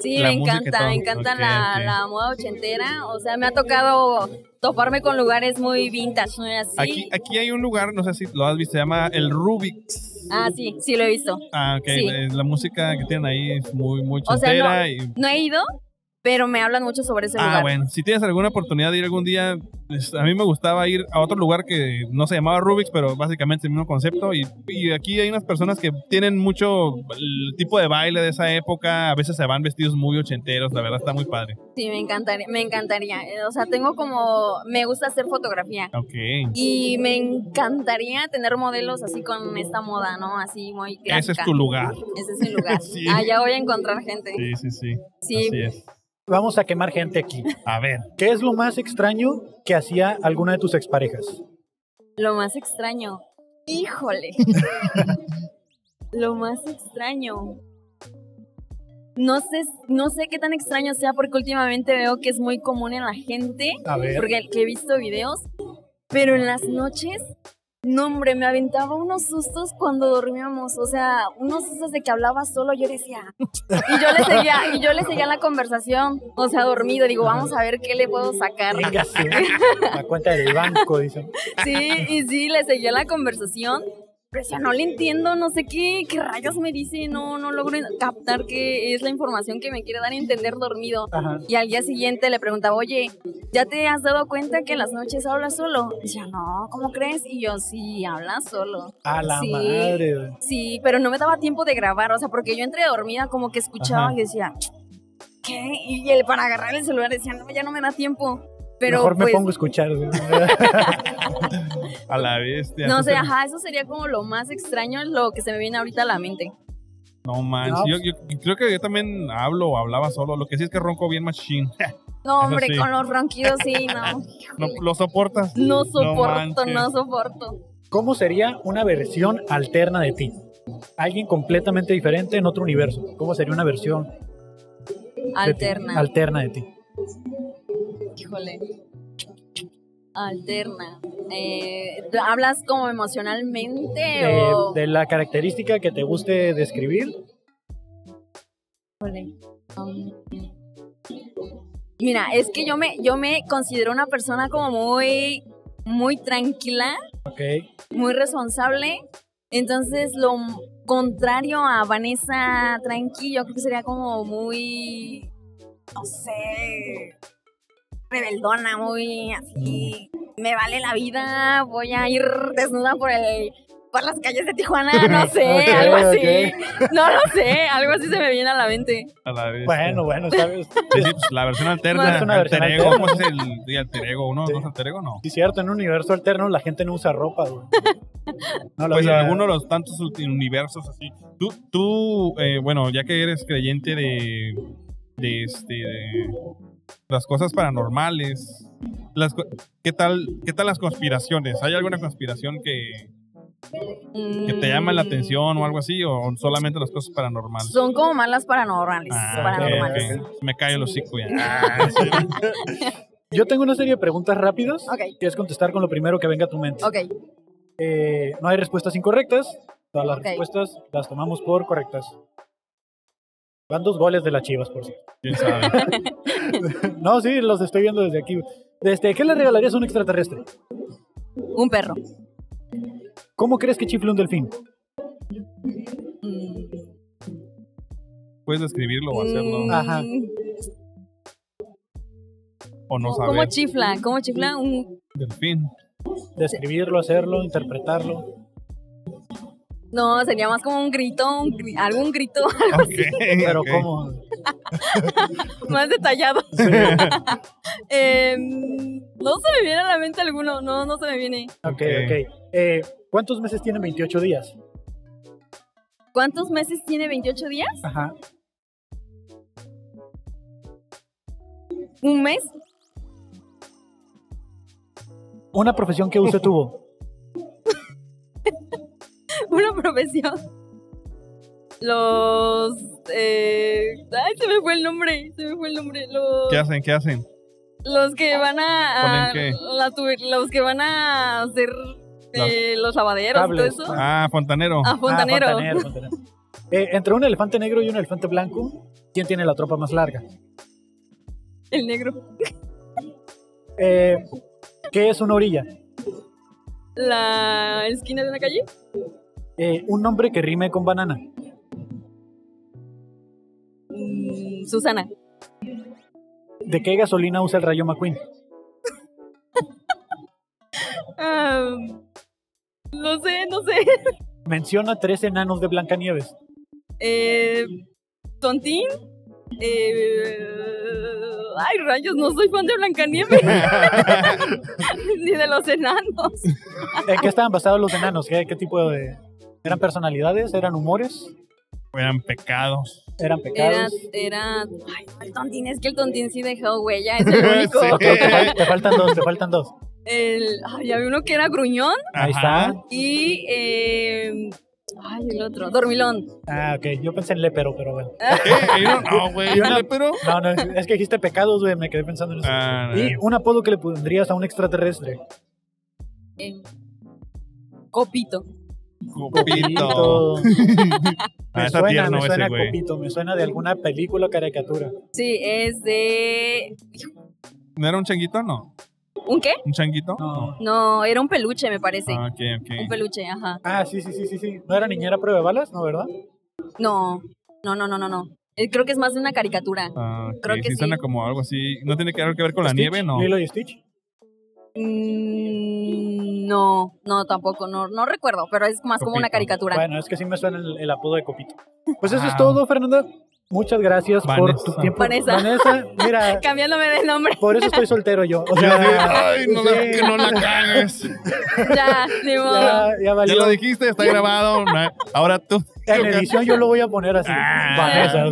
sí,
la
me
música y
encanta,
todo.
me encanta
Ok,
la,
ok.
la moda ochentera. O sea, me ha tocado toparme con lugares muy vintage, ¿no es así?
Aquí, aquí hay un lugar, no sé si lo has visto, se llama el Rubik's.
Ah, sí, sí lo he visto.
Ah, ok.
Sí.
eh, La música que tienen ahí es muy, muy
O sea, no-
ochentera. y
No he ido, pero me hablan mucho sobre ese
Ah,
este lugar.
bueno, si tienes alguna oportunidad de ir algún día, pues, a mí me gustaba ir a otro lugar que no se llamaba Rubik's, pero básicamente el mismo concepto. Y, y aquí hay unas personas que tienen mucho el tipo de baile de esa época, a veces se van vestidos muy ochenteros, la verdad está muy padre.
Sí, me encantaría, me encantaría. Eh, O sea, tengo como, me gusta hacer fotografía.
Ok.
Y me encantaría tener modelos así con esta moda, ¿no? Así muy clásica.
Ese es tu lugar.
Ese es mi lugar.
Sí.
Allá voy a encontrar gente.
Sí, sí, sí.
Sí,
Así es.
Vamos a quemar gente aquí.
A ver,
¿Qué es lo más extraño que hacía alguna de tus exparejas?
lo más extraño. Híjole. lo más extraño. No sé, no sé qué tan extraño sea porque últimamente veo que es muy común en la gente,
A ver.
porque que he visto videos, pero en las noches, no hombre, me aventaba unos sustos cuando dormíamos, o sea, unos sustos de que hablaba solo, yo decía, y yo le seguía, y yo le seguía la conversación, o sea, dormido, digo, vamos a ver qué le puedo sacar.
Véngase. La cuenta del banco, dicen.
Sí, y sí, le seguía la conversación. Pero decía, no le entiendo, no sé qué, qué rayos me dice, no, no logro en- captar qué es la información que me quiere dar a entender dormido.
Ajá.
Y al día siguiente le preguntaba, oye, ¿ya te has dado cuenta que en las noches hablas solo? Y decía, no, ¿cómo crees? Y yo, sí, hablas solo.
A la
Sí.
madre. güey.
Sí, pero no me daba tiempo de grabar, o sea, porque yo entre dormida como que escuchaba
Ajá.
y decía, ¿qué? Y él para agarrar el celular decía, no, ya no me da tiempo. Pero
Mejor me
pues,
pongo a escuchar. güey.
a la bestia.
No sé,
Entonces,
ajá, eso sería como lo más extraño, lo que se me viene ahorita a la mente.
No manches.
No,
Yo, yo creo que yo también hablo o hablaba solo. Lo que sí es que ronco bien machín.
No,
Eso
hombre,
sí.
con los ronquidos sí, no.
¿Lo, lo soportas?
No soporto,
manches.
no soporto.
¿Cómo sería una versión alterna de ti? Alguien completamente diferente en otro universo. ¿Cómo sería una versión de ti?
Alterna.
alterna de ti?
Híjole. Alterna. Eh, ¿Hablas como emocionalmente
Eh,
o...?
de la característica que te guste describir.
Híjole. Um, Mira, es que yo me, yo me considero una persona como muy, muy tranquila,
Ok.
Este.
muy responsable. Entonces, lo m- contrario a Vanessa Tranqui, yo creo que sería como muy, no sé, rebeldona, muy así,
Mm.
me vale la vida, voy a ir desnuda por el por las calles de Tijuana, no sé,
Ok,
algo así.
ok.
No lo sé, algo así se me viene a la mente.
A la vez.
Bueno, bueno, ¿sabes?
Sí, sí, pues, la versión alterna.
Es una versión
alter ego.
alterna.
¿Cómo se dice el, el alter ego? ¿No?
Sí.
¿No es alter ego? No.
Sí, cierto, en un universo alterno la gente no usa ropa, güey. No la
Pues en
usa.
alguno de los tantos ulti- universos así. Tú, tú eh, bueno, ya que eres creyente de, de, este, de las cosas paranormales, las, co- ¿qué, tal, ¿qué tal las conspiraciones? ¿Hay alguna conspiración que, que te llama la
Mm,
atención o algo así? ¿O solamente las cosas paranormales?
Son como malas paranormales.
Ah, ok,
paranormales.
ok. Me cae el hocico ya. Ah,
Yo tengo una serie de preguntas rápidas.
Ok.
que es contestar con lo primero que venga a tu mente.
Ok,
Eh, no hay respuestas incorrectas. Todas las
Ok.
respuestas las tomamos por correctas. Van dos goles de las chivas, por cierto.
¿Quién sabe?
No, sí, los estoy viendo desde aquí. Desde, ¿Qué le regalarías a un extraterrestre?
un perro.
¿Cómo crees que chifle un delfín?
Mm,
¿Puedes describirlo o hacerlo?
mm,
Ajá.
¿O no
¿Cómo
saber?
chifla? ¿Cómo chifla? Un...
Delfín.
Describirlo, hacerlo, interpretarlo.
No, sería más como un grito, un gri- algún grito
Ah, Ok,
Pero
ok.
¿cómo?
más detallado. Eh, no se me viene a la mente alguno, no, no se me viene.
Ok, ok. Eh, ¿Cuántos meses tienen 28 días?
¿Cuántos meses tiene 28 días?
Ajá.
¿Un mes?
Una profesión que usted tuvo.
¿Una profesión? Los... eh, Ay, se me fue el nombre, se me fue el nombre. Los...
¿Qué hacen? ¿Qué hacen?
Los que van a. a-
¿Ponen qué?
la tu- los que van a hacer eh, los lavaderos y todo
Cables.
eso.
Ah, fontanero.
a fontanero.
Ah, fontanero, fontanero. Eh, entre un elefante negro y un elefante blanco, ¿quién tiene la tropa más larga?
El negro.
Eh, ¿Qué es una orilla?
La esquina de una calle.
Eh, un nombre que rime con banana.
Mm, Susana.
¿De qué gasolina usa el rayo McQueen?
Ah, no sé, no sé.
Menciona tres enanos de Blancanieves.
Eh, Tontín. Eh, ay, rayos, no soy fan de Blancanieves. Ni de los enanos.
¿En qué estaban basados los enanos? ¿Qué, qué tipo de...? ¿Eran personalidades? ¿Eran humores?
Eran pecados.
¿Eran
Era.
pecados?
era ay, no, el tontín, es que el tontín sí dejó huella, es el único.
Te, fal- te faltan dos, te faltan dos.
El, ay, había uno que era gruñón
Ahí
Ajá.
está.
y. eh, ay, el otro, dormilón.
Ah, ok. Yo pensé en lépero, pero bueno.
¿Qué? Yo No, güey.
Yo no-
dale, pero.
No, no, es que dijiste pecados, güey. Me quedé pensando en eso.
Ah,
Y un apodo que le pondrías a un extraterrestre.
eh, copito.
copito. Ah,
Me
está
suena,
tierno
me suena
ese,
a
güey.
Copito, me suena de alguna película o caricatura.
Sí, es de.
¿No era un changuito? No.
¿Un qué?
¿Un changuito?
No.
No, era un peluche, me parece.
Ah, ok,
Un
ok.
peluche, ajá.
Ah, sí, sí, sí, sí, sí. ¿No era niñera a prueba de balas? No, ¿verdad?
No, no, no, no, no. no. Eh, creo que es más de una caricatura.
Ah, ok,
Creo que
sí
sí.
suena como algo así. ¿No tiene que algo que ver con la
Stitch,
nieve? No.
Lilo y Stitch.
Mm, no, no, tampoco, no, no recuerdo, pero es más como una
Copito.
caricatura.
Bueno, es que sí me suena el, el apodo de Copito. Pues eso
Ah.
es todo, Fernanda. Muchas gracias por tu
Vanessa.
tiempo.
Vanessa.
Vanessa, mira,
Cambiándome de nombre.
por eso estoy soltero yo. O sea,
Ay, no la,
sí.
que no la cagues.
Ya, ni modo.
ya, ya
Ya
valió.
lo dijiste, está grabado. no, Ahora tú.
En edición yo lo voy a poner así.
Ah.
Vanessa. o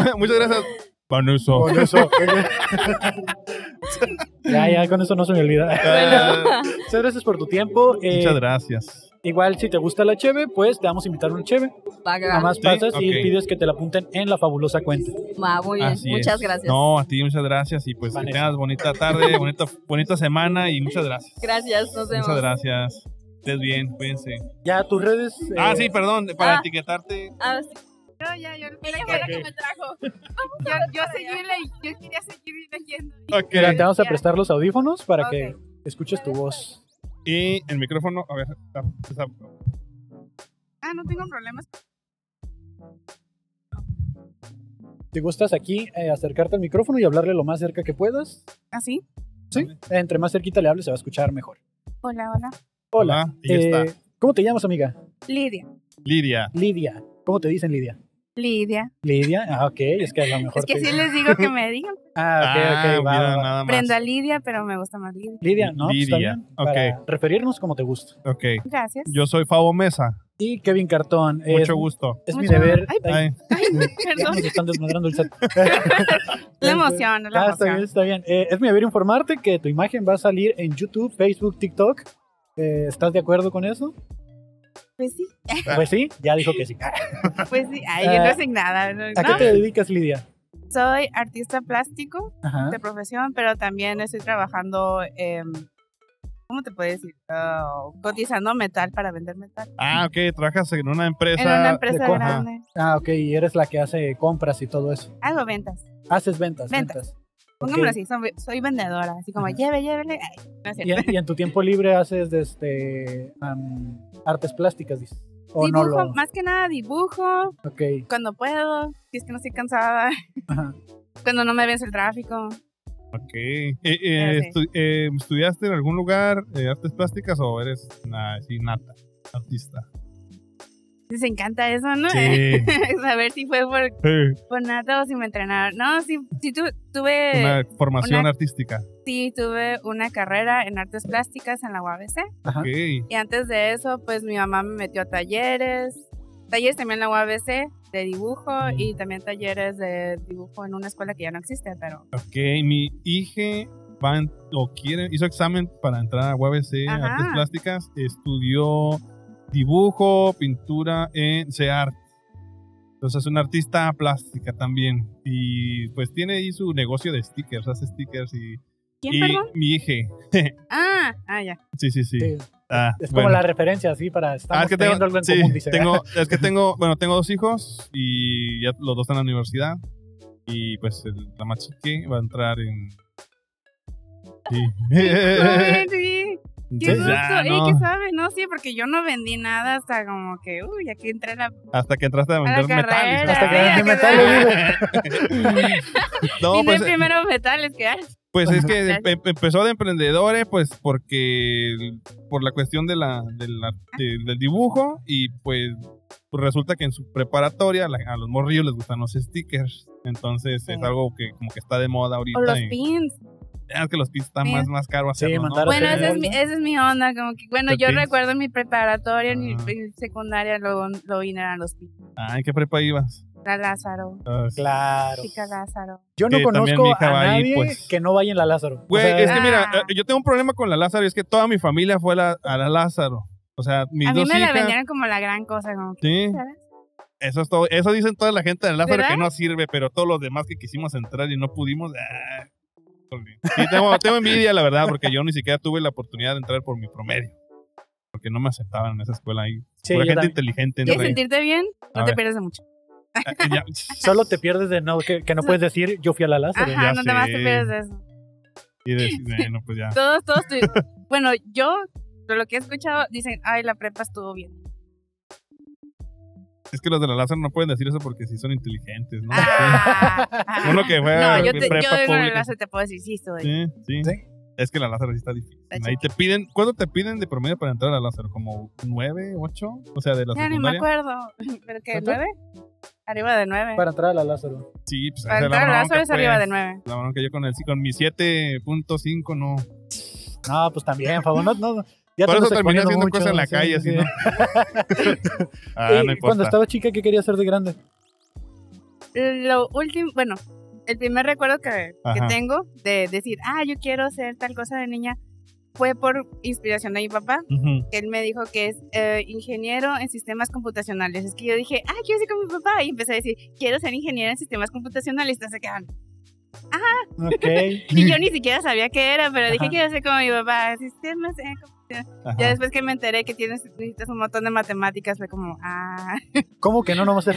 sea.
Muchas gracias. Vanessa.
Con eso. ya, ya, con eso no se me olvida.
Ah,
Muchas gracias por tu tiempo. Eh,
Muchas gracias.
igual, si te gusta la cheve, pues te vamos a invitar una cheve.
Va, que
Nada
va.
más
Sí,
pasas
ok.
y pides que te la apunten en la fabulosa cuenta.
Va, muy bien.
Así
Muchas
es.
gracias.
No, a ti muchas gracias y pues que
Vanessa.
tengas bonita tarde, bonita, bonita semana y muchas gracias.
Gracias, nos vemos.
Muchas gracias. Estés bien, cuídense.
Ya, tus redes. eh,
Ah, sí, perdón, para
ah.
etiquetarte.
Ah, sí.
No, ya, yo mira que era que me trajo. Yo, yo seguirle y yo quería seguir leyendo.
Ok.
mira, te vamos a prestar los audífonos para
Ok.
que escuches tu voz.
Y el micrófono, a ver, tap- tap-
Ah, no tengo problemas.
Te gustas aquí eh, acercarte al micrófono y hablarle lo más cerca que puedas.
¿Así?
Sí. Entre más cerquita le hables, se va a escuchar mejor.
Hola, hola.
Hola.
Ah, y ya está.
Eh, ¿Cómo te llamas, amiga?
Lidia.
Lidia.
Lidia. ¿Cómo te dicen, Lidia?
Lidia.
Lidia. Ah, ok. Es que a lo mejor.
Es que
te-
sí les digo que me digan.
Ah, ok,
Ah,
ok. va,
mira,
va, va.
nada más.
Prenda Lidia, pero me gusta más Lidia.
Lidia, ¿no? Pues, está
Lidia,
bien, Para referirnos como te gusta.
Ok.
Gracias.
Yo soy Fabo Mesa.
Y Kevin Cartón. es-
Mucho gusto.
Es mi
Mucho-
deber.
Ay,
Ay,
Ay,
ya
Perdón.
nos están desmadrando el set.
La emoción, la
Ah, está bien,
emoción.
está bien. Eh, es mi deber informarte que tu imagen va a salir en YouTube, Facebook, TikTok. Eh, ¿Estás de acuerdo con eso?
Pues sí,
Ah.
Pues sí, ya dijo que sí.
pues sí. Ay,
Ah,
bien resignada. ¿no?
¿A qué te dedicas, Lidia?
Soy artista plástico
Ajá.
de profesión, pero también estoy trabajando, em, ¿cómo te puedo decir? Ah, cotizando metal para vender metal.
Ah, ok. Trabajas en una empresa.
en una empresa
co- ajá.
grande.
Ah, ok, y eres la que hace compras y todo eso.
Hago ventas.
Haces ventas.
Ventas.
Ventas.
Pongámoslo
Ok.
así, soy, soy vendedora, así como
Ajá.
lleve, llévele. Ay, no es
Y,
cierto.
en- y en tu tiempo libre haces este, am, artes plásticas, dices. O
dibujo,
no lo.
más que nada dibujo,
Ok.
cuando puedo, si es que no estoy cansada,
Ajá.
cuando no me vence el tráfico.
Ok. Eh,
Ah,
eh,
Pero
estu- eh, ¿Estudiaste en algún lugar eh, artes plásticas o eres una sí, nata? Artista.
Les encanta eso, ¿no?
Sí.
Saber si fue por,
Sí,
por nada o si me entrenaron. No, sí, sí tu- tuve,
una formación
Eh, una-
artística.
sí tuve una carrera en artes plásticas en la UABC.
Ajá.
Ok.
Y antes de eso, pues mi mamá me metió a talleres. Talleres también en la UABC de dibujo y también talleres de dibujo en una escuela que ya no existe, pero
Ok. Mi hija va en- o quiere, hizo examen para entrar a UABC
Ajá.
Artes Plásticas. Estudió dibujo, pintura en CEART. Entonces es una artista plástica también. Y pues tiene ahí su negocio de stickers, hace stickers y,
¿Quién,
y
perdón?
mi hija.
Ah, ah, ya.
Sí, sí, sí.
Sí.
Ah,
Es
bueno.
como la referencia, así, para estar
Ah, es que tengo,
algo en
sí,
común, dice.
tengo- es que tengo, bueno, tengo dos hijos y ya los dos están en la universidad y pues el- la más chique va a entrar en sí.
Ay, sí. Qué
Entonces,
gusto.
ya,
Ey,
no,
¿qué sabe? No, sí, porque yo no vendí nada hasta como que, uy, aquí entré a la,
hasta que entraste a
a la
vender
carrera.
metal.
Hasta que
sí,
vendí
a vea.
metal,
No,
Vine
pues,
primero metales que hay.
pues es que
Ajá.
em- empezó de emprendedores, pues porque el- por la cuestión de la, de la- de- del dibujo y pues resulta que en su preparatoria la- a los morrillos les gustan los stickers. Entonces es algo que como que está de moda ahorita.
O los
y-
pins.
Ah, es que los pins están
Mira.
más, más caros
Sí,
hacerlo, ¿no?
mandar a
Bueno,
hacer
esa es,
el-
mi, esa es mi onda. Como que, bueno,
Los
yo
pins.
recuerdo en mi preparatoria, en mi,
Ah.
en secundaria, lo, lo vinieron los pins.
Ah, ¿en qué prepa ibas?
La Lázaro,
Ah, sí.
Claro.
chica Lázaro.
Yo no
Que también mi
conozco
hija
a
va ahí,
nadie
pues.
que no vaya en la Lázaro. O
Güey,
sea,
es que mira,
Ah.
eh, yo tengo un problema con la Lázaro y es que toda mi familia fue a la, a la Lázaro. O sea, mis
A mí
dos
me la
hijas.
vendieron como la gran cosa. Como que,
sí,
¿sabes?
eso es todo. Eso dicen toda la gente de la Lázaro que
¿Verdad?
no sirve, pero todos los demás que quisimos entrar y no pudimos. ah, híjole. Sí, tengo, tengo envidia, la verdad, porque yo ni siquiera tuve la oportunidad de entrar por mi promedio. Porque no me aceptaban en esa escuela ahí.
sí,
Pura
yo
gente
también.
inteligente.
¿Quieres
entra ahí.
sentirte bien?
A
No te
ver.
pierdes de mucho.
Ah, ya.
Solo te pierdes de no, que, que no puedes decir yo fui a la Lázaro.
Ajá,
ya
no te más te
sé.
pierdes de eso.
Y de- bueno, pues ya.
Todos, todos. tu- bueno, yo, de lo que he escuchado, dicen, ay, la prepa estuvo bien.
Es que los de la Lázaro no pueden decir eso porque sí son inteligentes, ¿no?
Ah, ah.
Uno que fue a
No, yo, te,
prepa
yo digo el
pública.
enlace te puedo decir, sí, estoy.
Sí, sí.
Sí.
Es que la Lázaro sí está difícil.
Está
Ahí te piden, ¿cuánto te piden de promedio para entrar a la Lázaro? ¿Como 9, 8? O sea, de la
Ya ni me
secundaria.
acuerdo. ¿Pero qué?
¿Cuánto?
¿Nueve? Arriba de 9.
para entrar a la Lázaro.
Sí, pues
Para
esa es la
entrar a
bronca,
Lázaro es arriba
pues.
de 9.
La bronca yo con el con mi 7.5 no.
No, pues también, favor. No, no, ya
Por
te
eso
andas
terminé
exponiendo
haciendo
mucho,
cosas en la
sí,
calle,
sí,
así, ¿no?
sí.
ah,
Y
no
cuando
importa.
estaba chica, ¿qué quería hacer de grande?
Lo último, bueno, el primer recuerdo que, que
Ajá.
tengo de decir, ah, yo quiero hacer tal cosa de niña, fue por inspiración de mi papá,
Ujú.
que él me dijo que es eh, ingeniero en sistemas computacionales. Es que yo dije, ah, quiero ser como mi papá. Y empecé a decir, quiero ser ingeniero en sistemas computacionales. Entonces se quedaron.
Ok.
Y yo ni siquiera sabía qué era, pero dije,
Ajá.
quiero ser como mi papá, sistemas. eh, com-".
Ajá.
Ya después que me enteré que tienes, necesitas un montón de matemáticas, fue como, ah,
¿Cómo que no nomás es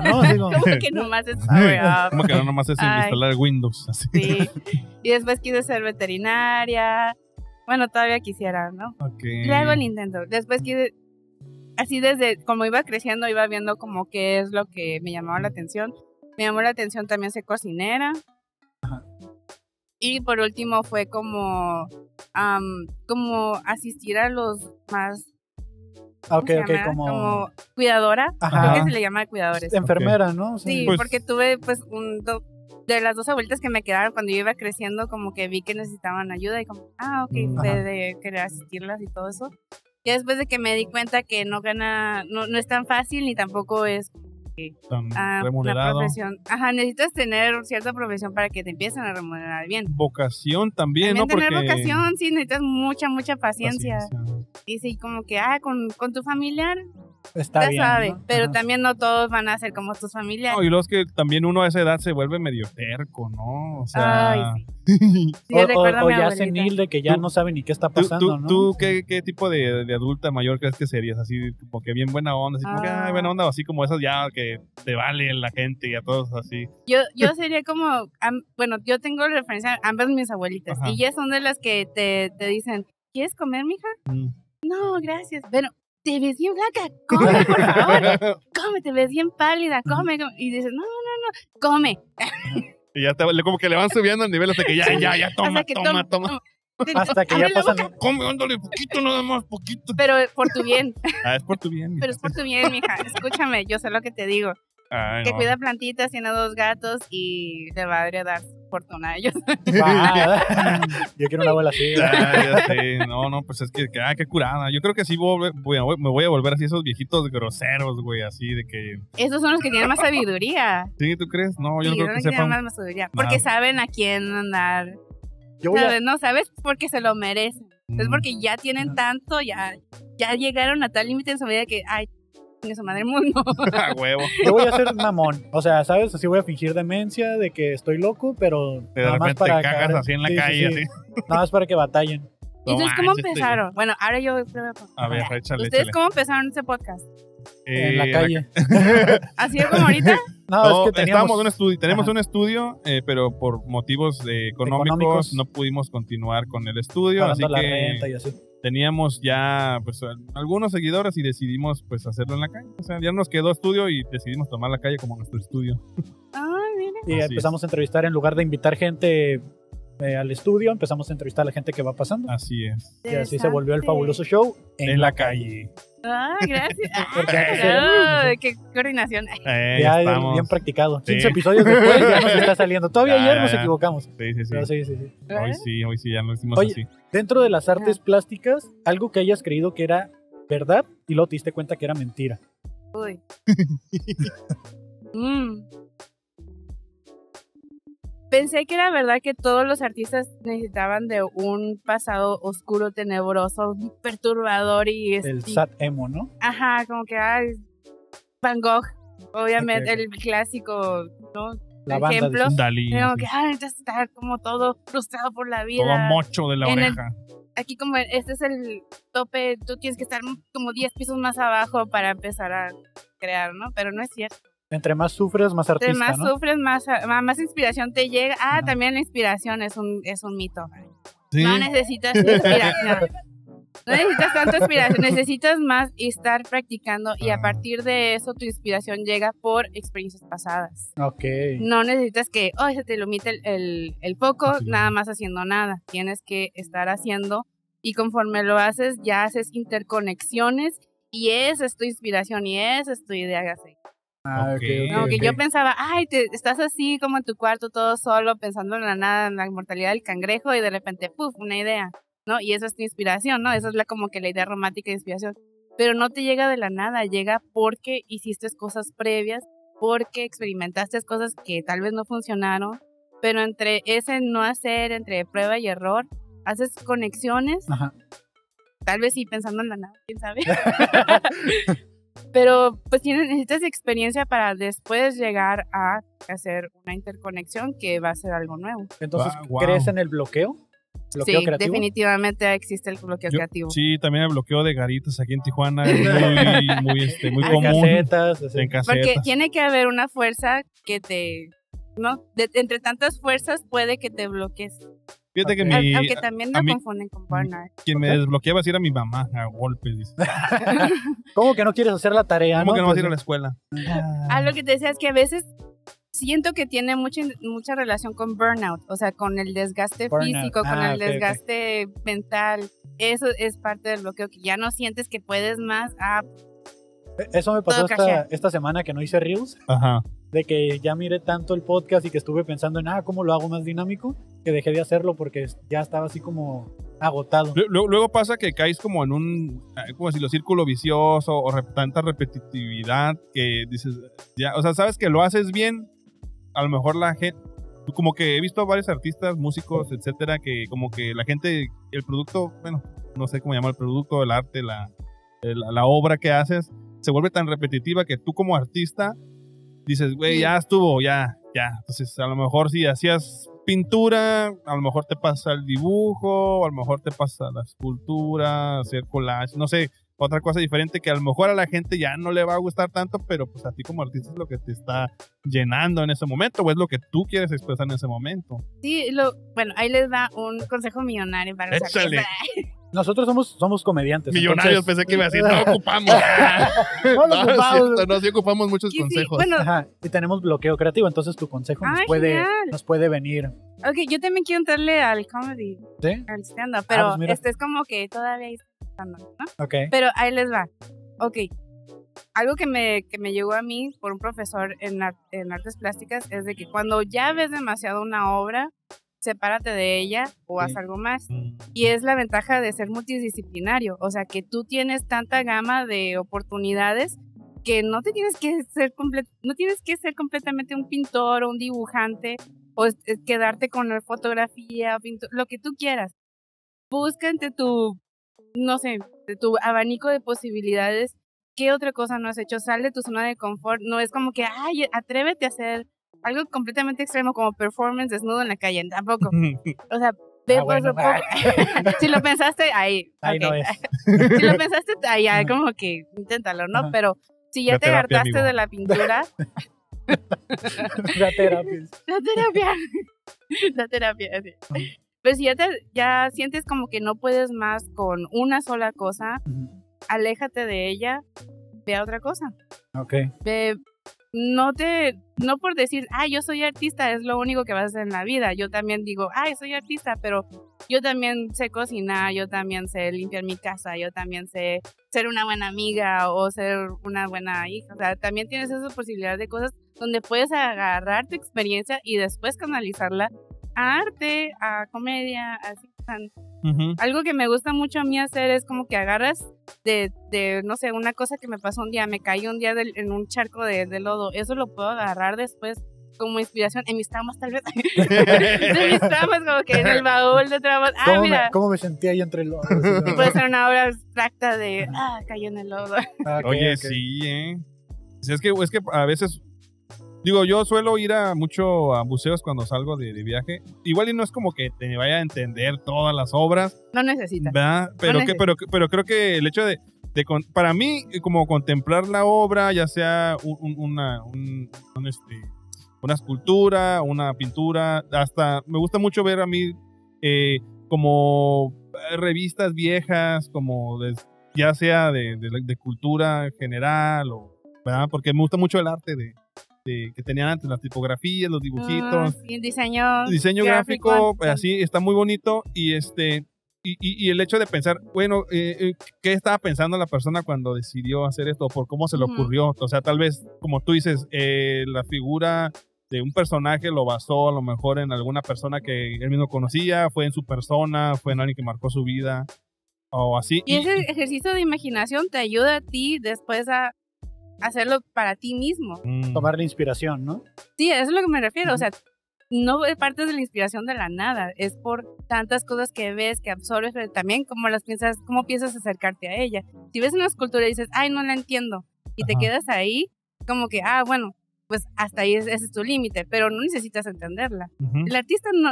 no? Así como-
como que nomás es power up.
Como que no nomás es
ah, Ay.
instalar Windows, así.
Sí. Y después quise ser veterinaria. Bueno, todavía quisiera, ¿no?
Ok.
Le hago el intento. Después quise. Así desde. Como iba creciendo, iba viendo como qué es lo que me llamaba la atención. Me llamó la atención también ser cocinera. Y por último fue como. am, como asistir a los más. ¿cómo
Ah, ok,
se
ok,
llama?
como...
cuidadora.
Ajá.
Creo que se le llama cuidadores.
Enfermera, ¿no?
Sí,
Pues-
porque tuve pues un do- de las dos abuelitas que me quedaron cuando yo iba creciendo, como que vi que necesitaban ayuda y como, ah, ok,
Mm,
de,
ajá.
de querer asistirlas y todo eso. Y después de que me di cuenta que no gana, no, no es tan fácil ni tampoco es
Tan
ah, una
remunerado.
profesión. Ajá, necesitas tener cierta profesión para que te empiecen a remunerar bien.
Vocación también,
También
¿no?
tener
Porque-
vocación, sí, necesitas mucha, mucha paciencia.
Paciencia.
Y sí, como que, ah, con, con tu familiar,
Está
ya
bien.
sabe,
¿no?
pero
Ajá.
también no todos van a ser como tus familiares.
No, y los que también uno a esa edad se vuelve medio terco, ¿no? O sea,
Ay, sí. Sí,
O, o-
recuerdo a
o
mi
ya
abuelita.
senil de que ya
Tú-
no sabe ni qué está
¿Tú,
pasando,
tú,
¿no?
tú qué, qué tipo de, de adulta mayor crees que serías? Así como que bien buena onda, así como que,
Ah.
ay, buena onda, o así como esas ya que te vale la gente y a todos así.
Yo, yo sería como, am- bueno, yo tengo referencia a ambas mis abuelitas
Ajá.
y ellas son de las que te, te dicen, ¿quieres comer, mija?
Mm.
No, gracias. Bueno, te ves bien blanca, come, por favor, come, te ves bien pálida, come. come". Y dices, no, no, no, come.
y ya te, le- como que le van subiendo el nivel hasta que ya, ya, ya,
O sea,
toma,
que
toma,
tom-
toma.
Te-
Hasta que ya
abre la
pasan...
boca,
Come, ándale, poquito, nada más, poquito.
Pero por tu bien,
Ah, es por tu bien. mija.
pero es por tu bien, mija. Escúchame, yo sé lo que te digo.
Ay,
Que
no.
cuida plantitas, tiene dos gatos y le va a heredar su fortuna a ellos.
Ah, yo quiero una abuela así.
Ah, ya sé. No, no, pues es que, que- ah, qué curada. Yo creo que sí voy, voy a- me voy a volver así esos viejitos groseros, güey, así de que...
Esos son los que tienen más sabiduría.
¿Sí, tú crees? No, yo
Sí,
no
no
creo
tienen
que sepan.
más masovería, Porque
Nada.
saben a quién andar.
Yo voy a-
¿sabes? No sabes porque se lo merecen. Es
Mm.
porque ya tienen tanto, ya, ya llegaron a tal límite en su vida que, ay, chingue su madre el mundo.
Ah, huevo.
Yo voy a ser mamón. O sea, ¿sabes? Así voy a fingir demencia, de que estoy loco, pero
De
nada más
repente
para...
te cagas
acabar-
así en la
sí, sí,
calle,
sí.
así.
Nada más para que batallen.
No
Entonces, ¿cómo
manches, te-
empezaron? Bueno, ahora yo. A
A ver, échale,
¿Ustedes
échale.
cómo empezaron este podcast?
En la
Eh,
calle.
¿Así de como ahorita?
No,
no,
es que teníamos...
estábamos en un estudio, tenemos
Ajá.
un estudio, eh, pero por motivos eh, económicos,
Económicos.
no pudimos continuar con el estudio, así
pagando la renta
que
y así.
teníamos ya pues al- algunos seguidores y decidimos pues hacerlo en la calle. O sea, ya nos quedó estudio y decidimos tomar la calle como nuestro estudio.
Ay, mira.
Y
Así
empezamos a entrevistar, en lugar de invitar gente eh, al estudio, empezamos a entrevistar a la gente que va pasando.
Así es.
Y así se volvió el
interesante.
fabuloso show en, la calle.
Ah, gracias. Ah,
Porque hay que ser-
claro, qué coordinación. Ay,
Eh,
Ya
ya
bien-
estamos.
bien practicado.
Sí.
15 episodios después ya nos está saliendo. Todavía
Ya,
ayer
ya,
nos
ya.
equivocamos.
Sí, sí, sí.
Pero sí, sí, sí.
Hoy sí, hoy sí, ya lo hicimos
Oye.
así.
Dentro de las artes plásticas, algo que hayas creído que era verdad y luego te diste cuenta que era mentira.
Uy. Mm. Pensé que era verdad que todos los artistas necesitaban de un pasado oscuro, tenebroso, perturbador y...
El
este-
SAT emo, ¿no?
Ajá, como que, ay, Van Gogh, obviamente,
Ok, ok.
el clásico, ¿no?
La
Por
banda.
ejemplo,
dices.
Dalí,
Como
así,
que, ay, entonces está como todo frustrado por la vida.
todo mocho de la
en el-
oreja.
Aquí como este es el tope, tú tienes que estar como 10 pisos más abajo para empezar a crear, ¿no? Pero no es cierto.
Entre más sufres, más
Entre
artista,
más
¿no?
sufres, más, ah, ma- más inspiración te llega. Ah,
Ajá.
también la inspiración es un, es un mito.
Sí.
No necesitas inspiración. No necesitas tanta inspiración, necesitas más estar practicando y a
Ah.
partir de eso tu inspiración llega por experiencias pasadas.
Ok.
No necesitas que, oh, se te ilumite el, el, el foco
Sí.
nada más haciendo nada. Tienes que estar haciendo y conforme lo haces ya haces interconexiones y esa es tu inspiración y esa es tu idea.
Ah, ok,
Ok.
ok,
Como que
ok.
yo pensaba, ay, te, estás así como en tu cuarto todo solo, pensando en la nada, en la mortalidad del cangrejo, y de repente, puf, una idea, ¿no? Y eso es tu inspiración, ¿no? Esa es la, como que la idea romántica de inspiración. Pero no te llega de la nada, llega porque hiciste cosas previas, porque experimentaste cosas que tal vez no funcionaron, pero entre ese no hacer, entre prueba y error, haces conexiones
Ajá.
tal vez sí pensando en la nada, quién sabe. Pero pues tienes, necesitas experiencia para después llegar a hacer una interconexión que va a ser algo nuevo.
Entonces,
Guau, guau.
¿crees en el bloqueo? ¿Bloqueo
sí,
creativo?
definitivamente existe el bloqueo
Yo-
creativo.
Sí, también el bloqueo de garitas aquí en Tijuana es muy, muy, este, muy
De
común.
casetas, así.
En casetas.
Porque tiene que haber una fuerza que te... ¿no? De- entre tantas fuerzas puede que te bloquees.
Fíjate que
Ok.
mi,
Al- Aunque también
a
lo
mí-
confunden con burnout.
quien me desbloqueaba así era mi mamá, a golpes. Dice,
¿Cómo que no quieres hacer la tarea?
¿Cómo que no vas a ir a
Pues,
la escuela?
Ah, lo que te decía es que a veces siento que tiene mucha, mucha relación con burnout, o sea, con el desgaste
Burnout.
físico, con
Ah,
el
ok, ok.
desgaste mental. Eso es parte del bloqueo, que ya no sientes que puedes más. Ah,
e-, Eso me pasó
Todo
esta,
crashea.
esta semana que no hice reels,
Ajá.
de que ya miré tanto el podcast y que estuve pensando en, ah, ¿cómo lo hago más dinámico? Que dejé de hacerlo porque ya estaba así como agotado.
Lu- lu- Luego pasa que caes como en un, ah, como decirlo, círculo vicioso o re- tanta repetitividad que dices, ya, o sea, sabes que lo haces bien, a lo mejor la gente, como que he visto a varios artistas, músicos, etcétera, que como que la gente, el producto, bueno, no sé cómo llamar el producto, el arte, la, el- la obra que haces, se vuelve tan repetitiva que tú como artista dices, güey, ya estuvo, ya, ya. Entonces, a lo mejor si hacías pintura, a lo mejor te pasa el dibujo, a lo mejor te pasa la escultura, hacer collage, no sé, otra cosa diferente que a lo mejor a la gente ya no le va a gustar tanto, pero pues a ti como artista es lo que te está llenando en ese momento o es lo que tú quieres expresar en ese momento.
sí, lo, bueno, ahí les da un consejo millonario para los
Échale.
artistas.
Nosotros somos, somos comediantes.
Millonarios, Ah, pensé
entonces-
que iba a decir, no ocupamos.
No,
no,
no
no,
ocupamos.
es cierto, no, sí ocupamos muchos
Y sí,
consejos.
bueno,
Ajá, y tenemos bloqueo creativo, entonces tu consejo nos
Ah,
puede,
genial.
nos puede venir.
ok, yo también quiero entrarle al comedy,
¿Sí?
al stand-up, pero
pues mira.
este es como que todavía ahí está ¿no?
Ok.
Pero ahí les va. Ok. Algo que me, que me llegó a mí por un profesor en, ar- en artes plásticas es de que cuando ya ves demasiado una obra, sepárate de ella o haz algo más. Y es la ventaja de ser multidisciplinario. O sea, que tú tienes tanta gama de oportunidades que no te tienes que ser comple- no tienes que ser completamente un pintor o un dibujante o es- es quedarte con la fotografía, pintu- lo que tú quieras. Busca entre tu no sé, de tu abanico de posibilidades, ¿qué otra cosa no has hecho? Sal de tu zona de confort. No es como que, ay, atrévete a hacer algo completamente extremo como performance desnudo en la calle. Tampoco. O sea, ve
Ah,
por
bueno, ah.
lo poco. si lo pensaste, ahí.
Ahí
ok.
no es.
Si lo pensaste, ahí ya,
Ajá.
como que inténtalo, ¿no?
Ajá.
Pero si ya
La
te
terapia,
hartaste
amigo.
de la pintura,
La terapia.
la terapia. la terapia, así. Pero si ya, te- ya sientes como que no puedes más con una sola cosa,
Ujú.
aléjate de ella, ve a otra cosa.
Ok.
Ve, no te, no por decir, ah, yo soy artista, es lo único que vas a hacer en la vida. Yo también digo, ay, soy artista, pero yo también sé cocinar, yo también sé limpiar mi casa, yo también sé ser una buena amiga o ser una buena hija. O sea, también tienes esas posibilidades de cosas donde puedes agarrar tu experiencia y después canalizarla a arte, a comedia, así. tan-
Ujú.
algo que me gusta mucho a mí hacer es como que agarras de, de, no sé, una cosa que me pasó un día, me caí un día del- en un charco de, de lodo, eso lo puedo agarrar después como inspiración en mis tramas tal vez, de mis tramas como que en el baúl de tramas, ah,
¿Cómo, me,
mira, Pues,
¿Cómo me sentí ahí entre los?
puede ser una obra abstracta de, ah, cayó en el lodo.
Ah, ok,
Oye,
ok.
sí, ¿eh? Sí, Es que, es que a veces, digo, yo suelo ir a mucho a museos cuando salgo de, de viaje. Igual y no es como que te vaya a entender todas las obras,
No necesitas.
¿verdad? Pero, que,
necesitas.
pero, pero creo que el hecho de, de con- para mí, como contemplar la obra, ya sea un- un- una, un- un, este, una escultura, una pintura, hasta me gusta mucho ver a mí eh, como eh, revistas viejas, como de- ya sea de, de la- de cultura general, o, ¿verdad? Porque me gusta mucho el arte de, de- que tenían antes, las tipografías, los dibujitos,
Ah, sí, diseño.
diseño
gráfico,
gráfico,
antes-
así está muy bonito y este y, y- y el hecho de pensar, bueno, eh, eh, ¿qué estaba pensando la persona cuando decidió hacer esto? ¿Por cómo se le
Ujú.
ocurrió? O sea, tal vez, como tú dices, eh, la figura de un personaje lo basó a lo mejor en alguna persona que él mismo conocía, fue en su persona, fue en alguien que marcó su vida o así.
Y
Y-
ese ejercicio de imaginación te ayuda a ti después a hacerlo para ti mismo.
Mm,
Tomar la inspiración, ¿no?
Sí, eso es lo que me refiero. O sea, no es parte de la inspiración de la nada. Es por tantas cosas que ves, que absorbes, pero también cómo las piensas, cómo piensas acercarte a ella. Si ves una escultura y dices, ay, no la entiendo, y te
Ajá.
quedas ahí, como que, ah, bueno, pues hasta ahí es- ese es tu límite, pero no necesitas entenderla.
ujú.
El artista no,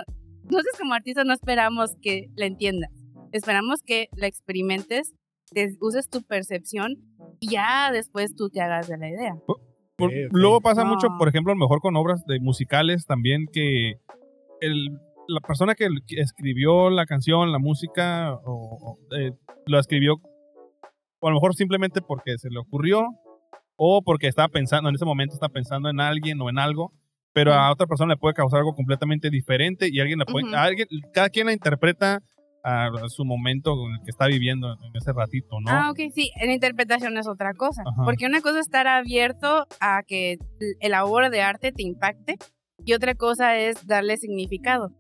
nosotros como artistas no esperamos que la entiendas, esperamos que la experimentes, te uses tu percepción y ya después tú te hagas de la idea.
Por-
Ok, ok.
Luego pasa
No.
mucho, por ejemplo, a lo mejor con obras de musicales también que el- la persona que l- que escribió la canción, la música, o, o, eh, lo escribió o a lo mejor simplemente porque se le ocurrió o porque estaba pensando, en ese momento está pensando en alguien o en algo, pero a otra persona le puede causar algo completamente diferente y alguien la puede,
Ujú.
a alguien, cada quien la interpreta a su momento en el que está viviendo en ese ratito, ¿no?
Ah, ok, sí, la interpretación es otra cosa,
Ajá.
porque una cosa es estar abierto a que el la obra de arte te impacte y otra cosa es darle significado.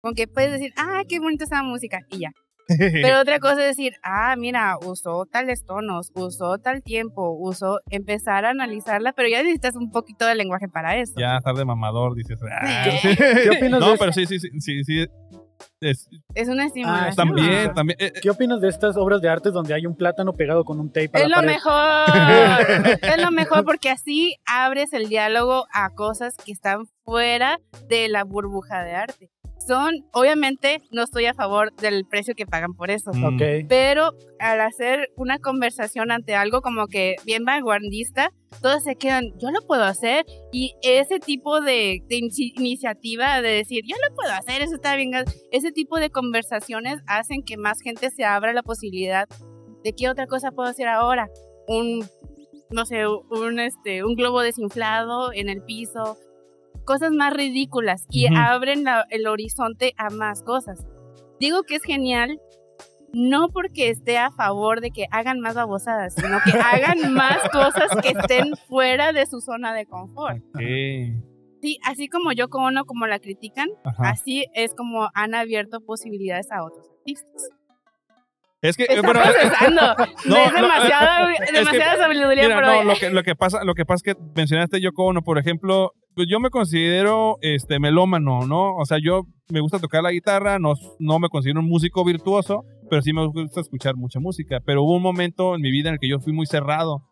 Con que puedes decir, ah, qué bonita esa música y ya. Pero otra cosa es decir, ah, mira, usó tales tonos, usó tal tiempo, usó empezar a analizarla, pero ya necesitas un poquito de lenguaje para eso.
ya estar de mamador, dices. "Ah".
Sí.
¿Qué opinas de
No,
eso?
pero sí, sí, sí, sí, sí. Es-
Ah, Es una estimulación.
también, también. eh, eh,
¿Qué opinas de estas obras de arte donde hay un plátano pegado con un tape a
Es
la
lo
pared?
mejor. es lo mejor porque así abres el diálogo a cosas que están fuera de la burbuja de arte. Son, obviamente, no estoy a favor del precio que pagan por eso.
mm,
Ok.
pero al hacer una conversación ante algo como que bien vanguardista, todos se quedan, yo lo puedo hacer, y ese tipo de, de inci- iniciativa de decir, yo lo puedo hacer, eso está bien, gas-", ese tipo de conversaciones hacen que más gente se abra la posibilidad de qué otra cosa puedo hacer ahora, un, no sé, un, este, un globo desinflado en el piso, cosas más ridículas, y
Ujú.
abren la- el horizonte a más cosas. Digo que es genial no porque esté a favor de que hagan más babosadas, sino que hagan más cosas que estén fuera de su zona de confort.
ok,
Sí, así como yo como no como la critican,
eh, ajá.
así es como han abierto posibilidades a otros artistas.
Es que, eh,
Está
pero, eh,
procesando.
No,
es
no,
demasiada,
que-
demasiada sabiduría
mira,
por
no,
hoy.
lo que, lo que pasa, lo que pasa es que mencionaste Yoko Ono, por ejemplo, pues yo me considero este melómano, ¿no? O sea, yo me gusta tocar la guitarra, no, no me considero un músico virtuoso, pero sí me gusta escuchar mucha música. Pero hubo un momento en mi vida en el que yo fui muy cerrado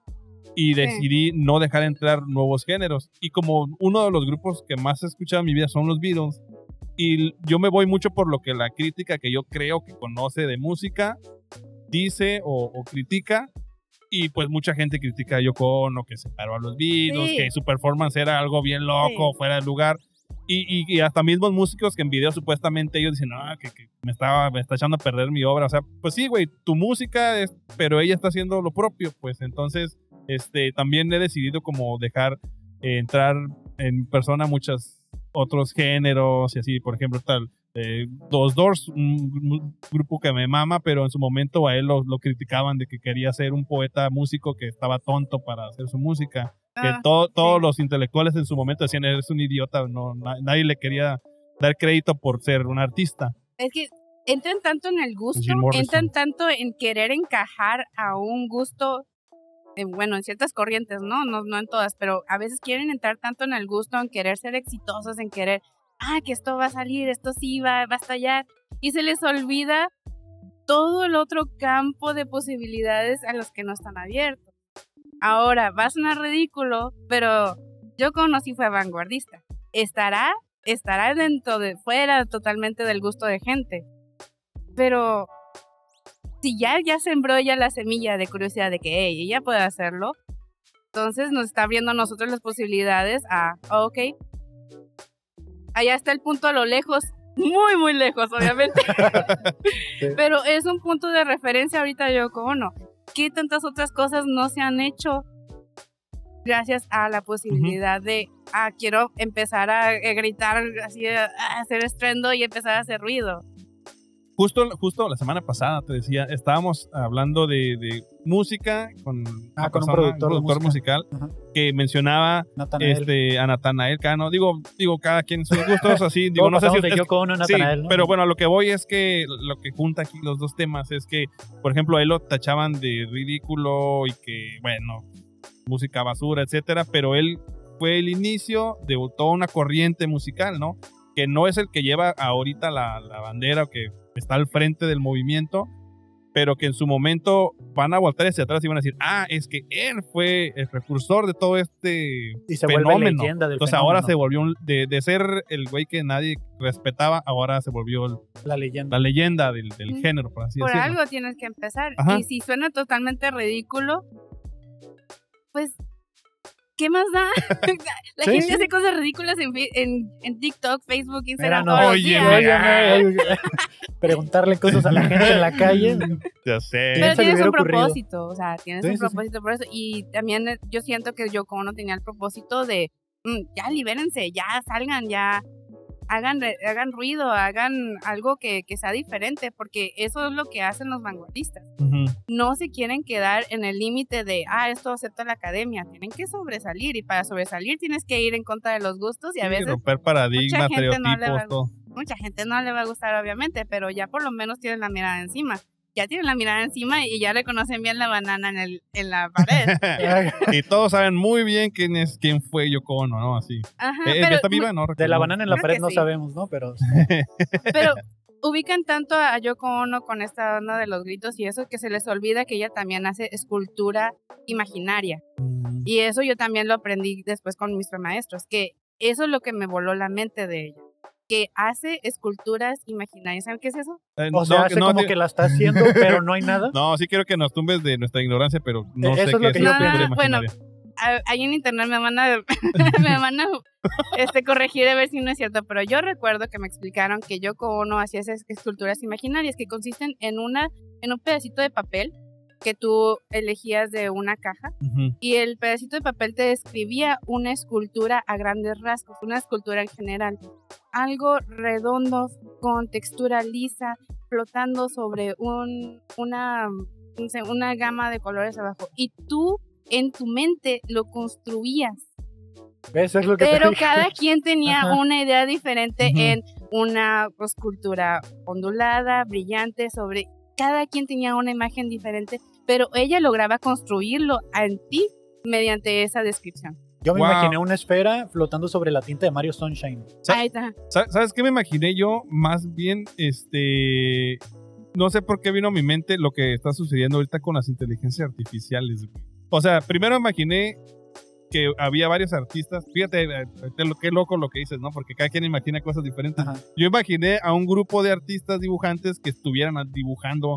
y decidí no dejar entrar nuevos géneros. Y como uno de los grupos que más he escuchado en mi vida son los Beatles, y yo me voy mucho por lo que la crítica que yo creo que conoce de música dice o, o critica. Y pues mucha gente critica a Yoko Ono, que se paró a los Beatles,
Sí.
que su performance era algo bien loco, fuera de lugar. Y, y- y hasta mismos músicos que en video supuestamente ellos dicen, ah, que, que me, estaba, me está echando a perder mi obra. O sea, pues sí, güey, tu música, es, pero ella está haciendo lo propio. Pues entonces, este, también he decidido como dejar eh, entrar en persona muchos otros géneros y así, por ejemplo, tal. eh, Dos Doors, un gru- grupo que me mama, pero en su momento a él lo, lo criticaban de que quería ser un poeta músico que estaba tonto para hacer su música que
Ah,
todo- todos
sí.
los intelectuales en su momento decían eres un idiota, no, na- nadie le quería dar crédito por ser un artista.
Es que entran tanto en el gusto,
Jim Morrison.
entran tanto en querer encajar a un gusto, eh, bueno, en ciertas corrientes, ¿no? ¿no? No en todas, pero a veces quieren entrar tanto en el gusto, en querer ser exitosos, en querer, ah, que esto va a salir, esto sí va, va a estallar, y se les olvida todo el otro campo de posibilidades a los que no están abiertos. Ahora, va a sonar ridículo, pero yo conocí fue vanguardista. Estará estará dentro de fuera totalmente del gusto de gente. Pero si ya, ya sembró ella la semilla de curiosidad de que "Ey, ella puede hacerlo, entonces nos está abriendo a nosotros las posibilidades a, "Ah, ok, allá está el punto a lo lejos, muy, muy lejos, obviamente.
Sí.
Pero es un punto de referencia ahorita yo como no. ¿Qué tantas otras cosas no se han hecho gracias a la posibilidad de, ah, quiero eh, empezar a eh, gritar, así, a a hacer estruendo y empezar a hacer ruido?
Justo, justo la semana pasada te decía, estábamos hablando de, de música con,
Ah,
una
con un
persona,
productor de música.
musical que mencionaba
Natanael.
este, a Natanael Cano. Digo, digo, cada quien sus gustos así. digo,
Todos
no sé si
pasamos de
es-
Yoko Ono a
sí,
Natanael, ¿no?
pero bueno, lo que voy es que lo que junta aquí los dos temas es que, por ejemplo, a él lo tachaban de ridículo y que, bueno, música basura, etcétera, pero él fue el inicio de toda una corriente musical, ¿no? Que no es el que lleva ahorita la, la bandera o que está al frente del movimiento, pero que en su momento van a voltar hacia atrás y van a decir, ah, es que él fue el precursor de todo este
Y se vuelve
fenómeno.
leyenda del
Entonces ahora se
fenómeno.
volvió un- de, de ser el güey que nadie respetaba, ahora se volvió el-
La leyenda.
la leyenda del, del
Sí.
género, por así
Por
decirlo.
algo tienes que empezar.
Ajá.
Y si suena totalmente ridículo, pues, ¿qué más da? La
Sí,
gente
sí.
hace cosas ridículas en, fi- en, en TikTok, Facebook, Instagram.
no,
todos los
oye,
días.
güey.
Óyeme, óyeme. preguntarle cosas a la gente en la calle.
Ya sé.
¿Quién
Pero
se le
tienes un
hubiera ocurrido?
propósito, o sea, tienes
Sí,
un
sí, sí.
propósito por eso. Y también eh, yo siento que yo como no tenía el propósito de "Mm, ya libérense, ya salgan, ya hagan, re- hagan ruido, hagan algo que, que sea diferente, porque eso es lo que hacen los vanguardistas.
Ujú.
No se quieren quedar en el límite de, ah, esto acepta la academia, tienen que sobresalir y para sobresalir tienes que ir en contra de los gustos y a
Sí,
veces
romper paradigmas,
mucha gente no le
estereotipos,
va a
todo.
mucha gente no le va a gustar obviamente, pero ya por lo menos tienen la mirada encima. Ya tienen la mirada encima y ya reconocen bien la banana en, el, en la pared.
y todos saben muy bien quién es quién fue Yoko Ono, ¿no? Así.
Ajá,
Eh,
Ah, pero,
¿Está viva? No,
De la
recuerdo.
banana en la
Creo que
pared no
sí.
sabemos, ¿no? Pero
pero ubican tanto a Yoko Ono con esta onda de los gritos y eso que se les olvida que ella también hace escultura imaginaria.
Mm.
Y eso yo también lo aprendí después con mis maestros, que eso es lo que me voló la mente de ella, que hace esculturas imaginarias. ¿Saben qué es eso?
Eh,
o sea,
no,
hace
no,
como
sí-
que la está haciendo, pero no hay nada.
no, sí quiero que nos tumbes de nuestra ignorancia, pero no
Eh,
sé
eso es
qué
lo que yo
cultura
pienso. Ah, Bueno,
imaginaria.
a- ahí en internet me van a, me van a este, corregir a ver si no es cierto, pero yo recuerdo que me explicaron que Yoko Ono hacía esas esculturas imaginarias que consisten en, una, en un pedacito de papel que tú elegías de una caja
Ujú.
y el pedacito de papel te describía una escultura a grandes rasgos, una escultura en general. Algo redondo, con textura lisa, flotando sobre un, una, no sé, una gama de colores abajo. Y tú en tu mente lo construías,
Eso es lo que te
pero
dije.
cada quien tenía
Ajá.
una idea diferente
Ujú.
en una escultura ondulada, brillante, sobre... Cada quien tenía una imagen diferente, pero ella lograba construirlo en ti mediante esa descripción.
Yo me
Wow.
imaginé una esfera flotando sobre la tinta de Mario Sunshine.
Sa-
Ahí está.
Sa- ¿Sabes qué me imaginé yo? Más bien, este. No sé por qué vino a mi mente lo que está sucediendo ahorita con las inteligencias artificiales. güey. O sea, primero imaginé que había varios artistas. Fíjate, eh, te lo- qué loco lo que dices, ¿no? Porque cada quien imagina cosas diferentes.
Ajá.
Yo imaginé a un grupo de artistas dibujantes que estuvieran dibujando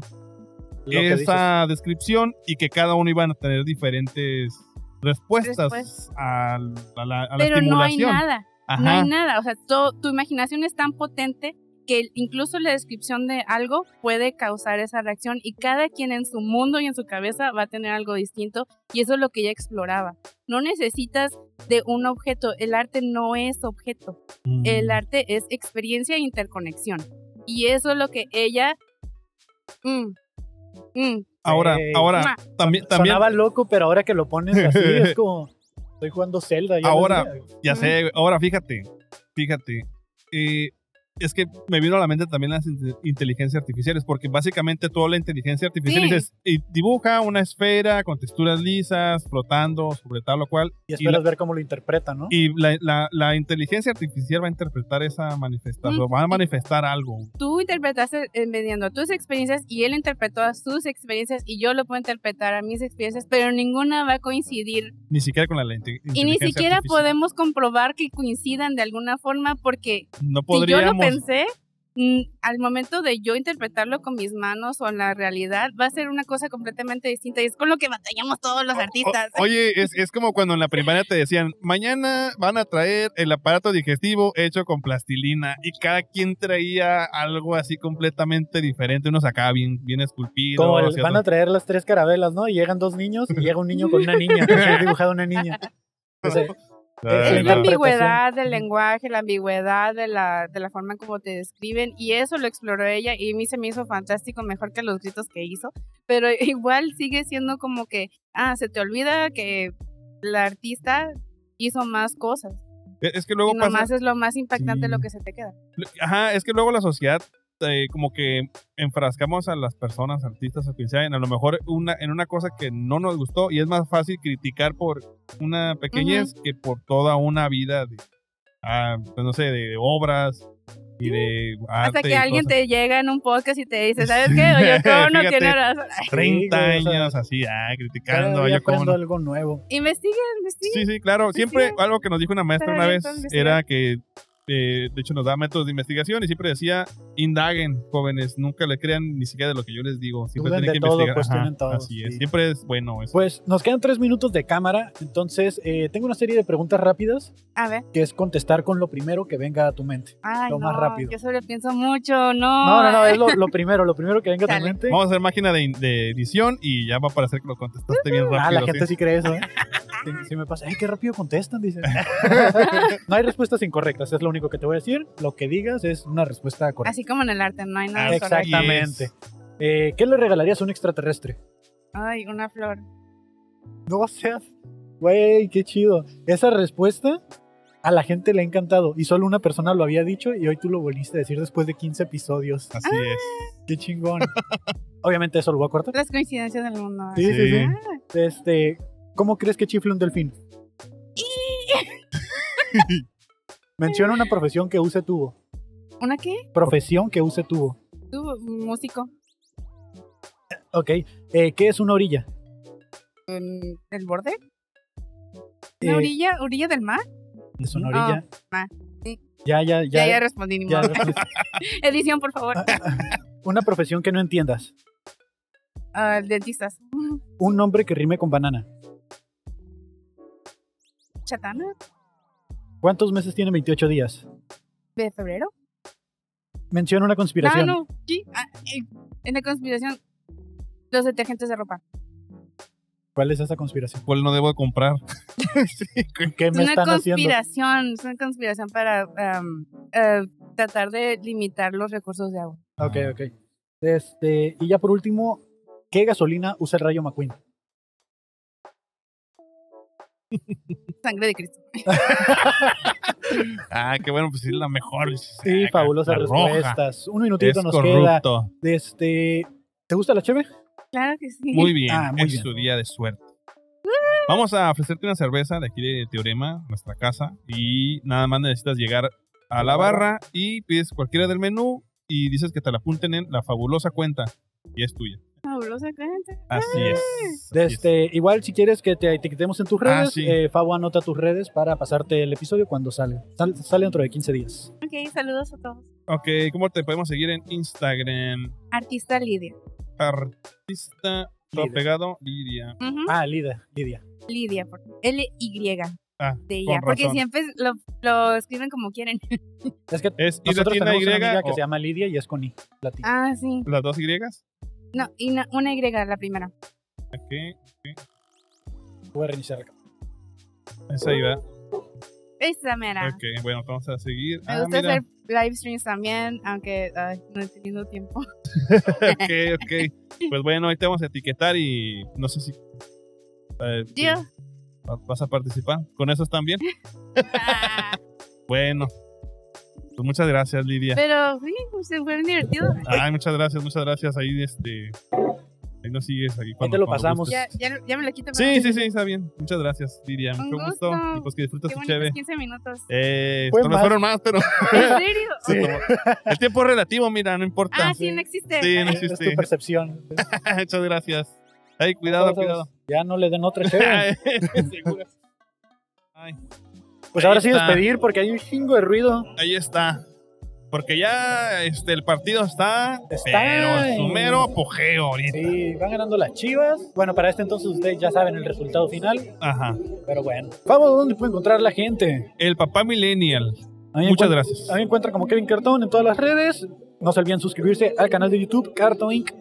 Lo que dices.
esa descripción y que cada uno iban a tener diferentes respuestas
Respuestas.
al- a la, a la
Pero no hay
estimulación.
nada.
Ajá.
No hay nada, o sea, to- tu imaginación es tan potente que incluso la descripción de algo puede causar esa reacción y cada quien en su mundo y en su cabeza va a tener algo distinto y eso es lo que ella exploraba. No necesitas de un objeto, el arte no es objeto,
Mm.
el arte es experiencia e interconexión y eso es lo que ella... Mm, mm,
Ahora,
Eh,
ahora,
mua.
también, también,
Sonaba loco, pero ahora que lo pones así es como estoy jugando Zelda. ya
Ahora.
ves, güey.
ya sé, güey. ahora fíjate, fíjate, eh, es que me vino a la mente también las inte- inteligencias artificiales, porque básicamente toda la inteligencia artificial
Sí.
dices, y dibuja una esfera con texturas lisas, flotando sobre tal o cual,
Y
la-
esperas ver cómo lo interpreta, ¿no?
y la, la- la inteligencia artificial va a interpretar esa manifestación,
Mm.
va a manifestar algo.
tú interpretaste eh, mediando tus experiencias y él interpretó a sus experiencias y yo lo puedo interpretar a mis experiencias, pero ninguna va a coincidir
Ni siquiera con la, la inte-
y ni
inteligencia
siquiera
artificial.
podemos comprobar que coincidan de alguna forma porque
No
si yo lo
podríamos.
pensé, mm, al momento de yo interpretarlo con mis manos o en la realidad va a ser una cosa completamente distinta y es con lo que batallamos todos los artistas.
O- oye, es, es como cuando en la primaria te decían, mañana van a traer el aparato digestivo hecho con plastilina y cada quien traía algo así completamente diferente, unos acá bien, bien esculpidos.
Como el-
y
van a
otros-
traer las tres carabelas, ¿no? Y llegan dos niños y llega un niño con una niña. que se ha dibujado una niña. O sea,
Ay,
Es la
no.
ambigüedad del lenguaje, la ambigüedad de la, de la forma como te describen, y eso lo exploró ella, y a mí se me hizo fantástico, mejor que los gritos que hizo, pero igual sigue siendo como que, ah, se te olvida que la artista hizo más cosas,
Es es que
y
luego pasa.
nomás es lo más impactante
Sí.
lo que se te queda.
Ajá, es que luego la sociedad eh, como que enfrascamos a las personas, artistas o quien sea, en a lo mejor una, en una cosa que no nos gustó y es más fácil criticar por una pequeñez que por toda una vida de, ah, pues no sé, de obras y
Mm.
de
Ah,
arte.
Hasta
y
que alguien
cosas.
te llega en un podcast y te dice, ¿sabes qué? Oye, ¿cómo no
Fíjate.
tiene razón?
30
Sí, güey, o sea,
años así, ah, criticando.
Cada día
yo cómo
aprendo
no.
algo nuevo.
Investiguen, investiguen.
Sí, sí, claro.
Sí,
Siempre
sí.
algo que nos dijo una maestra
Pero
una
ahí
vez
está investigando.
era que, eh, de hecho, nos da métodos de investigación y siempre decía, indaguen, jóvenes, nunca le crean ni siquiera de lo que yo les digo. Siempre
Duden
tienen que
de todo,
investigar.
cuestionen todo,
así es.
sí.
Siempre es bueno eso.
Pues nos quedan tres minutos de cámara, entonces eh, tengo una serie de preguntas rápidas
A ver,
que es contestar con lo primero que venga a tu mente.
ay,
Lo
no,
más rápido.
yo solo pienso mucho, no.
No, no, no, es lo, lo primero, lo primero que venga a tu
Chale.
mente.
Vamos a hacer máquina de, de edición y ya va a parecer que lo contestaste bien rápido.
ah, la
¿sí?
gente sí cree eso, ¿eh? Sí, sí me pasa, ¡ay, qué rápido contestan! Dicen. no hay respuestas incorrectas, es lo único que te voy a decir. Lo que digas es una respuesta correcta.
Así como en el arte, no hay
Ah,
nada
Así
correcto.
Exactamente. Eh, ¿Qué le regalarías a un extraterrestre?
Ay, una flor.
No seas. Güey, qué chido. Esa respuesta a la gente le ha encantado. Y solo una persona lo había dicho y hoy tú lo volviste a decir después de 15 episodios.
Así
Ah,
es.
Qué chingón. Obviamente eso lo voy a cortar.
Las coincidencias del mundo.
Sí, sí, sí.
Sí.
Este, ¿Cómo crees que chifle un delfín? Menciona una profesión que use tubo.
¿Una qué?
Profesión que use tubo.
Tú, músico.
Ok. eh, ¿Qué es una orilla?
Mm, ¿El borde?
Eh,
¿La orilla? ¿Orilla del mar?
Es una orilla.
Ah, sí.
Ya, ya,
Ya,
ya.
ya, respondí, ni
ya Ah.
modo. Edición, por favor.
una profesión que no entiendas.
Ah, dentistas.
Un nombre que rime con banana.
¿Chatana?
¿Cuántos meses tiene 28 días?
¿De febrero?
Menciona una
Ah,
conspiración.
no. Sí. ah, eh, en la conspiración, los detergentes de ropa.
¿Cuál es esa conspiración?
¿Cuál no debo comprar?
¿Qué
Es
me
una
están haciendo?
conspiración. Es una conspiración para am, eh, tratar de limitar los recursos de agua.
Ok, ok. Este, y ya por último, ¿qué gasolina usa el Rayo McQueen?
Sangre de Cristo.
Ah, qué bueno, pues sí, la mejor.
Sí,
Ah,
fabulosas
la roja.
respuestas. Un minutito
Es
nos queda.
corrupto.
Este, ¿Te gusta la cheve?
Claro que sí.
Muy bien,
Ah, muy
es
bien.
su día de suerte. Vamos a ofrecerte una cerveza de aquí de Teorema, nuestra casa, y nada más necesitas llegar a la barra y pides cualquiera del menú y dices que te la apunten en la fabulosa cuenta y es tuya.
Fabulosa gente.
Así es.
De
así es.
Este, igual si quieres que te etiquetemos en tus
Ah,
redes,
sí.
eh, Fabo anota tus redes para pasarte el episodio cuando sale. Sal- sale dentro de 15 días.
Ok, saludos a todos.
Ok, ¿cómo te podemos seguir en Instagram?
Artista Lidia.
Artista todo
Lidia.
pegado Lidia.
Ujú.
Ah, Lidia, Lidia.
Lidia, por L-Y.
Ah,
de ella.
con
Porque
razón.
siempre lo, lo escriben como quieren.
Es que
Es y
nosotros
latina
tenemos
y
una amiga que
o
se llama Lidia y es con I. latina.
Ah, sí.
las dos y.
No, y no- una Y, la primera.
Aquí,
Voy a reiniciar acá.
esa iba.
Esa mera.
Ok, bueno, vamos a seguir.
Me
Ah,
gusta
mira.
hacer live streams también, aunque ay, no he tenido tiempo.
Ok, ok. Pues bueno, ahí te vamos a etiquetar y no sé si. eh, si
Yo.
va- ¿Vas a participar? ¿Con eso están bien?
Ah,
Bueno. Pues muchas gracias, Lidia.
pero sí, pues, se fue divertido.
Ay, muchas gracias, muchas gracias. Ahí este. Ahí nos sigues aquí cuando.
te lo
cuando
pasamos.
Ya,
gustes.
ya, ya me lo quito.
Sí, sí, sí, está bien. Muchas gracias, Lidia.
Con
Mucho gusto.
gusto.
Y pues que disfrutes
Qué
tu
bonitos
cheve.
15 minutos.
Eh,
Fue
esto no
más.
fueron más, pero
¿En serio?
el tiempo es relativo, mira, no importa.
Ah, sí, no existe.
Sí, no
Es tu
existe.
percepción.
Muchas gracias. Ay, cuidado,
Entonces,
cuidado.
Ya no le den otra cheve.
Seguro. Ay.
Pues
Ahí
ahora sí
está.
despedir porque hay un chingo de ruido.
Ahí está. Porque ya este, el partido está,
Está
pero en su
en-
mero apogeo ahorita.
Sí, van ganando las chivas. Bueno, para este entonces ustedes ya saben el resultado final.
Ajá.
Pero bueno. Vamos, ¿dónde puede encontrar la gente?
El papá millennial.
A mí me
Muchas
encuent-
gracias.
A mí me encuentran como Kevin Cartón en todas las redes. No se olviden suscribirse al canal de YouTube Cartón Inc.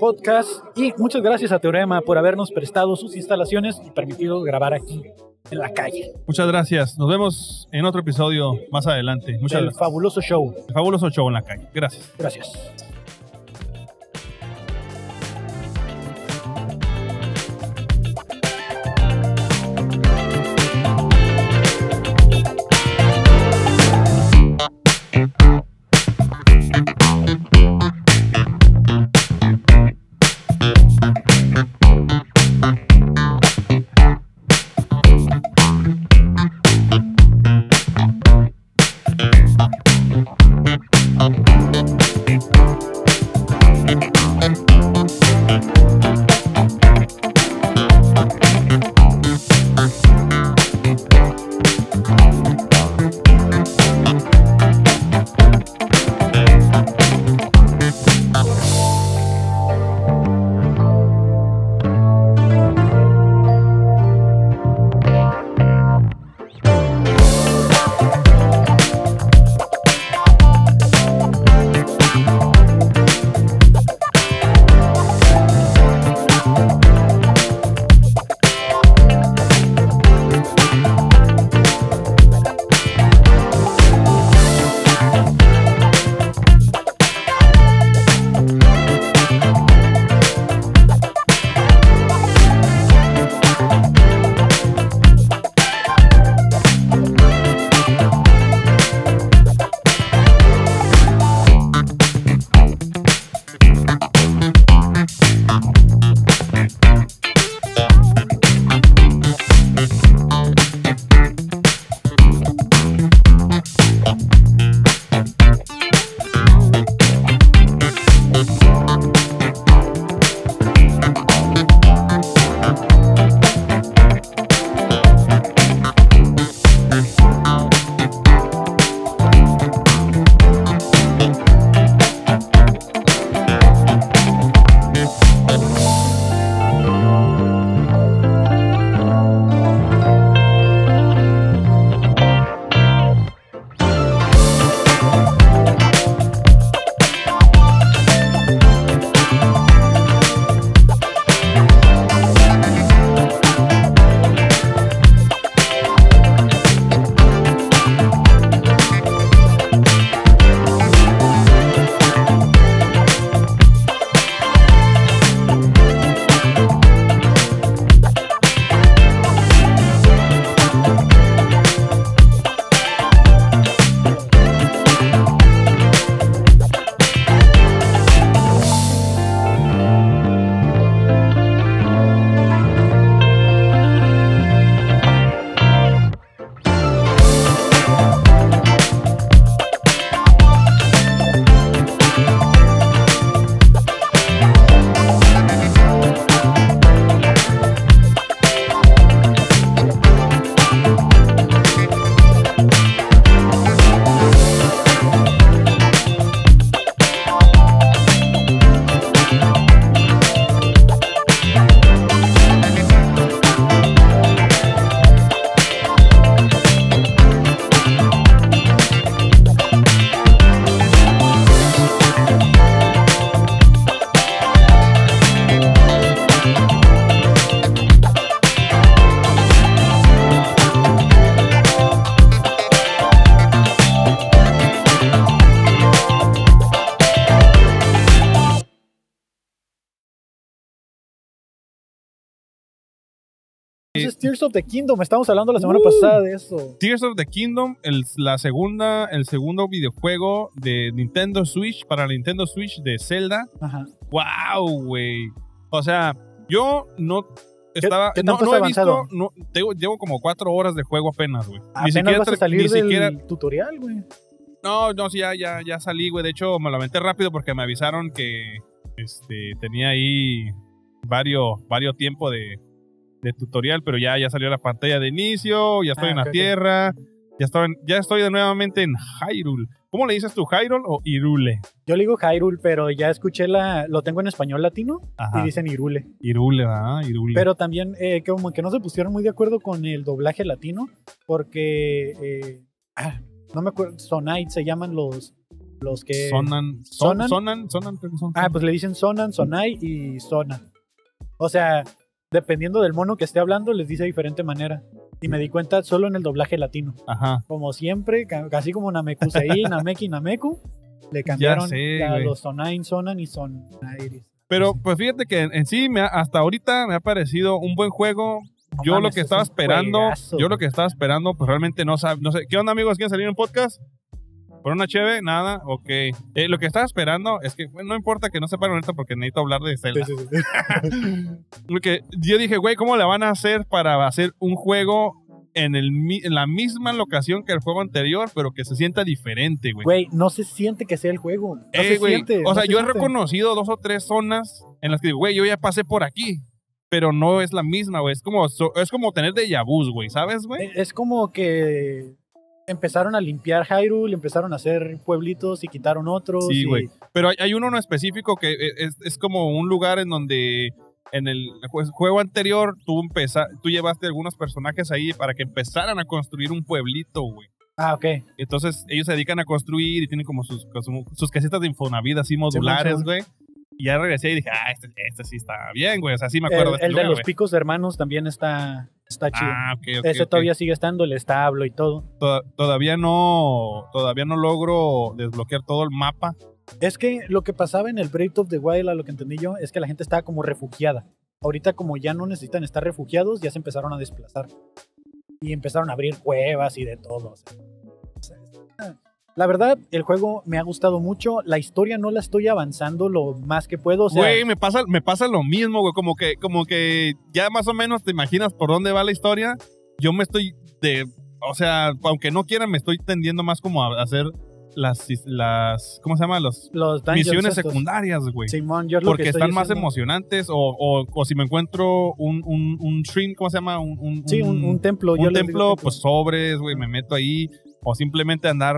Podcast. Y muchas gracias a Teorema por habernos prestado sus instalaciones y permitido grabar aquí. en la calle.
Muchas gracias. Nos vemos en otro episodio más adelante. Muchas
El
gracias.
fabuloso show.
El fabuloso show en la calle. Gracias.
Gracias. Entonces, Tears of the Kingdom, estamos hablando la semana
Uh.
pasada de eso.
Tears of the Kingdom, el, la segunda, el segundo videojuego de Nintendo Switch para la Nintendo Switch de Zelda.
Ajá.
¡Wow, güey! O sea, yo no estaba.
qué
no,
tanto
no
has
he visto.
avanzado?
no- tengo- llevo como cuatro horas de juego apenas, güey. Ni
Apenas
siquiera.
vas a
tra-
salir
ni
del
siquiera
tutorial, güey.
no, no, sí, ya, ya, ya salí, güey. De hecho, me lo aventé rápido porque me avisaron que este, tenía ahí varios, varios tiempo de, de tutorial, pero ya, ya salió la pantalla de inicio, ya estoy
Ah,
en la
ok, ok.
tierra, ya estoy, en- ya estoy de nuevamente en Hyrule. ¿Cómo le dices tú, Hyrule o Irule?
Yo le digo Hyrule, pero ya escuché la. Lo tengo en español latino
Ajá,
y dicen Irule.
Irule, ¿verdad? Irule.
Pero también, eh, como que no se pusieron muy de acuerdo con el doblaje latino, porque. eh, ah, no me acuerdo. Sonite se llaman los. Los que.
sonan, son-
sonan.
sonan, sonan, creo que son.
Ah, pues le dicen Sonan, Sonai y Sona. O sea, dependiendo del mono que esté hablando, les dice de diferente manera. Y me di cuenta solo en el doblaje latino.
Ajá.
Como siempre, ca- casi como Namekusei, Nameki, Nameku, le cambiaron
sé,
a
güey.
los Sonain, Sonan y Sonairis.
Pero pues fíjate que en, en sí, me ha- hasta ahorita me ha parecido un buen juego.
No
Yo lo
mames,
que
es
estaba
un
esperando,
juegazo.
yo lo que estaba esperando, pues realmente no sabe, no sé. ¿Qué onda, amigos? ¿Quieren salir en un podcast? ¿Por una cheve? Nada, ok. Eh, lo que estaba esperando es que bueno, no importa que no sepan ahorita porque necesito hablar de Zelda. Porque yo dije, güey, ¿cómo la van a hacer para hacer un juego en, el, mi- en la misma locación que el juego anterior, pero que se sienta diferente, güey?
Güey, no se siente que sea el juego. No
Eh,
se
güey,
siente,
o
no
sea,
se
yo he
siente.
reconocido dos o tres zonas en las que digo, güey, yo ya pasé por aquí, pero no es la misma, güey. Es como, so- es como tener de yabús, güey, ¿sabes, güey?
Eh, Es es como que empezaron a limpiar Hyrule, empezaron a hacer pueblitos y quitaron otros.
Sí,
y-
güey. Pero hay, hay uno en específico que e- es, es como un lugar en donde en el jue- juego anterior tú, empeza- tú llevaste algunos personajes ahí para que empezaran a construir un pueblito, güey.
Ah, ok.
Entonces ellos se dedican a construir y tienen como sus, como sus casitas de Infonavit así modulares,
Simón.
güey. Y ya regresé y dije, ah, este, este sí está bien, güey. O sea, sí me acuerdo
El,
este
el de
lugar,
los
güey.
picos hermanos también está, está chido.
Ah, ok, ok,
Ese
ok.
todavía sigue estando, el establo y todo.
Toda- todavía no todavía no logro desbloquear todo el mapa.
Es que lo que pasaba en el Breath of the Wild, a lo que entendí yo, es que la gente estaba como refugiada. Ahorita como ya no necesitan estar refugiados, ya se empezaron a desplazar. Y empezaron a abrir cuevas y de todo. o sea, o sea, está- la verdad, el juego me ha gustado mucho. La historia no la estoy avanzando lo más que puedo. O sea,
Güey, me pasa me pasa lo mismo, güey, como que como que ya más o menos te imaginas por dónde va la historia. Yo me estoy de o sea, aunque no quiera me estoy tendiendo más como a hacer las las ¿cómo se llama? las
los dungeons
misiones
estos.
secundarias, güey.
Simón, yo es lo
Porque
que estoy
están más
haciendo.
emocionantes o, o- o si me encuentro un, un, un stream, ¿cómo se llama? Un, un-
Sí, un, un templo. yo
un
les digo
templo, pues sobres, güey, me meto ahí. O simplemente andar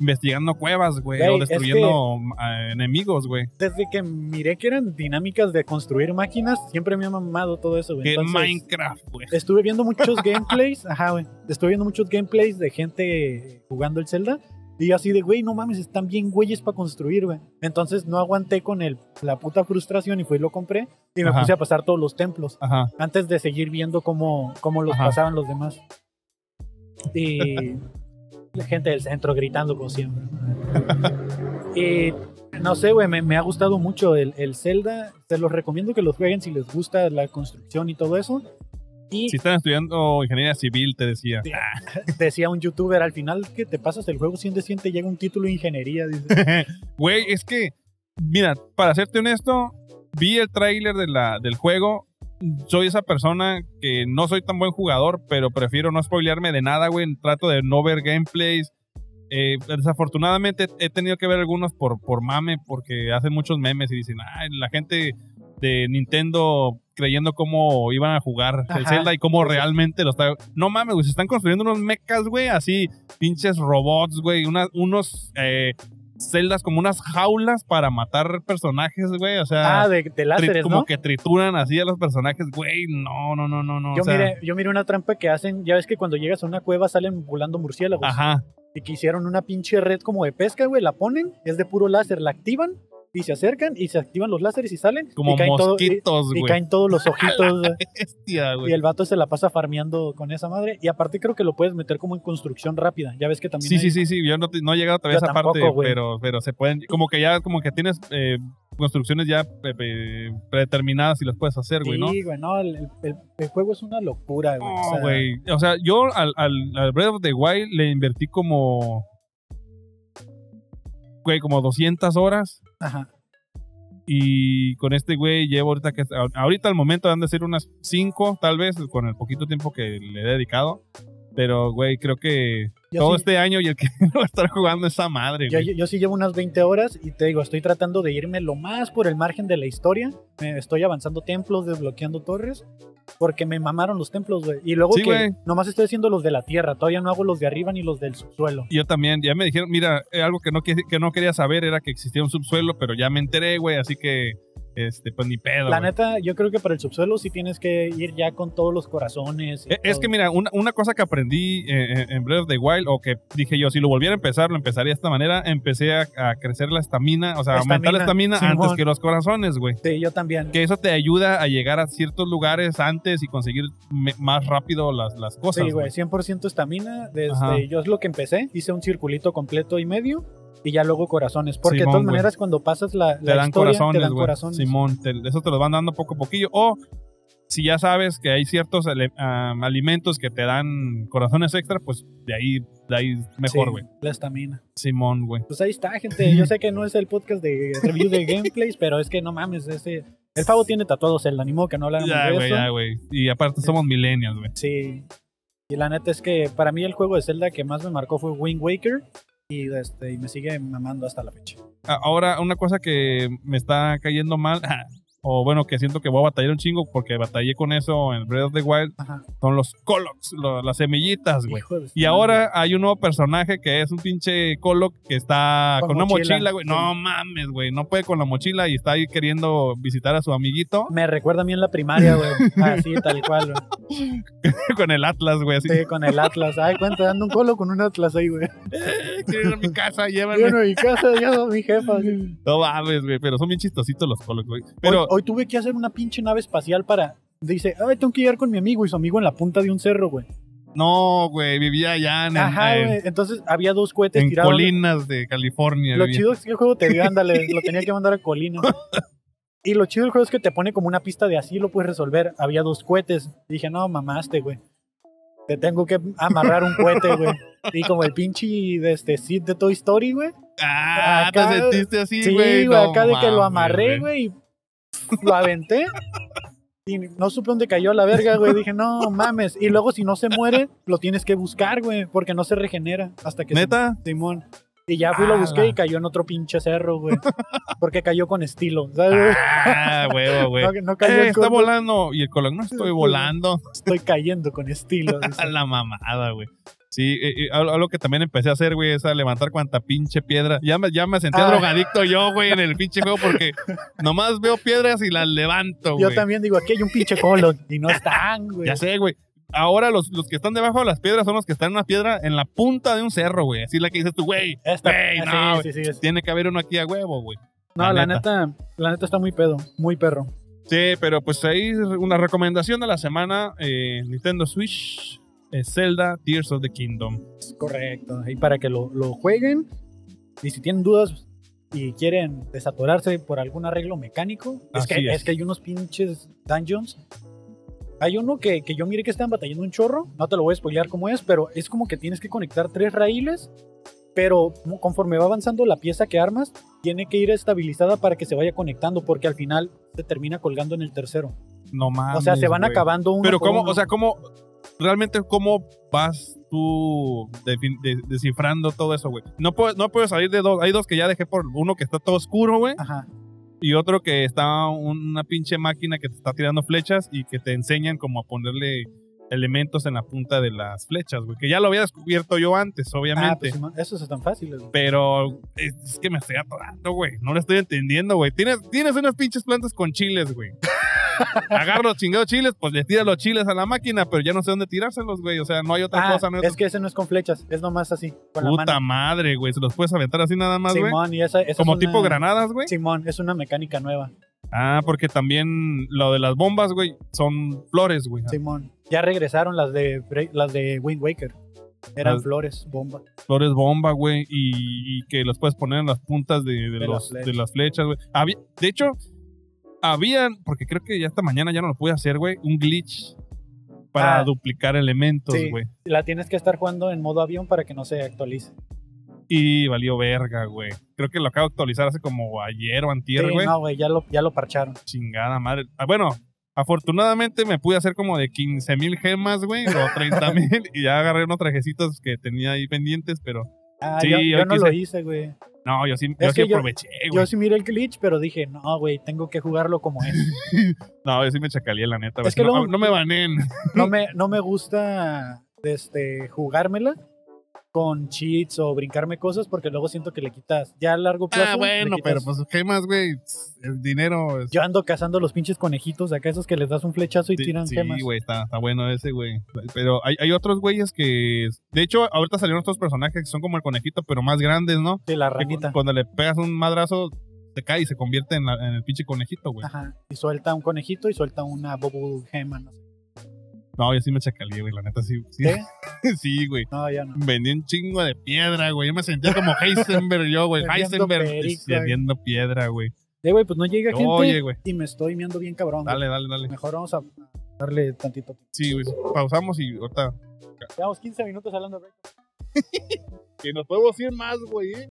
investigando cuevas, güey,
Güey,
o
es
destruyendo a enemigos, güey.
Desde que miré que eran dinámicas de construir máquinas, siempre me ha mamado todo eso. güey.
Que
Pues, Entonces,
Minecraft, güey.
Estuve viendo muchos gameplays, ajá, güey. Estuve viendo muchos gameplays de gente eh, jugando el Zelda. Y yo así de, güey, no mames, están bien güeyes para construir, güey. Entonces no aguanté con el, la puta frustración y fui y lo compré. Y me
Ajá.
puse a pasar todos los templos
Ajá.
antes de seguir viendo cómo, cómo los
Ajá.
pasaban los demás. Y la gente del centro gritando como siempre. Y no sé, güey, me, me ha gustado mucho el, el Zelda. Se los recomiendo que los jueguen si les gusta la construcción y todo eso. Y
Si están estudiando ingeniería civil, te decía.
Sí. decía un youtuber, al final que te pasas el juego 100 de 100 te llega un título de ingeniería. Dice,
Güey, es que, mira, para serte honesto, vi el tráiler de la- del juego. Soy esa persona que no soy tan buen jugador, pero prefiero no spoilearme de nada, güey. Trato de no ver gameplays. Eh, desafortunadamente he tenido que ver algunos por, por mame, porque hacen muchos memes y dicen, ah, la gente de Nintendo creyendo cómo iban a jugar el
Ajá.
Zelda y cómo realmente lo está... No mames, güey, se están construyendo unos mechas, güey, así, pinches robots, güey, una- unos... eh, celdas como unas jaulas para matar personajes, güey. O sea,
ah, de, de
tri-
láseres,
como
¿no?
que trituran así a los personajes, güey. No, no, no, no, no.
Yo,
o sea,
miré, yo miré una trampa que hacen, ya ves que cuando llegas a una cueva salen volando murciélagos.
Ajá.
y que hicieron una pinche red como de pesca, güey, la ponen, es de puro láser, la activan y se acercan y se activan los láseres y salen
Como
y caen todo- y-
mosquitos,
y,
güey.
caen todos los ojitos güey,
Bestia,
y
güey.
el vato se la pasa farmeando con esa madre y aparte creo que lo puedes meter como en construcción rápida, ya ves que también
Sí,
hay-
sí, sí, sí. Yo no, te- no he llegado todavía a
Yo
esa parte,
tampoco, güey.
pero, pero se pueden. Como que ya, como que tienes eh, construcciones ya eh, eh, predeterminadas y las puedes hacer, güey, ¿no?
Sí, güey, no, el, el- el juego es una locura, güey. o
No,
sea,
güey. O sea, yo al, al, al Breath of the Wild le invertí como. Güey, como 200 horas.
ajá.
Y con este güey llevo ahorita que a- ahorita al momento han de ser unas 5, tal vez, con el poquito tiempo que le he dedicado. Pero güey, creo que
Yo
todo
sí-
este año y el que va a estar jugando esa madre,
Yo,
güey.
yo, yo sí llevo unas 20 horas y te digo, estoy tratando de irme lo más por el margen de la historia. Me estoy avanzando templos, desbloqueando torres, porque me mamaron los templos, güey. Y luego
Sí,
que
güey.
nomás estoy haciendo los de la tierra, todavía no hago los de arriba ni los del subsuelo.
Y yo también, ya me dijeron, mira, eh, algo que no, quise- que no quería saber era que existía un subsuelo, pero ya me enteré, güey, así que este, pues ni pedo.
La
güey.
neta, yo creo que para el subsuelo sí tienes que ir ya con todos los corazones. y
Eh, Es
todo.
que mira, una, una cosa que aprendí eh, eh, en Breath of the Wild, o que dije yo, si lo volviera a empezar, lo empezaría de esta manera, empecé a, a crecer la estamina, o sea, a aumentar la
Estamina,
estamina
Simón.
antes que los corazones, güey.
Sí, yo también.
Que eso te ayuda a llegar a ciertos lugares antes y conseguir me- más rápido las, las cosas.
Sí, güey,
güey.
100% estamina.
Ajá.
Desde yo es lo que empecé. Hice un circulito completo y medio y ya luego corazones. Porque de
Simón,
todas
güey.
maneras, cuando pasas la, la
te dan
historia, te
corazones,
dan
güey.
corazones.
Simón, te- eso te los van dando poco a poquillo. O si ya sabes que hay ciertos ele- ah, alimentos que te dan corazones extra, pues de ahí, de ahí mejor,
Sí,
güey.
La estamina.
Simón, güey.
Pues ahí está, gente. Yo sé que no es el podcast de review de gameplays, pero es que no mames. Este, el pavo tiene tatuados el animo que no habláramos
Ya,
de
güey,
eso.
ya, güey. Y aparte somos millennials, güey.
Sí. Y la neta es que para mí el juego de Zelda que más me marcó fue Wind Waker. Y, este, y me sigue mamando hasta la fecha.
A- Ahora, una cosa que me está cayendo mal, o bueno, que siento que voy a batallar un chingo porque batallé con eso en Breath of the Wild,
Ajá.
son los Colocs, lo- las semillitas, güey.
Hijo de-
Y ahora hay un nuevo personaje que es un pinche Coloc que está con,
Con
una
mochila.
mochila, güey.
Sí.
No mames, güey. No puede con la mochila y está ahí queriendo visitar a su amiguito
Me recuerda a mí en la primaria, güey. Así, tal cual, güey.
con el Atlas, güey. Así,
Sí, con el Atlas. Ay, cuenta, dando un colo con un Atlas ahí, güey.
quiero ir a mi casa, llévame.
Bueno, y casa, ya no, mi jefa. así.
No mames, güey. Pero son bien chistositos los Colocs, güey. Pero
hoy, hoy tuve que hacer una pinche nave espacial para. Dice, ay, tengo que llegar con mi amigo y su amigo en la punta de un cerro, güey.
no, güey. Vivía allá en,
Ajá,
en-
güey. Entonces había dos cohetes
en
tirados.
colinas de California.
Lo
vivía.
chido es que el juego te dio, ándale, lo tenía que mandar a Colina. Y lo chido del juego es que te pone como una pista de así lo puedes resolver. Había dos cohetes. Dije, no, mamaste, güey. Te tengo que amarrar un cohete, güey. Y como el pinche de este Sid de Toy Story, güey.
Ah,
Acá-
te sentiste así,
Sí,
güey.
güey,
No
acá de que lo
mames,
amarré, güey, y lo aventé. Y no supe dónde cayó la verga, güey. Dije, no mames. Y luego, si no se muere, lo tienes que buscar, güey, porque no se regenera hasta que se
¿Neta?
Simón. Y ya fui, lo
Ala.
busqué y cayó en otro pinche cerro, güey. Porque cayó con estilo, ¿sabes?
Ah, huevo, güey.
No, no cayó
Eh,
en
está
corto,
volando. Y el Coloc, no estoy volando.
Estoy cayendo con estilo. dice.
A la mamada, güey. Sí, eh, eh, algo algo que también empecé a hacer, güey, es a levantar cuanta pinche piedra. Ya me, ya me sentía
Ah.
drogadicto yo, güey, en el pinche juego porque nomás veo piedras y las levanto,
Yo
güey.
también digo, aquí hay un pinche colon. Y no están, güey.
Ya sé, güey. Ahora los, los que están debajo de las piedras son los que están en una piedra en la punta de un cerro, güey. Así la que dices tú, güey,
Esta-
Güey,
ah,
no, güey.
sí, sí, sí, sí.
tiene que haber uno aquí a huevo, güey.
No, la neta, la neta está muy pedo, muy perro.
Sí, pero pues ahí es una recomendación de la semana: eh, Nintendo Switch, eh, Zelda, Tears of the Kingdom.
Correcto. Y para que lo, lo jueguen. Y si tienen dudas y quieren desatorarse por algún arreglo mecánico, es
Así
que,
es.
es que hay unos pinches dungeons. Hay uno que, que yo miré que están batallando un chorro. No te lo voy a spoilear cómo es, pero es como que tienes que conectar tres raíles. Pero como- conforme va avanzando la pieza que armas, tiene que ir estabilizada para que se vaya conectando, porque al final se termina colgando en el tercero.
No mames.
o sea, se van
güey.
acabando uno.
Ah, Pero
por
cómo,
uno.
o sea, cómo realmente cómo vas tú defin- de- descifrando todo eso, güey. No puedo, no puedo salir de dos. Hay dos que ya dejé por uno que está todo oscuro, güey,
Ajá. Ah, pues
y otro que está una pinche máquina que te está tirando flechas y que te enseñan como a ponerle elementos en la punta de las flechas, güey. Que ya lo había descubierto yo antes,
Ah,
obviamente.
pues, Simón, esos están fáciles. güey.
pero es, es que me estoy atorando, güey. No lo estoy entendiendo, güey. Tienes, tienes unas pinches plantas con chiles, güey. Agarra los chingados chiles, pues le tiras los chiles a la máquina, pero ya no sé dónde tirárselos, güey. O sea, no hay otra
Ah,
cosa, no hay
es que ese no es con flechas, es nomás así, con
otra.
la
Puta
mano.
madre, güey. Se los puedes aventar así nada más, güey.
Simón, y esa, esa es
Como
una-
tipo granadas, güey.
Simón, es una mecánica nueva.
Ah, porque también lo de las bombas, güey, son flores, güey.
Simón, ya regresaron las de Bre- las de Wind Waker. Eran
Las-
flores, bomba.
Flores bomba, güey. Y, y que los puedes poner en las puntas de, de
De las
los,
flechas.
de las flechas, güey. Había- De hecho, habían, porque creo que ya esta mañana ya no lo pude hacer, güey, un glitch para
Ah.
duplicar elementos,
Sí.
güey.
La tienes que estar jugando en modo avión para que no se actualice.
Y valió verga, güey. Creo que lo acabo de actualizar hace como ayer o antier,
Sí,
güey.
no, güey, ya lo, ya lo parcharon.
Chingada madre. Ah, bueno, afortunadamente me pude hacer como de 15 mil gemas, güey, o 30 mil. y ya agarré unos trajecitos que tenía ahí pendientes, pero
Ah,
Sí,
yo,
yo
yo no
quise-
lo hice, güey.
no, yo sí, yo
Es
sí
que yo-
aproveché, güey.
Yo sí miré el glitch, pero dije, no, güey, tengo que jugarlo como es.
No, yo sí me chacalé, la neta. güey.
Es que
no,
luego-
no me banen.
No me, no me gusta este, jugármela con cheats o brincarme cosas porque luego siento que le quitas ya a largo plazo.
Ah,
le
bueno,
quitas-
pero pues, ¿qué más, güey? El dinero. es-
Yo ando cazando los pinches conejitos, acá esos que les das un flechazo y
Sí,
tiran gemas.
Sí, güey, está, está bueno ese, güey. Pero hay, hay otros güeyes que. De hecho, ahorita salieron otros personajes que son como el conejito, pero más grandes, ¿no?
De la
Que cu-
ranita.
cuando le pegas un madrazo, se cae y se convierte en, la- en el pinche conejito, güey.
Ajá. Y suelta un conejito y suelta una bubble gema. No, sé.
No, yo sí me chacalé, güey, la neta, sí. Sí,
¿Qué?
sí, güey.
No, ya no.
Vendí un chingo de piedra, güey. Yo me sentía como Heisenberg, yo, güey.
Vendiendo
Heisenberg
perico, güey.
vendiendo piedra, güey.
Eh, güey, pues no llega gente
Oye, güey.
y me estoy miando bien cabrón. güey.
Dale, dale, dale.
Mejor vamos a darle tantito.
Sí, güey. Pausamos y ahorita.
Llevamos 15 minutos hablando.
Que nos podemos ir más, güey. ¿eh?